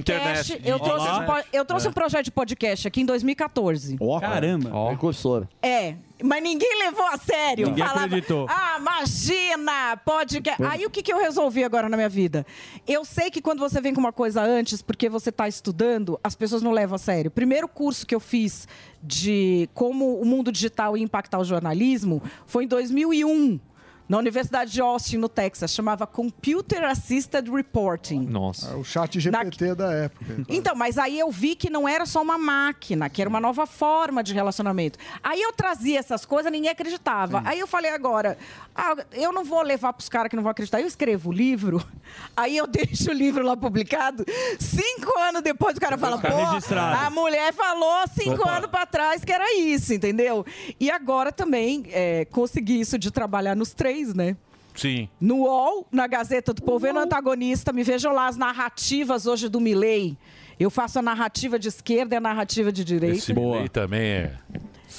[SPEAKER 6] internet.
[SPEAKER 20] eu, trouxe
[SPEAKER 6] Olá.
[SPEAKER 20] um po- eu trouxe
[SPEAKER 6] É.
[SPEAKER 20] um projeto de podcast aqui em 2014.
[SPEAKER 12] Caramba.
[SPEAKER 21] Precursor.
[SPEAKER 20] É, mas ninguém levou a sério.
[SPEAKER 21] Ninguém acreditou.
[SPEAKER 20] Ah, imagina, pode... que-".
[SPEAKER 21] Foi.
[SPEAKER 20] Aí o que, que eu resolvi agora na minha vida? Eu sei que quando você vem com uma coisa antes, porque você está estudando, as pessoas não levam a sério. O primeiro curso que eu fiz de como o mundo digital ia impactar o jornalismo foi em 2001. Na Universidade de Austin, no Texas, chamava Computer Assisted Reporting.
[SPEAKER 7] Nossa.
[SPEAKER 14] É, O chat GPT da época. é
[SPEAKER 20] Então, mas aí eu vi que não era só uma máquina, que era uma nova forma de relacionamento. Aí eu trazia essas coisas, ninguém acreditava. Aí eu falei agora, ah, eu não vou levar pros caras que não vão acreditar. Eu escrevo o livro, aí eu deixo o livro lá publicado. Cinco anos depois o cara fala,
[SPEAKER 2] Tá
[SPEAKER 20] pô,
[SPEAKER 2] registrado.
[SPEAKER 20] a mulher falou cinco
[SPEAKER 2] Opa.
[SPEAKER 20] anos pra trás que era isso, entendeu? E agora também é, consegui isso de trabalhar nos três, né?
[SPEAKER 6] Sim.
[SPEAKER 20] No UOL, na Gazeta do Povo,
[SPEAKER 6] Uhum.
[SPEAKER 20] eu no antagonista. Me vejam lá as narrativas hoje do Milley. Eu faço a narrativa de esquerda e a narrativa de direita.
[SPEAKER 6] Esse Milley também é...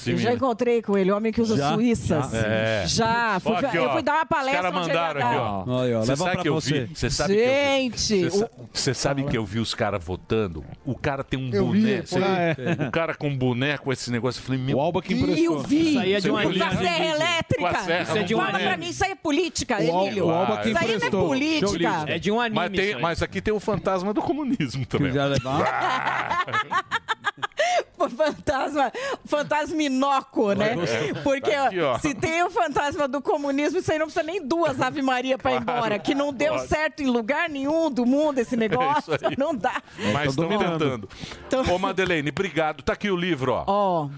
[SPEAKER 20] eu já encontrei com ele, homem que usa
[SPEAKER 6] Já?
[SPEAKER 20] suíças.
[SPEAKER 6] Já? É.
[SPEAKER 20] Já. Fui-
[SPEAKER 6] Ó, aqui,
[SPEAKER 20] eu
[SPEAKER 6] ó.
[SPEAKER 20] fui dar uma palestra
[SPEAKER 6] Os caras
[SPEAKER 20] onde ele é ia
[SPEAKER 6] mandaram
[SPEAKER 20] dar.
[SPEAKER 6] aqui, ó.
[SPEAKER 12] Ó, aí, ó,
[SPEAKER 6] Você
[SPEAKER 12] leva
[SPEAKER 6] sabe
[SPEAKER 12] pra
[SPEAKER 6] que eu
[SPEAKER 12] você.
[SPEAKER 6] vi? Você sabe que
[SPEAKER 20] Gente,
[SPEAKER 6] eu vi? Você sa-
[SPEAKER 20] o-
[SPEAKER 6] Você sabe que eu vi os caras votando? O cara tem um
[SPEAKER 20] Eu vi,
[SPEAKER 6] boné.
[SPEAKER 20] pô,
[SPEAKER 6] você-
[SPEAKER 20] é.
[SPEAKER 6] O cara com um boné com esse negócio. Eu falei, meu... O
[SPEAKER 12] Alba que
[SPEAKER 20] Eu vi.
[SPEAKER 6] Isso aí é de uma
[SPEAKER 20] Com a serra elétrica.
[SPEAKER 6] Com a serra, Isso é de um
[SPEAKER 20] Fala
[SPEAKER 6] anime.
[SPEAKER 20] pra mim, isso aí é política,
[SPEAKER 6] O Al-
[SPEAKER 20] Emílio.
[SPEAKER 6] o Alba que
[SPEAKER 20] isso aí não é
[SPEAKER 6] emprestou.
[SPEAKER 20] política.
[SPEAKER 6] É de um anime. Mas, tem-
[SPEAKER 20] isso aí.
[SPEAKER 6] mas aqui tem o fantasma do comunismo também. Ah,
[SPEAKER 20] Pô, fantasma, fantasma inócuo, né?
[SPEAKER 6] É.
[SPEAKER 20] Porque
[SPEAKER 6] Tá aqui, ó.
[SPEAKER 20] se tem o fantasma do comunismo, isso aí não precisa nem duas Ave Maria pra ir
[SPEAKER 6] Claro,
[SPEAKER 20] embora. Que não deu
[SPEAKER 6] claro.
[SPEAKER 20] certo em lugar nenhum do mundo esse negócio.
[SPEAKER 6] É isso aí.
[SPEAKER 20] não dá.
[SPEAKER 6] Mas estão tentando. Ô, Madeleine, obrigado. Tá aqui o livro, ó.
[SPEAKER 20] Ó.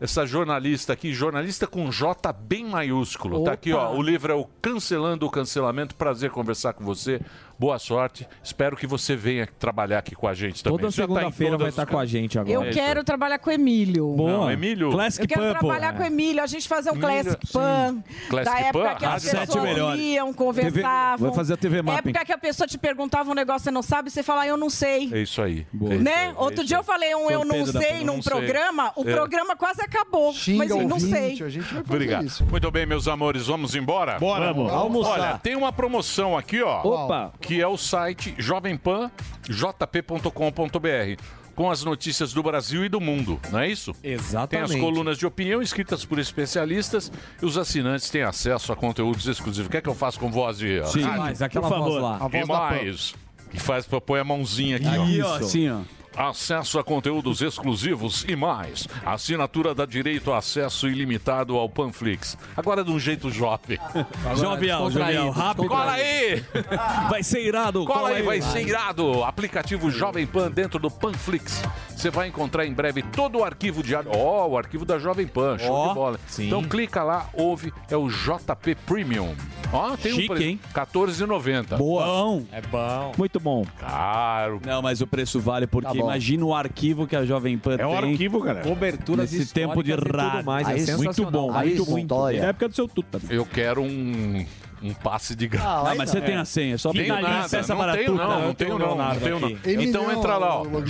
[SPEAKER 6] Essa jornalista aqui, jornalista com J bem maiúsculo. Tá aqui, ó. O livro é o Cancelando o Cancelamento. Prazer conversar com você. Boa sorte. Espero que você venha trabalhar aqui com a gente também.
[SPEAKER 7] Toda
[SPEAKER 6] Você tá em
[SPEAKER 7] segunda-feira
[SPEAKER 6] todas
[SPEAKER 7] vai
[SPEAKER 6] os
[SPEAKER 7] estar
[SPEAKER 6] can-
[SPEAKER 7] com a gente agora.
[SPEAKER 20] Eu
[SPEAKER 6] É isso
[SPEAKER 20] quero trabalhar com o Emílio.
[SPEAKER 6] Não, Emílio.
[SPEAKER 20] Eu quero trabalhar com o Emílio, a gente fazer um
[SPEAKER 6] Emílio,
[SPEAKER 20] Classic Pan.
[SPEAKER 6] Classic
[SPEAKER 20] da época
[SPEAKER 6] Pan?
[SPEAKER 20] que as
[SPEAKER 6] As sete
[SPEAKER 20] pessoas
[SPEAKER 6] melhores.
[SPEAKER 20] iam, conversavam.
[SPEAKER 6] TV vai fazer a TV mapping.
[SPEAKER 20] Época que a pessoa te perguntava um negócio que você não sabe, você fala, "Ah, eu não sei.
[SPEAKER 6] É isso aí. É,
[SPEAKER 20] né? Outro dia eu falei um eu não
[SPEAKER 6] Torpedo da
[SPEAKER 20] sei
[SPEAKER 6] Pan,
[SPEAKER 20] num
[SPEAKER 6] não sei.
[SPEAKER 20] programa, o
[SPEAKER 6] É.
[SPEAKER 20] programa quase acabou. mas eu não sei.
[SPEAKER 6] Obrigado. Muito bem, meus amores, vamos embora?
[SPEAKER 11] Bora. Vamos. Almoçar.
[SPEAKER 6] Olha, tem uma promoção aqui, ó.
[SPEAKER 11] Opa.
[SPEAKER 6] Que é o site jovempanjp.com.br. Com as notícias do Brasil e do mundo, não é isso?
[SPEAKER 7] Exatamente.
[SPEAKER 6] Tem as colunas de opinião escritas por especialistas e os assinantes têm acesso a conteúdos exclusivos. Quer que eu faça com voz de.
[SPEAKER 7] Sim,
[SPEAKER 6] rádio?
[SPEAKER 7] faz aquela Por favor. voz lá. A voz
[SPEAKER 6] E
[SPEAKER 7] da Pan.
[SPEAKER 6] mais. É E faz, põe a mãozinha aqui,
[SPEAKER 12] Aí,
[SPEAKER 6] ó.
[SPEAKER 12] ó, assim, ó.
[SPEAKER 6] Acesso a conteúdos exclusivos e mais. Assinatura dá direito a acesso ilimitado ao Panflix. Agora de um jeito jovem.
[SPEAKER 12] Jovial, jovial, rápido.
[SPEAKER 6] Cola aí!
[SPEAKER 12] Vai ser irado.
[SPEAKER 6] Cola aí, vai ser irado. Aplicativo Jovem Pan dentro do Panflix. Você vai encontrar em breve todo o arquivo diário. Ó, o arquivo da Jovem Pan, show
[SPEAKER 12] Ó,
[SPEAKER 6] de bola.
[SPEAKER 12] sim.
[SPEAKER 6] Então clica lá, ouve, é o JP Premium. Ó, tem
[SPEAKER 12] Chique,
[SPEAKER 6] um preço,
[SPEAKER 12] hein?
[SPEAKER 6] 14,90.
[SPEAKER 12] Boa. Bom.
[SPEAKER 6] É bom.
[SPEAKER 12] Muito bom.
[SPEAKER 6] Caro.
[SPEAKER 12] Não, mas o preço vale porque
[SPEAKER 6] Tá bom.
[SPEAKER 12] imagina o arquivo que a Jovem Pan tem.
[SPEAKER 6] um arquivo, cara.
[SPEAKER 12] Coberturas
[SPEAKER 6] Coberturas
[SPEAKER 12] Nesse tempo de
[SPEAKER 6] históricas e tudo
[SPEAKER 12] rádio.
[SPEAKER 6] mais, é
[SPEAKER 12] muito
[SPEAKER 6] sensacional.
[SPEAKER 12] bom,
[SPEAKER 6] Aí
[SPEAKER 12] muito, muito.
[SPEAKER 6] história.
[SPEAKER 12] Da época do seu tuta.
[SPEAKER 6] Eu quero um Um passe de graça.
[SPEAKER 12] Ah, Não, aí mas não. você tem a senha, só
[SPEAKER 6] tenho
[SPEAKER 12] pegar ali,
[SPEAKER 6] nada,
[SPEAKER 12] peça
[SPEAKER 6] não
[SPEAKER 12] para
[SPEAKER 6] tenho,
[SPEAKER 12] tudo,
[SPEAKER 6] não,
[SPEAKER 12] né?
[SPEAKER 6] não
[SPEAKER 12] Eu tenho
[SPEAKER 6] tenho
[SPEAKER 12] o
[SPEAKER 6] não, não
[SPEAKER 12] Leonardo
[SPEAKER 6] tenho não.
[SPEAKER 12] aqui. Ele
[SPEAKER 6] Então
[SPEAKER 12] me
[SPEAKER 6] entra lá, ó,
[SPEAKER 12] deu-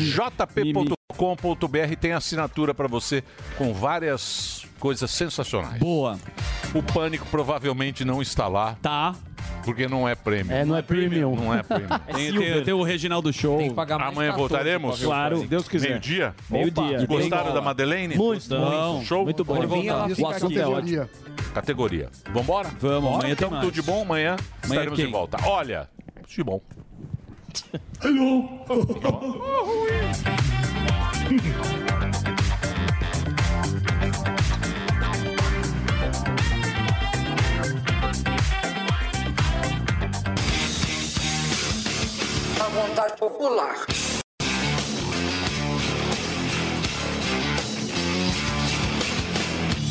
[SPEAKER 6] jp.com.br tem assinatura para você com várias coisas sensacionais.
[SPEAKER 12] Boa.
[SPEAKER 6] O Pânico provavelmente não está lá.
[SPEAKER 12] Tá.
[SPEAKER 6] Porque não é prêmio.
[SPEAKER 12] É, não é premium.
[SPEAKER 6] Não é prêmio.
[SPEAKER 12] É Tem- silver. tem- tem o Reginaldo Show. Tem que pagar mais
[SPEAKER 6] Amanhã
[SPEAKER 12] 14 pra
[SPEAKER 6] voltaremos?
[SPEAKER 12] ver o Claro, Pânico. Deus quiser.
[SPEAKER 6] Meio-dia?
[SPEAKER 12] Meio-dia.
[SPEAKER 6] Opa, Gostaram
[SPEAKER 12] Bem-
[SPEAKER 6] da Madeleine?
[SPEAKER 12] Muito,
[SPEAKER 6] Gostaram?
[SPEAKER 12] muito.
[SPEAKER 6] Show?
[SPEAKER 12] Muito bom.
[SPEAKER 6] Pode
[SPEAKER 12] Vem, ela
[SPEAKER 6] voltar.
[SPEAKER 12] fica O assunto aqui. é ótimo.
[SPEAKER 6] Categoria. Vambora?
[SPEAKER 12] Vamos, amanhã tem
[SPEAKER 6] Então,
[SPEAKER 12] mais.
[SPEAKER 6] tudo de bom. Amanhã, estaremos
[SPEAKER 12] quem?
[SPEAKER 6] de volta. Olha, tudo de bom.
[SPEAKER 2] A vontade popular.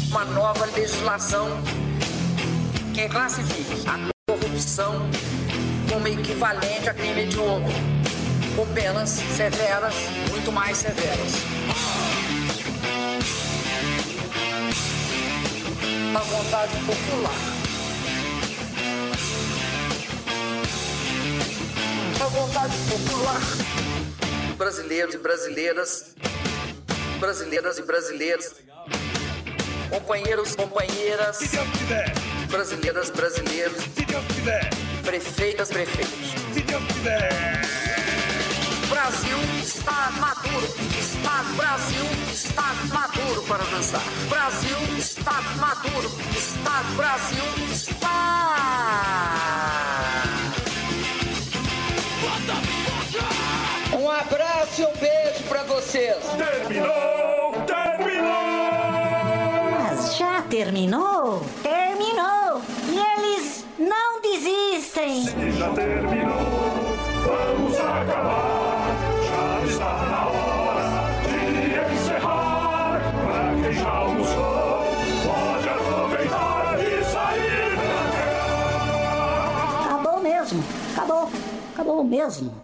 [SPEAKER 2] Uma nova legislação que classifique a corrupção como equivalente a crime hediondo, com penas severas, muito mais severas. A vontade popular. a vontade popular. Brasileiros e brasileiras, brasileiras e brasileiros, companheiros, companheiras, se Deus quiser, brasileiras, brasileiros, se Deus quiser, prefeitas, prefeitos, se Deus quiser. Brasil está maduro, está Brasil está maduro para dançar. Brasil está maduro, está Brasil está. Um abraço e um beijo pra vocês. Terminou, terminou.
[SPEAKER 4] Mas já terminou? Terminou! E eles não desistem!
[SPEAKER 2] Já terminou, vamos acabar. Já está na hora de encerrar. Pra quem já almoçou, pode aproveitar e sair
[SPEAKER 4] Acabou mesmo! Acabou! Acabou mesmo!